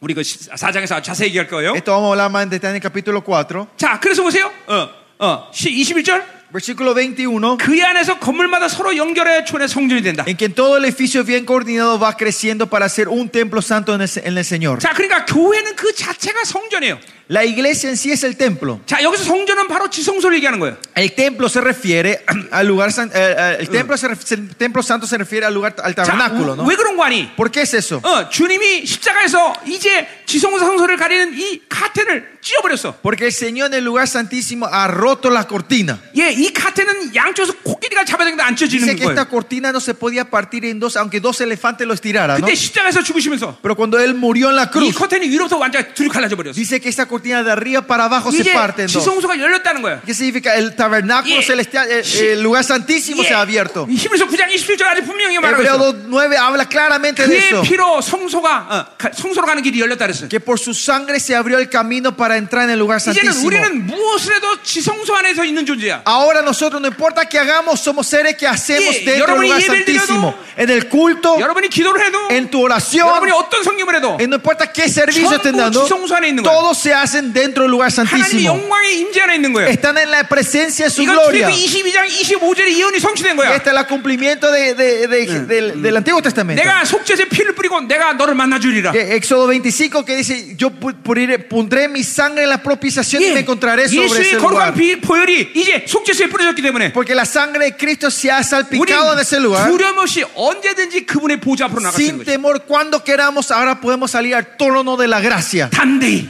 A: 우리 그 시- 사장에서 자세히 얘기할 거예요.
B: Esto vamos a hablar más en detalle en el capítulo 4,
A: 자, 그래서 보세요. 어, 어, 시- 21절.
B: versículo 21.
A: 그 안에서 건물마다 서로 연결하여 촌의 성전이 된다.
B: En que todo el edificio bien coordinado va creciendo para ser un templo santo en el, en el Señor.
A: 자, 그러니까 교회는 그 자체가 성전이에요.
B: La iglesia en sí es el templo.
A: 자, 여기서 성전은 바로 지성소를 얘기하는 거예요.
B: El templo se refiere al lugar san- eh, eh, el templo se ref- el templo santo se refiere al lugar al
A: 자,
B: tabernáculo, ¿no?
A: 왜 그런 거 아니?
B: ¿Por qué es eso?
A: 어, 주님이 십자가에서 이제 지성소 성소를 가리는 이 카텐을 찢어버렸어.
B: Porque el Señor en el lugar santísimo ha roto la cortina.
A: 예, 이 카텐은 양쪽에서 코끼리가 잡아야 되는데 안 찢어지는
B: Dice que
A: 거예요.
B: esta cortina no se podía partir en dos, aunque dos elefantes lo estiraran. ¿no?
A: 그때 십자가에서 죽으시면서
B: Pero cuando él murió en la
A: 이
B: cruz,
A: 커튼이 위로부터 완전히 둘이 갈라져 버렸어.
B: dice que esta cortina de arriba para abajo se parte
A: 이제
B: en dos.
A: 지성소가 열렸다는 거야.
B: ¿Qué significa? El tabernáculo
A: Yeah.
B: celestial, el, el lugar santísimo se ha abierto.
A: 예, 히브리서 9장 27절 아주 분명히 말하고
B: Hebreo
A: 있어.
B: 2.9 habla claramente de
A: 그의
B: eso.
A: 피로 성소가 어, 가- 성소로 가는 길이 열렸다 그랬어.
B: Que por su sangre se abrió el camino para entrar en el lugar
A: 이제는 아,
B: santísimo.
A: 우리는 무엇을 해도 지성소 안에서 있는 존재야.
B: Ahora nosotros, no importa qué hagamos, somos seres que hacemos
A: Yeah.
B: dentro del
A: 여러분이
B: lugar
A: 예배를
B: santísimo.
A: 드려도,
B: En el culto,
A: 여러분이 기도를 해도
B: en tu oración,
A: 여러분이 어떤 성경을 해도
B: Eh, no importa qué servicio
A: 전부
B: estén dando,
A: 지성소 안에 있는 거예요.
B: todos se hacen dentro del lugar
A: 하나님의
B: santísimo.
A: 영광의 임재 안에 있는 거예요.
B: Están en la presencia de su
A: 이건 출애굽
B: gloria.
A: 22장 25절의 예언이 성취된
B: Y
A: 거야.
B: Este es el cumplimiento de- de- de- del, del Antiguo Testamento.
A: 내가 속죄제 피를 뿌리고 내가 너를 만나주리라.
B: Que Éxodo 25 que dice, yo pu- puriré- pondré mi sangre en la propiciación y me encontraré sobre
A: 예. 예수의
B: ese
A: 거룩한
B: lugar.
A: 피, 보혈이 이제 속죄수에 뿌려졌기 때문에
B: Porque la sangre de Cristo se ha
A: 우리
B: salpicado en ese lugar.
A: 두려움 없이 언제든지 그분의 보좌 앞으로 나갈 수 있는
B: Sin
A: 거죠.
B: temor, cuando queramos, ahora podemos salir al trono de la gracia.
A: 담대히.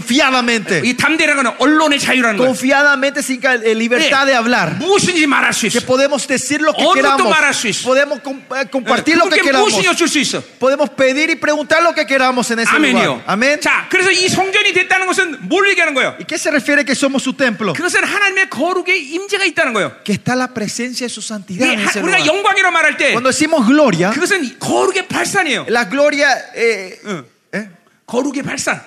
B: Confiadamente.
A: 이 담대라는 건 언론의 자유라는 거예요. 예.
B: Confiadamente, sin ca- eh, libertad de hablar.
A: 무엇인지 말할 수
B: que
A: 있어.
B: podemos decir lo que
A: Otro
B: queramos,
A: tomar a Suiza.
B: podemos com- eh, compartir lo que
A: 그렇게
B: queramos,
A: 무엇이냐 줄수 있어.
B: podemos pedir y preguntar lo que queramos en ese lugar.
A: 아멘이요.
B: Amén.
A: 자, 그래서 이 성전이 됐다는 것은 뭘 얘기하는 거예요?
B: ¿Y qué se refiere que somos su templo?
A: 그것은 하나님의 거룩의 임재가 있다는 거예요.
B: Que está la presencia de su
A: 이게
B: santidad en
A: 하-
B: ese lugar.
A: 우리가 영광이라고 말할 때
B: Cuando decimos gloria,
A: 그것은 거룩의 발산이에요.
B: la gloria, eh,
A: 응.
B: ¿eh?
A: 거룩의 발산.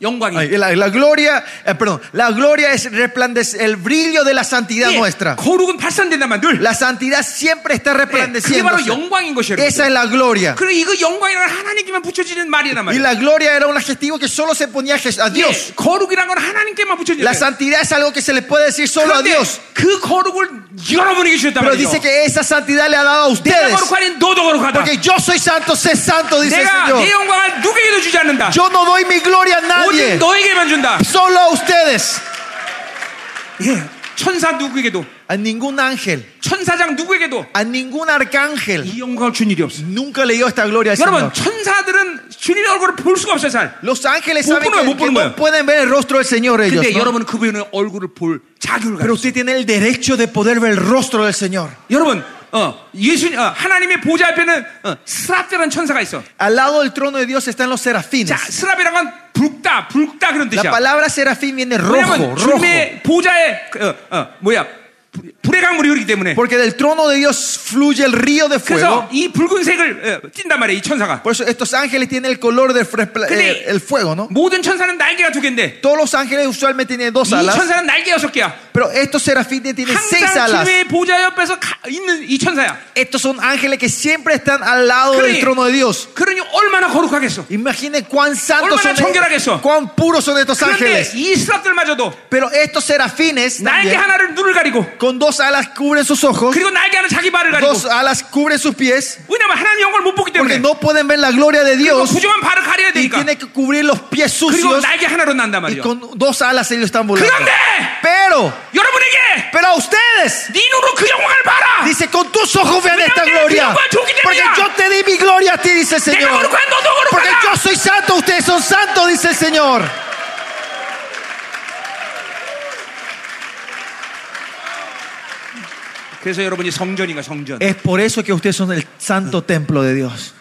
A: 영광이.
B: Ay, la, la gloria, eh, perdón, la gloria es resplandece- el brillo de la santidad
A: 예,
B: nuestra.
A: 거룩은 발산된다만 늘.
B: La santidad siempre está
A: 예, 그게
B: resplandeciendo.
A: 바로 영광인 것이에요. 여러분.
B: Esa es la gloria.
A: 그리고 이거 영광이라는 건 하나님께만 붙여지는 말이란
B: Y
A: 말이에요.
B: la gloria era un adjetivo que solo se ponía a Jes- a
A: 예,
B: Dios.
A: 거룩이란 건 하나님께만 붙여지는
B: La
A: 거예요.
B: santidad es algo que se le puede decir solo a
A: 그런데
B: Dios.
A: 그 거룩을 여러분에게 주셨단
B: Pero
A: 말이죠.
B: dice que esa santidad le ha dado a
A: 내가
B: ustedes.
A: 거룩하니 너도 거룩하다.
B: Porque yo soy santo, sé santo, dice el
A: 내가 내
B: Señor.
A: 영광을 누구에게도 주지 않는다.
B: Yo no doy mi gloria a
A: 오직
B: nadie,
A: 너에게만 준다.
B: solo a ustedes.
A: 예, 천사 누구에게도
B: A ningún ángel,
A: 천사장 누구에게도
B: a ningún arcángel
A: 이 영광을 준 일이 없어.
B: nunca le dio esta gloria al
A: 여러분
B: Señor.
A: 천사들은 주님의 얼굴을 볼 수가 없어요. 잘.
B: Los ángeles
A: 못
B: saben
A: 보는 거야,
B: que,
A: 못
B: que
A: 보는
B: no
A: 거야.
B: pueden ver el rostro del Señor ellos.
A: 근데
B: ¿no?
A: 여러분은 그분의 얼굴을 볼 자격을 가지고
B: Pero usted tiene el derecho de poder ver el rostro del Señor.
A: 여러분, 어, 예수, 어, 하나님의 보좌 앞에는 어, 스랍이라는 천사가 있어.
B: Al lado del trono de Dios están los
A: 자,
B: serafines.
A: 스랍이란 건 붉다, 붉다 그런
B: La
A: 뜻이야.
B: palabra serafín viene rojo,
A: 왜냐하면
B: rojo.
A: 주님의 보좌에 그, 어, 어, 뭐야 불- 불의 강물이 흐르기 때문에.
B: Porque del trono de Dios fluye el río de
A: 그래서
B: fuego.
A: 이 붉은색을 어, 띈단 말이야, 이 천사가.
B: Por eso estos ángeles tienen el color del fresple-
A: 근데
B: eh, el fuego, ¿no?
A: 모든 천사는 날개가 두 개인데
B: Todos los ángeles usualmente tienen
A: 이
B: dos alas,
A: 천사는 날개 여섯 개야.
B: pero estos serafines tienen seis
A: 항상
B: alas.
A: 주님의 보좌 옆에서 가- 있는 이 천사야.
B: Estos son ángeles que siempre están al lado
A: 그러니-
B: del trono de Dios.
A: 그러니 얼마나 거룩하겠어.
B: Imaginen cuán santos
A: 얼마나
B: son,
A: 청결하겠어.
B: cuán puros son estos
A: 그런데
B: ángeles.
A: 이 스랍들마저도 어.
B: Pero estos serafines
A: 날개
B: también,
A: 하나를 눈을 가리고
B: con dos alas cubren sus ojos,
A: 그리고 날개 하나 자기 발을 가리고
B: dos alas cubren sus pies,
A: 왜냐면 하나님 영광을 못 보기 때문에
B: porque no pueden ver la gloria de
A: 그리고
B: Dios
A: 부정한 발을 가려야
B: y
A: 되니까
B: tienen que cubrir los pies
A: 그리고
B: sucios.
A: 날개 하나로 난단 말이야
B: Y con dos alas ellos están volando.
A: 그런데
B: Pero,
A: 여러분에게
B: pero a ustedes,
A: 네 눈으로 그 영광을 봐라
B: dice, con tus ojos vean esta gloria. Porque yo te di mi gloria a ti, dice el
A: 내가
B: Señor.
A: 거룩한 너도
B: Porque yo
A: 거룩하다
B: soy santo, ustedes son santos, dice el Señor.
A: 그래서 여러분이 성전인가 성전
B: Es por eso que ustedes son el santo templo de Dios.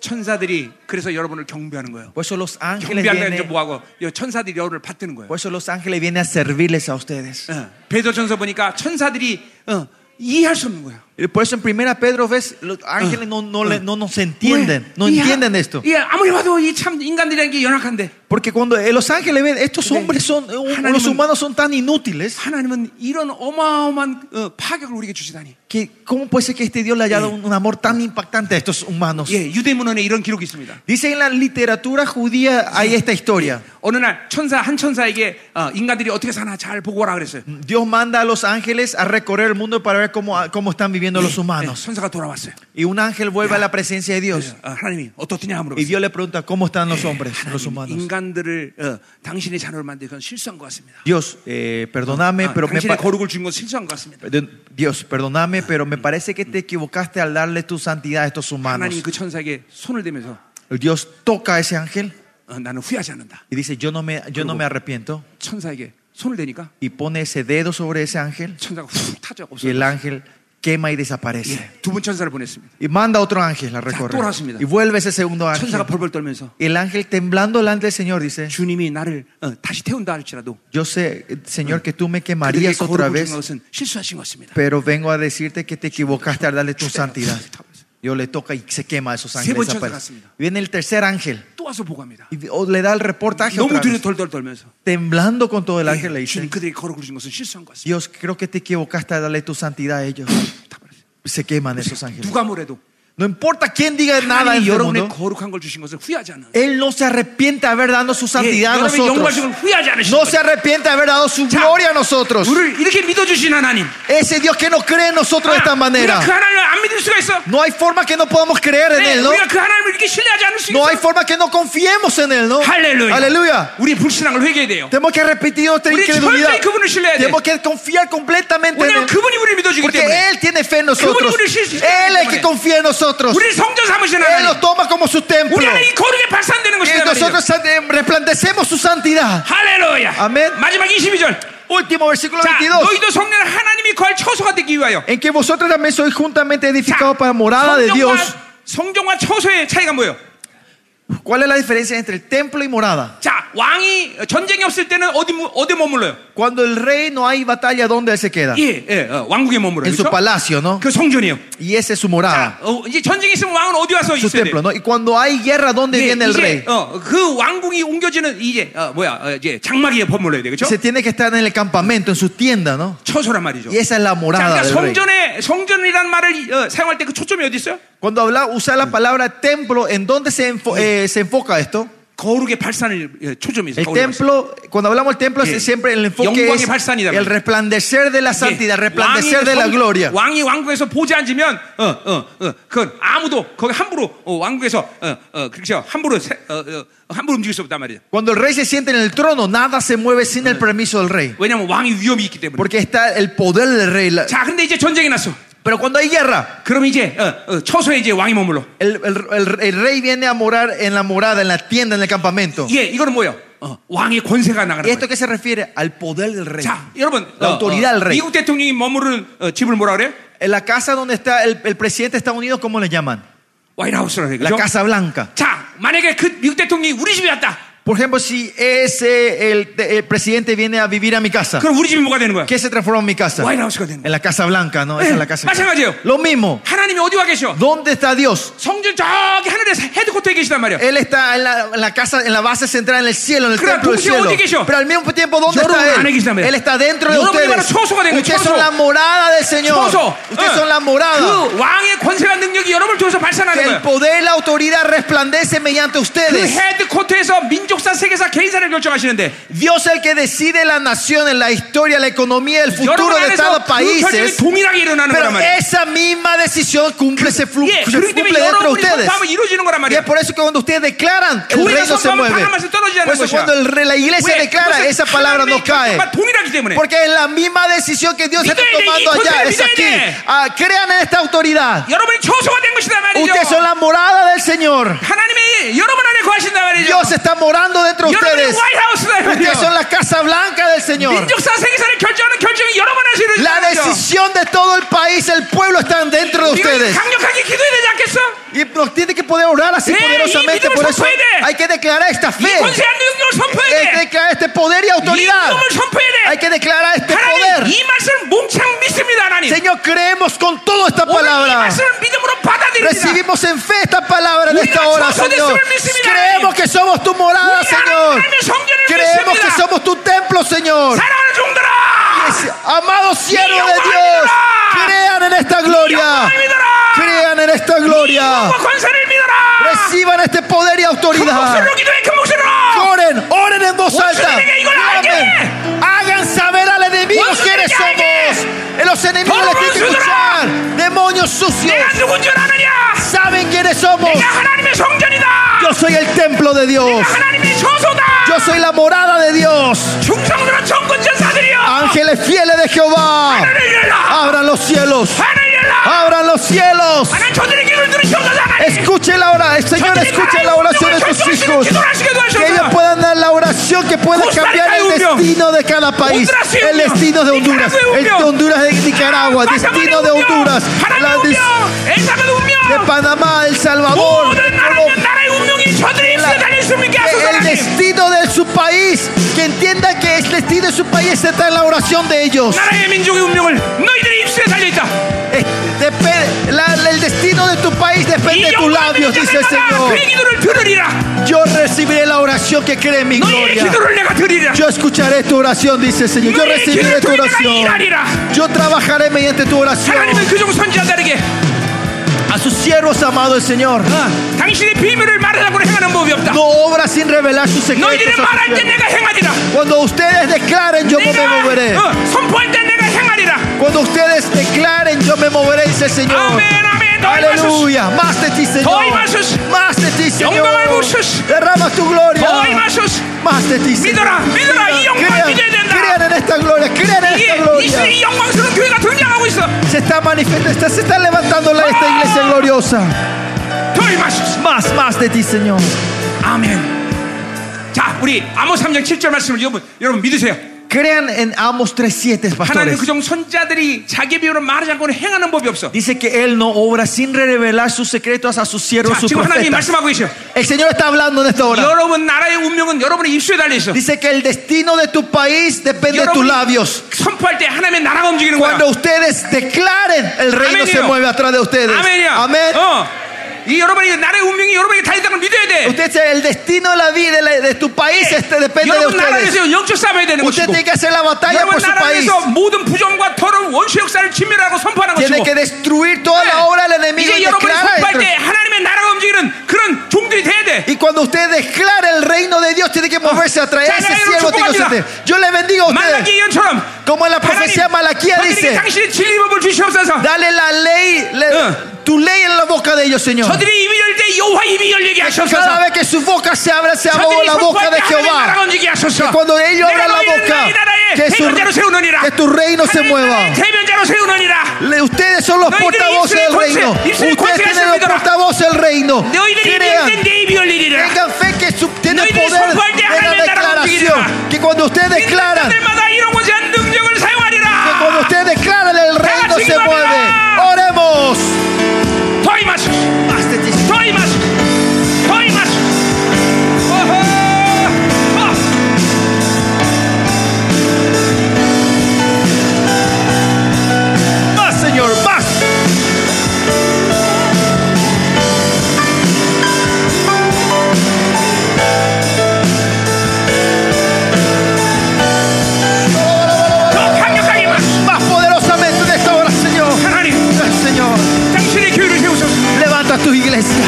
A: 천사들이 그래서 여러분을 경배하는 거예요
B: Por eso los ángeles
A: 경배한다는 게
B: vienen,
A: 뭐하고 여- 천사들이 여러분을 받드는 거예요
B: por eso los ángeles vienen a servirles a ustedes.
A: 어, 베드로 전서 보니까 천사들이 어, 이해할 수 없는 거야
B: Y Por eso en primera Pedro ves, los ángeles no, no, le- no nos entienden, no
A: 이 하-
B: entienden esto.
A: 이 예, 아무리 봐도 이 참 인간들이라는 게 연약한데
B: Porque cuando eh, los ángeles ven, estos hombres son, eh, los humanos son tan inútiles.
A: 하나님은 이런 어마어마한 어, 파격을 우리에게 주시다니
B: que ¿Cómo puede ser que este Dios le haya dado un un amor tan impactante a estos humanos?
A: 예, 유대문헌에 이런 기록이 있습니다.
B: Dice en la literatura judía hay esta historia.
A: 어느 날 천사 한 천사에게 어, 인간들이 어떻게 사나 잘 보고 오라 그랬어요.
B: 음. Dios manda a los ángeles a recorrer el mundo para ver cómo, cómo están viviendo los
A: 예,
B: humanos.
A: 천사가 돌아왔어요.
B: Y un ángel vuelve a la presencia de Dios.
A: 어, 하나님이 어떻냐
B: Y
A: 물어봤어요.
B: Dios le pregunta, ¿cómo están los hombres, los
A: 하나님,
B: humanos?
A: 인간들을 어, 당신의 자녀를 만든 건 실수한 것 같습니다.
B: Dios, eh, perdóname,
A: 아,
B: pero me
A: 당신의
B: pa-
A: 거룩을 준 건 실수한 것 같습니다.
B: Perdón, Dios, perdóname, pero me parece que te equivocaste al darle tu santidad a estos
A: 하나님
B: humanos.
A: 그 천사에게 손을 대면서
B: Dios toca a ese ángel
A: 어, 나는 후회하지 않는다.
B: y dice, yo no me, yo no me arrepiento.
A: 천사에게 손을 대니까
B: Y pone ese dedo sobre ese ángel
A: 천사가 훅 타죠.
B: y
A: 없어요.
B: el ángel quema y desaparece.
A: 두분 천사를 보냈습니다.
B: Y manda otro ángel a recorrer. Y vuelve ese segundo ángel.
A: 천사가 벌벌 떨면서
B: El ángel temblando delante del Señor dice,
A: 주님이 나를 어, 다시 태운다 할지라도
B: yo sé, eh, Señor, que tú me
A: 그들에게
B: quemarías
A: 거룩을
B: otra
A: 준
B: vez,
A: 것은 실수하신 것 같습니다.
B: pero vengo a decirte que te equivocaste al darle tu santidad.
A: 다 보세요.
B: Yo le toca y se quema esos Sí, ángeles. buen desaparece.
A: chascaracimida.
B: Viene el tercer ángel
A: 또 와서 보고합니다.
B: y o- le da el reportaje
A: 너무
B: otra
A: 뒤로
B: vez.
A: 덜덜 떨면서
B: temblando con todo el ángel le
A: 예,
B: dice,
A: 주님 그들에게 거룩을 준 것은 실수한 것 같습니다.
B: Dios, creo que te equivocaste al darle tu santidad a ellos.
A: 다 보세요.
B: Se queman esos ángeles.
A: 누가 뭐래도
B: No importa quién diga nada
A: 하나님이
B: en este
A: 여러분의
B: mundo,
A: 거룩한 걸 주신 것을 후회하지 않는
B: Él no se arrepiente de haber dado su
A: 예,
B: santidad a
A: 여러분의 영광 주신
B: nosotros.
A: 걸 후회하지 않으신
B: No se
A: 거예요.
B: arrepiente de haber dado su gloria a nosotros.
A: 우리를 이렇게 믿어주신 하나님
B: Ese Dios que no cree en nosotros de esta
A: 아, 우리가 그
B: manera.
A: 하나님을 안 믿을 수가 있어
B: No hay forma que no podamos creer en
A: 네,
B: Él, ¿no?
A: 우리가 그 하나님을 이렇게 신뢰하지 않을 수
B: No hay
A: 있어
B: forma que no confiemos en Él, ¿no?
A: 할렐루야
B: Aleluya.
A: 우리 불신앙을 회개해야 돼요
B: Tenemos que repetir nuestra
A: 우리
B: incredulidad.
A: 철저히 그분을 신뢰해야 돼
B: Tenemos que confiar completamente en
A: 왜냐하면
B: Él.
A: 그분이 우리를 믿어주기 때문에
B: Porque Él tiene fe en nosotros.
A: 그분이 우리를 실-
B: Él es el que confía en nosotros.
A: 우리를 성전 삼으신
B: Él nos
A: 하나님
B: toma como su templo.
A: 우리 안에 이 거룩에 발산되는
B: Y
A: 것이다 말이죠.
B: nosotros eh, resplandecemos su santidad.
A: 할렐루야
B: 아멘.
A: 마지막 22절
B: Último versículo
A: 자
B: 22.
A: 너희도 성령 하나님이 거할 처소가 되기 위하여
B: En que vosotros también sois juntamente
A: 자,
B: edificados para morada de Dios.
A: 네 성전과 처소의 차이가 뭐예요?
B: ¿Cuál es la diferencia entre el templo y morada?
A: 자 왕이 전쟁이 없을 때는 어디 무- 어디 머물러요?
B: Cuando el rey no hay batalla, ¿dónde él se queda?
A: 예, 예 어, 왕국에 머물러요.
B: En su
A: 그렇죠?
B: palacio, ¿no?
A: 그 성전이에요.
B: Y esa es su morada,
A: 어, 이제 전쟁이 있으면 왕은 어디 와서
B: su
A: 있어야
B: templo,
A: 돼요?
B: ¿no? Y cuando hay guerra, ¿dónde
A: 예,
B: viene el
A: 이제
B: rey?
A: 어, 그 왕궁이 옮겨지는 이제 어, 뭐야 어, 이제 장막에 머물러야 돼요,
B: Se
A: 그렇죠?
B: tiene que estar en el campamento, en su tienda, ¿no?
A: 처소란 말이죠.
B: Y esa es la
A: 자,
B: morada
A: 그러니까
B: del rey.
A: 성전에 성전이란 말을 어, 사용할 때 그 초점이 어디 있어요?
B: Cuando habla, usa la palabra templo, ¿en dónde se, enfo- eh, se enfoca esto?
A: 거룩의 발산을 예, 초점이 있어요.
B: El
A: 거룩의
B: templo, cuando hablamos del templo, es siempre el enfoque
A: 영광의
B: es
A: 발산이다,
B: el resplandecer de la
A: 발산. 예,
B: santidad,
A: 왕이
B: resplandecer de la
A: 성-
B: gloria.
A: 왕이 왕국에서 보지 앉으면 어, 어어어그 아무도 거기 함부로 어, 왕국에서 어어 그렇죠 함부로 세- 어, 어, 함부로 움직일 수 없단 말이에요.
B: Cuando el rey se siente en el trono, nada se mueve sin el permiso del rey,
A: 왜냐하면 왕이 위험이 있기 때문에.
B: porque está el poder del rey. La-
A: 자, 근데 이제 전쟁이 났어.
B: Pero cuando hay guerra,
A: 그럼 이제 어, 어, 처소에 이제 왕이 머물러.
B: el, el- el- el rey viene a morar en la morada, en la tienda, en el campamento.
A: 예, 이거는 뭐예요? 어, 왕의 권세가 나가는
B: ¿Y esto
A: 거예요.
B: qué se refiere? Al poder del rey.
A: 자, 여러분, 어,
B: La autoridad del rey.
A: 미국 대통령이 머무르는 어, 집을 뭐라 그래요?
B: En la casa donde está el, el presidente de Estados Unidos, ¿cómo le llaman?
A: 와이트하우스라 그래요.
B: La
A: 그죠?
B: Casa Blanca.
A: 자, 만약에 그 미국 대통령이 우리 집에 왔다.
B: Por ejemplo, si ese, el, el presidente viene a vivir a mi casa,
A: 그럼 우리 집이 뭐가 되는 거야?
B: ¿qué se transforma en mi casa?
A: 와이트하우스가 되는
B: En
A: 거야.
B: la Casa Blanca, ¿no? Esa es la Casa
A: 마찬가지예요.
B: Lo mismo.
A: 하나님이 어디 와 계셔?
B: ¿Dónde está Dios?
A: 성전 저기 하늘에서 헤드코트에 계시단 말이야.
B: Él está en la, en la casa, en la base central, en el cielo, en el
A: Claro,
B: templo del
A: ¿dónde
B: cielo.
A: 계셔?
B: Pero al mismo tiempo, ¿dónde
A: 여러분
B: está
A: 안에 계시단
B: Él?
A: 말이야.
B: Él está dentro de
A: 여러분이 바로
B: ustedes.
A: 처소가 된 거예요,
B: Ustedes
A: 처소.
B: son la morada del Señor.
A: 처소.
B: Ustedes
A: 응.
B: son la morada.
A: 그 왕의 권세와 능력이 여러분을 통해서
B: Que
A: 발산하는
B: el
A: 거야.
B: poder, la autoridad resplandece mediante
A: 그
B: ustedes.
A: 헤드코트에서 민족사, 세계사, 개인사를 결정하시는데
B: Dios es el que decide la nación, la historia, la economía, el futuro
A: 여러분
B: de
A: 안에서
B: cada
A: 그 결정이
B: países.
A: 동일하게 일어나는 거란
B: Pero
A: 말이야.
B: esa misma decisión cumple, se, flu-
A: 예,
B: se
A: 그렇기
B: cumple
A: 때문에
B: dentro de
A: 여러분이
B: ustedes.
A: 선포하면 이루어지는 거란
B: Y es
A: 말이야.
B: por eso que cuando ustedes declaran, el
A: 교회가
B: reino se
A: 선포하면
B: mueve.
A: 바람 말씀 떨어지지
B: Por
A: 않는
B: eso
A: 것이야.
B: cuando el re- la iglesia
A: 왜?
B: declara,
A: 그것은
B: esa palabra no
A: 하나님의
B: cae.
A: 결정과 동일하기 때문에.
B: Porque es la misma decisión que Dios está
A: Mira,
B: tomando
A: mira, mira,
B: allá, es
A: mira,
B: aquí.
A: mira.
B: Ah, crean en esta autoridad.
A: 여러분이 초소가 된 것이다 말이죠.
B: Ustedes son la morada del Señor.
A: 하나님이 여러분 안에 거하신다 말이죠.
B: Dios está morando dentro de
A: 여러분이
B: ustedes.
A: 와이하우스다
B: Ustedes
A: 말이죠.
B: son la casa blanca del Señor.
A: 민족사 세계사를 결정하는 결정이 여러분 안에서
B: La
A: 이루어진다 말이죠.
B: decisión de todo el país, el pueblo están dentro de
A: 우리가
B: ustedes.
A: 강력하게 기도해야 되지 않겠어?
B: Y nos tiene que poder orar así
A: Sí,
B: poderosamente.
A: y
B: Por eso
A: puede.
B: hay que declarar esta
A: 이
B: fe.
A: 권세한 능력을
B: Hay
A: 선포해야
B: que
A: 돼.
B: declarar este poder y
A: 이
B: autoridad.
A: 능력을 선포해야
B: Hay
A: 돼.
B: que declarar este
A: 하나님
B: poder.
A: 이 말씀을 몽창 믿습니다 하나님.
B: Señor, creemos con toda esta
A: 오늘 이
B: palabra.
A: 말씀을 믿음으로 받아들입니다.
B: Recibimos en fe esta palabra en
A: Uy,
B: esta
A: la
B: hora,
A: cosa de
B: Señor.
A: ser miserable.
B: Creemos que somos tu morada,
A: Uy,
B: Señor.
A: hablame, 성전을
B: Creemos que
A: 믿습니다.
B: somos tu templo, Señor.
A: 사랑하는 종들아,
B: Amados siervos de
A: Dios,
B: Dios,
A: ayúdala.
B: crean en esta gloria.
A: 영광을 믿어라.
B: Crean en esta gloria.
A: 영광과 권세를 믿어라.
B: Reciban este poder y
A: 큰
B: autoridad.
A: 목소리로 기도해 큰 목소리로.
B: Oren, oren en voz alta.
A: Ustedes, digo, la
B: Amén. Hagan saber al enemigo
A: Ustedes,
B: quiénes
A: digo,
B: somos. Los enemigos
A: Todo
B: les tienen que
A: mundo,
B: escuchar. labios sucios
A: 내가 누군 줄 아느냐?
B: saben quiénes somos.
A: 내가 하나님의 성전이다.
B: Yo soy el templo de Dios.
A: 하나님의 처소다.
B: Yo soy la morada de Dios.
A: 충성스러운 정군 전사들이여. 아.
B: Ángeles fieles de Jehová.
A: 하늘을 열라.
B: Abran los cielos.
A: 하늘을 열라.
B: Abran los cielos.
A: 하나님 저들의 길을 들으시옵소서 하나님.
B: Escuche la oración. Señor, escuche la oración de sus hijos. Que ellos puedan dar la oración que pueda cambiar el destino de cada país. El destino de Honduras. El de Honduras de Nicaragua. Destino de Honduras. La
A: 하나님 운명. 엘사베드
B: de
A: 운명.
B: Panamá, El Salvador.
A: 모든
B: Colombia.
A: 나라의 나라의 운명이 저들의 입술에 달려 있습니까?
B: que
A: 하소서
B: el
A: 하나님.
B: destino de su país, que entienda que el destino de su país está en la oración de ellos.
A: 나라의 민족의 운명을 너희들의 입술에 달려 있다.
B: Eh, depe- la- el destino de tu país depende de
A: 이
B: tus
A: 영광을
B: labios, dice el
A: 믿으시옵소서.
B: Señor.
A: 그의 기도를 들으리라.
B: Yo recibiré la oración que cree en mi
A: 너희의
B: gloria.
A: 기도를 내가 들으리라.
B: Yo escucharé tu oración, dice el Señor. Yo
A: 너희의 기도를
B: recibiré tu
A: 통해 내가
B: oración.
A: 일하리라.
B: Yo trabajaré mediante tu oración.
A: 하나님은 그중 선지자들에게
B: A sus siervos, amado el Señor.
A: 당신의 비밀을 말하라고 행하는 법이 없다.
B: No obra sin revelar sus
A: 너희들이
B: secretos. a sus
A: 말할 때
B: siervos.
A: 내가 행하리라.
B: Cuando ustedes declaren, yo me moveré.
A: 내가 어, 선포할 때 내가 행하리라.
B: Cuando ustedes declaren, yo me moveré, dice el Señor.
A: 아멘 아멘 너 임하소서.
B: Aleluya, más de ti, Señor.
A: Doy más sus-
B: Más de ti, Señor.
A: Yongang을 부으소서.
B: Derrama tu
A: 너
B: gloria.
A: 임하소서.
B: Más de ti, Señor.
A: 믿어라, 믿어라, 이 영광
B: Crean,
A: 믿어야 된다.
B: crean en esta gloria, crean en esta
A: 이게
B: gloria.
A: 이스라엘 영광스러운 교회가 등장하고 있어.
B: Se está manifestando, está- se está levantando la- esta iglesia gloriosa.
A: 더 임하소서.
B: Más, más de ti, Señor.
A: 아멘. 자 우리 아모스 3장 7절 말씀을 여러분 여러분 믿으세요.
B: Crean en Amos 3.7,
A: 하나님
B: pastores.
A: 그중 선자들이 자기 비밀을 말하지 않고는 행하는 법이 없어.
B: Dice que Él no obra sin revelar sus secretos a sus siervos,
A: 자,
B: sus
A: 지금 하나님이
B: profetas.
A: 말씀하고 계셔.
B: El Señor está hablando en esta hora.
A: 여러분 나라의 운명은 여러분의 입술에 달려 있어.
B: Dice que el destino de tu país depende de tus
A: 여러분
B: labios.
A: 선포할 때 하나님의 나라가 움직이는 거야.
B: Cuando ustedes declaren, el reino
A: Amen이요.
B: se mueve atrás de ustedes.
A: 아멘이야.
B: Amén. Oh.
A: 어. 이 여러분이 나라의 운명이 여러분에게 달린다는 걸 믿어야 돼.
B: Usted dice, el destino de la vida de la- de tu país este, depende de
A: 여러분
B: ustedes.
A: 나라에서 영적 싸움해야 되는
B: Usted
A: 것이고
B: tiene que hacer la batalla
A: 여러분
B: por su país.
A: 아, 나라에서 모든 부정과 더러운 원수 역사를 진멸하고 선포하는
B: Tiene
A: 것이고 네.
B: que destruir toda la obra del enemigo Eh. y
A: 이제 여러분이
B: declara
A: 선포할
B: esto.
A: 때 하나님의 나라가 움직이는 그런 종들이 돼야 돼.
B: Y cuando usted declara el reino de Dios, tiene que moverse atrás
A: Ah, Ya,
B: de
A: ya,
B: ese
A: ya,
B: cielo.
A: chupacabra.
B: Yo le bendigo a
A: 말라기
B: ustedes.
A: 예언처럼
B: Como en la profecía
A: 하나님
B: Malaquía
A: 저들에게
B: dice:
A: 당신의 진리법을 주시옵소서.
B: Dale la ley, le-
A: Ah.
B: tu ley en la boca de ellos, Señor.
A: 저들의 입이 열 때 여호와 입이 열리게
B: Cada
A: 하시옵소서.
B: vez que su boca se abra, se abra
A: 저들이
B: la boca
A: 선포할 때
B: de
A: 그 하나님의 나라가
B: Jehová.
A: 움직이게
B: Que
A: 하소서.
B: cuando ellos
A: 내가
B: abran la
A: 너희를
B: boca,
A: 나의 나라의
B: que su,
A: 대변자로 세우느니라.
B: que tu reino se
A: 하나님의 나라의
B: mueva.
A: 대변자로 세우느니라.
B: Le- Ustedes son los
A: No, y tiene
B: portavoces
A: que
B: del
A: ser
B: reino.
A: conse- y ser
B: Ustedes tienen los
A: conse-
B: portavoces del reino.
A: 너희들이 입이
B: Crean,
A: 열때내 입이 열리리라.
B: tengan fe que su, tienen
A: y tiene que ser
B: poder
A: fuerte,
B: de la
A: hagan entrar a la
B: declaración.
A: vida.
B: Que cuando ustedes declaran, que
A: 때마다 이런 고지한 능력을 사용하리라.
B: cuando ustedes declaran, el reino
A: así
B: se
A: va a
B: mueve.
A: mirar.
B: Oremos.
A: 더 임하소서.
B: Más de ti, Señor.
A: 더 임하소서. 더 임하소서. 어허. 어.
B: Más, Señor, más.
A: 더 강력하게 임하소서.
B: Más poderosamente en esta hora, Señor.
A: 하나님,
B: Señor,
A: 당신의 교회를 세우소서.
B: levanta tu iglesia.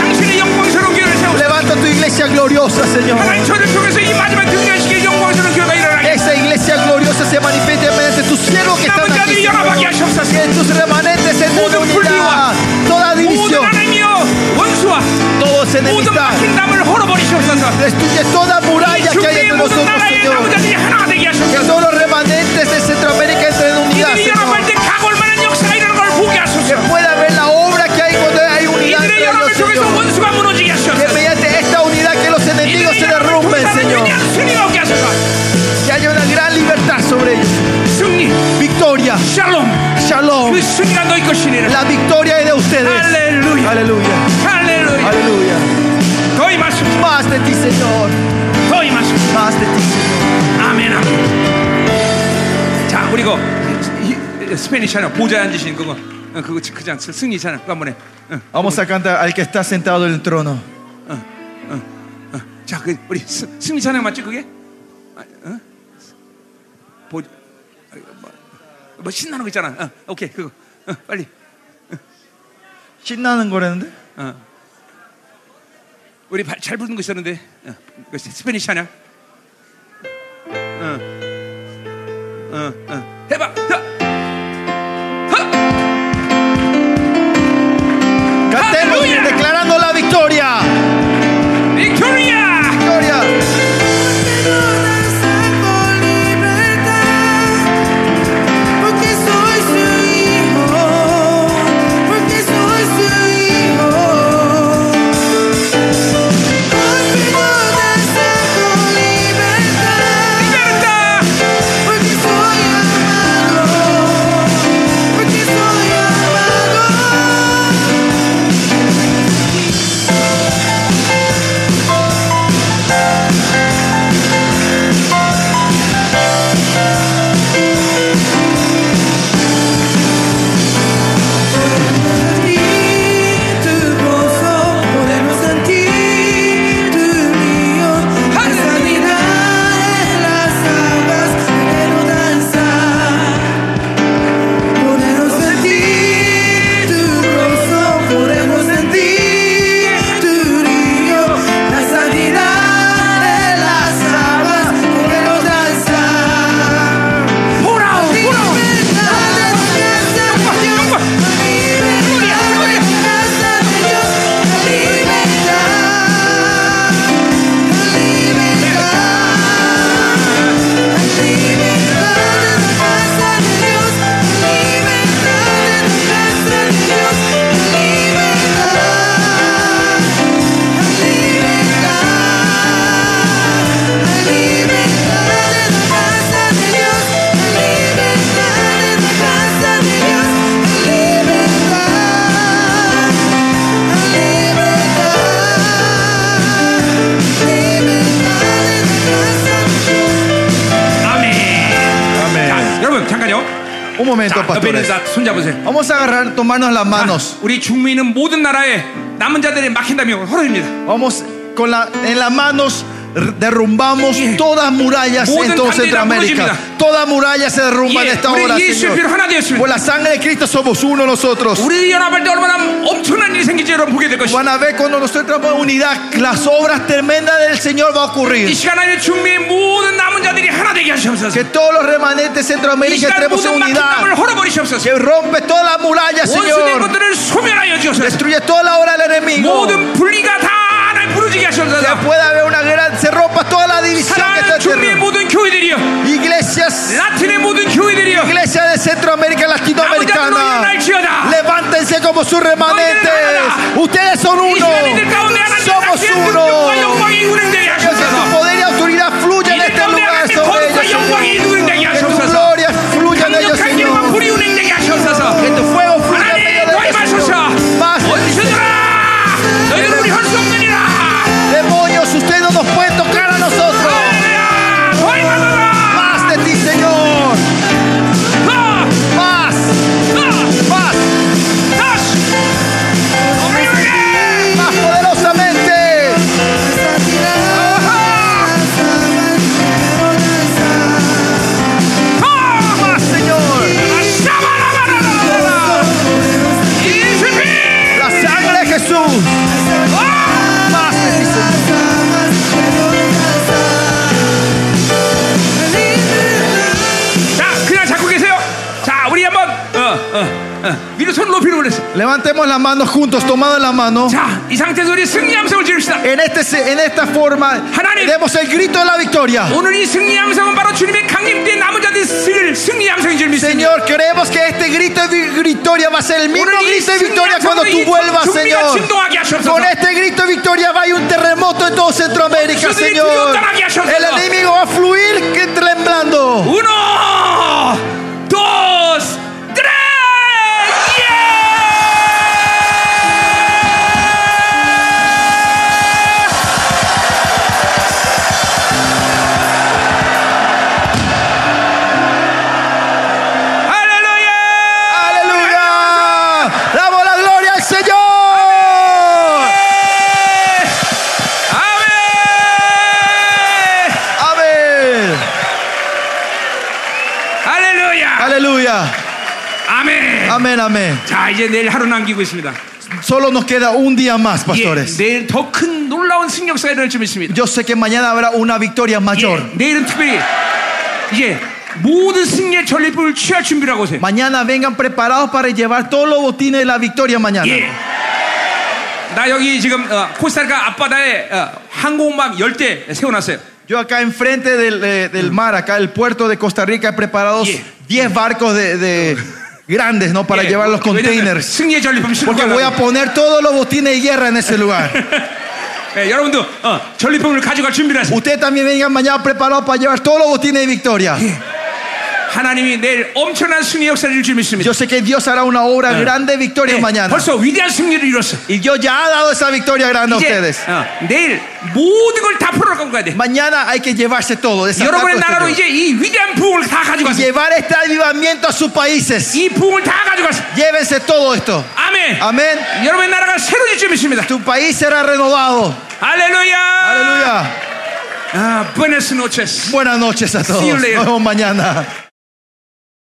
A: 당신의 영광스러운 교회를 세우소서.
B: Levanta tu iglesia gloriosa, Señor.
A: 하나님 저를 통해서 이 마지막 등장시킬 영광스러운 교회가 일어나게.
B: Esa iglesia gloriosa se manifiesta mediante tus cielos que están aquí.
A: 남은 자들이 열어박게
B: Señor.
A: 하시옵소서.
B: Que tus remanentes en
A: 모든
B: unidad,
A: 분리와
B: toda
A: 모든
B: división,
A: 하나님이여 원수와
B: todo se
A: 모든
B: enemistad.
A: 막힌 담을 헐어버리시옵소서.
B: Destruye toda muralla que hay
A: 중대의
B: entre
A: 모든
B: nosotros,
A: 나라의
B: Señor.
A: 나무자들이 하나가 되게
B: Que
A: 하소서.
B: todos los remanentes de Centroamérica entren en unidad,
A: 이들이 열어볼
B: Señor.
A: 때 각올 만한 역사가 일어나는 걸 보게 하소서.
B: Pueda ver la obra que hay cuando hay unidad
A: 이들의
B: entre ellos,
A: 열망을 통해서
B: Señor.
A: 원수가 무너지게
B: Que
A: 하소서.
B: mediante esta unidad que los enemigos
A: 이들의
B: se
A: 열망을
B: derrumben,
A: 통해서
B: Señor.
A: 위대한 승리가 오게 하소서.
B: Que haya una gran libertad sobre ellos.
A: 승리,
B: Victoria,
A: 샬롬.
B: shalom.
A: 그 승리가 너희 것이니라.
B: La victoria es de ustedes.
A: 할렐루야,
B: Aleluya,
A: 할렐루야.
B: aleluya.
A: 더 임하소서,
B: Más de ti, Señor.
A: 더 임하소서.
B: Más de ti, Señor.
A: 아멘, 아멘. 자, 우리 그 이- 이- 스페니시잖아. 보좌에 앉으신 그거. 어, 그거 그지 않 승리잖아. 그거 한번 해. 어,
B: Vamos a cantar al que está sentado en el trono.
A: 어. 자, 그 우리 스- 승리 찬양 맞지 그게? 아, 어? 보, 아, 뭐, 뭐 신나는 거 있잖아. 어, 오케이 그거 어, 빨리.
B: 신나는 거라는데?
A: 우리 바- 잘 부르는 거 있었는데 어, 그 스페니시 찬양. 어, 어, 어. 해봐. 어. 어.
B: victoria.
A: ¡Victoria!
B: Victoria.
C: Porque soy su hijo, porque soy su hijo. Contigo danza con libertad,
A: ¡Libertad!
C: porque soy amado, porque soy amado. Tu gozo, podemos sentir tu río, caminar en las aguas, podemos danzar, podemos sentir tu gozo, podemos sentir tu río, caminar en las aguas, podemos danzar,
A: ¡Pura, pura!
C: libertad,
A: ¡Pura!
C: Gloria, gloria, gracias a Dios, la libertad, la libertad, la libertad en la casa de Dios, la libertad en la casa de Dios, la libertad, la libertad en la casa de Dios, la libertad en la casa de Dios, la libertad, la libertad, la libertad en la casa de Dios.
A: 아멘.
B: Amén.
A: 자, 여러분 잠깐요.
B: Un momento,
A: 옆에 있는
B: pastores.
A: 자 손잡으세요. 아,
B: Vamos a agarrar, tomarnos las manos.
A: 우리 중미는 모든 나라에 남은 자들이 막힌다며 허락입니다.
B: Vamos con la, en las manos r- derrumbamos
A: Yeah.
B: todas murallas en
A: Moden
B: toda
A: candida
B: Centroamérica.
A: 무너집니다.
B: Toda muralla se derrumba en
A: Yeah.
B: esta
A: 우리
B: hora,
A: 예수의 피로
B: Señor.
A: 하나 되었습니다.
B: Por la sangre de Cristo somos uno nosotros.
A: 우리 연합할 때 얼마나 엄청난 일이 생길지 여러분 보게 될 것입니다.
B: Van a ver cuando nosotros entramos en unidad, las obras tremendas del Señor va a
A: 이
B: ocurrir.
A: 시간 안에 중미의 모든 남은 자들이 하나 되게 하시옵소서.
B: Que todos los remanentes de
A: 이
B: Centroamérica
A: 시간
B: entremos en
A: 모든
B: unidad.
A: 막힌담을 헐어버리시옵소서.
B: Que rompe toda la muralla,
A: 원수된
B: Señor.
A: 것들을 소멸하여 주옵소서.
B: Destruye toda la obra del enemigo.
A: 모든 분리가 다 하나에 부르지게
B: Que
A: 하시옵소서.
B: pueda haber una gran. Se rompa toda la división que está
A: 사랑하는
B: en
A: 중미의
B: terreno.
A: 모든 교회들이여.
B: Iglesias.
A: 라틴의 모든 교회들이여.
B: Iglesia de Centroamérica
A: 남은 자들로
B: Latinoamericana,
A: 일어날지어다.
B: levántense como sus remanentes. Ustedes son
A: 이
B: uno.
A: 시간 이들 가운데 하나님
B: Somos
A: 당신의 능력과
B: uno.
A: 영광이 운행되게
B: Que tu
A: 하시옵소서.
B: poder y autoridad fluyan en
A: 이들
B: este
A: 가운데
B: lugar
A: 하나님
B: sobre ellos.
A: 거룩과 영광이
B: Señor.
A: 운행되게
B: Que tu
A: 하시옵소서.
B: gloria fluya en ellos,
A: 강력한 일과
B: Señor.
A: 불이 운행되게 하시옵소서.
B: Que tu fuego fluya en
A: 하나님
B: ellos,
A: 도임하소서.
B: Señor. Más
A: 원수들아, 너희는 우리 할수 없느니라.
B: demonios, usted no nos puede tocar a nosotros.
A: 할렐루야, 도임하노라.
B: Más de ti, Señor.
A: 더,
B: Más,
A: 더,
B: más,
A: 다시. 오메오메.
B: más poderosamente.
A: 더.
B: Más, Señor.
A: 샤바라바라라라라. 이스피.
B: La sangre de Jesús.
A: 와.
B: Más de ti, Señor.
A: 자, 그냥 잡고 계세요. 자, 우리 한번 어, 어, 어. 위로 손을 높이로 올렸어.
B: Levantemos las manos juntos, tomados la mano.
A: 자, 이 상태에서 우리 승리 함성을 지릅시다.
B: En, este, en esta forma,
A: Hananim.
B: demos el grito de la victoria.
A: 오늘 이 승리 함성은 바로 주님의 강림된 남은 자들의 승리를 승리 함성인 줄 믿습니다.
B: Señor, creemos que este grito de vi- victoria va a ser el mismo
A: 오늘 이
B: grito de
A: 승리
B: victoria cuando
A: 함성으로
B: tú
A: 이
B: vuelvas,
A: 준비가
B: Señor.
A: 진동하게 하셨소서.
B: Con este grito de victoria va a haber un terremoto en todo Centroamérica,
A: Nosotros
B: Señor.
A: disfrutamos que hayas
B: El
A: ordenado.
B: enemigo va a fluir que temblando.
A: Uno, dos, tres. ¡Yeah! ¡Aleluya!
B: ¡Aleluya! ¡Damos la gloria al Señor!
A: ¡Amén!
B: ¡Amén!
A: ¡Aleluya!
B: ¡Aleluya!
A: ¡Amén!
B: ¡Amén, amén!
A: 자 이제 내일 하루 남기고 있습니다.
B: Solo nos queda un día más,
A: 예,
B: pastores.
A: 내일 더 큰 놀라운 승력사가 일어날 줄 믿습니다.
B: Yo sé que mañana habrá una victoria mayor.
A: 예, 내일은 특별히 예, 모든 승리의 전리품을 취할 준비를 하고 오세요.
B: Mañana vengan preparados para llevar todos los botines de la victoria mañana.
A: 예. 나 여기 지금 어, 코스타리카 앞바다에 어, 항공모함 10대 세워놨어요.
B: Yo acá enfrente del, eh, del mar, acá el puerto de Costa Rica, he preparado
A: Yeah.
B: 10 barcos de, de grandes, ¿no? Para
A: 예,
B: llevar los
A: 왜냐면
B: containers.
A: 승리의 전리품 실고
B: Porque voy a poner todos los botines de guerra en ese lugar.
A: 예, 여러분도 어, 전리품을 가져갈 준비를 하세요.
B: Ustedes también vengan mañana preparados para llevar todos los botines de victoria.
A: 하나님이 내일 엄청난 승리 역사를 줄믿습니다 예,
B: Yo sé que Dios hará una obra grande de victoria mañana.
A: 벌써 위대한 승리를 이뤘어.
B: Y Dios ya ha dado esa victoria grande a ustedes.
A: 이제 어, 내일 모든 걸 다 풀어놓고 가야 돼.
B: Mañana hay que llevarse todo. desatar todo
A: 여러분의
B: este
A: 나라로
B: yugo.
A: 이제 이 위대한 부흥을 다 가져가세요.
B: Llevar este avivamiento a sus países.
A: 이 부흥을 다 가져가세요.
B: Llévense todo esto.
A: 아멘.
B: Amén.
A: 여러분의 나라가 새로워질 줄 믿습니다.
B: Tu país será renovado.
A: 할렐루야.
B: Aleluya.
A: 아, buenas noches.
B: Buenas noches a todos.
A: See you
B: Nos
A: later.
B: vemos mañana.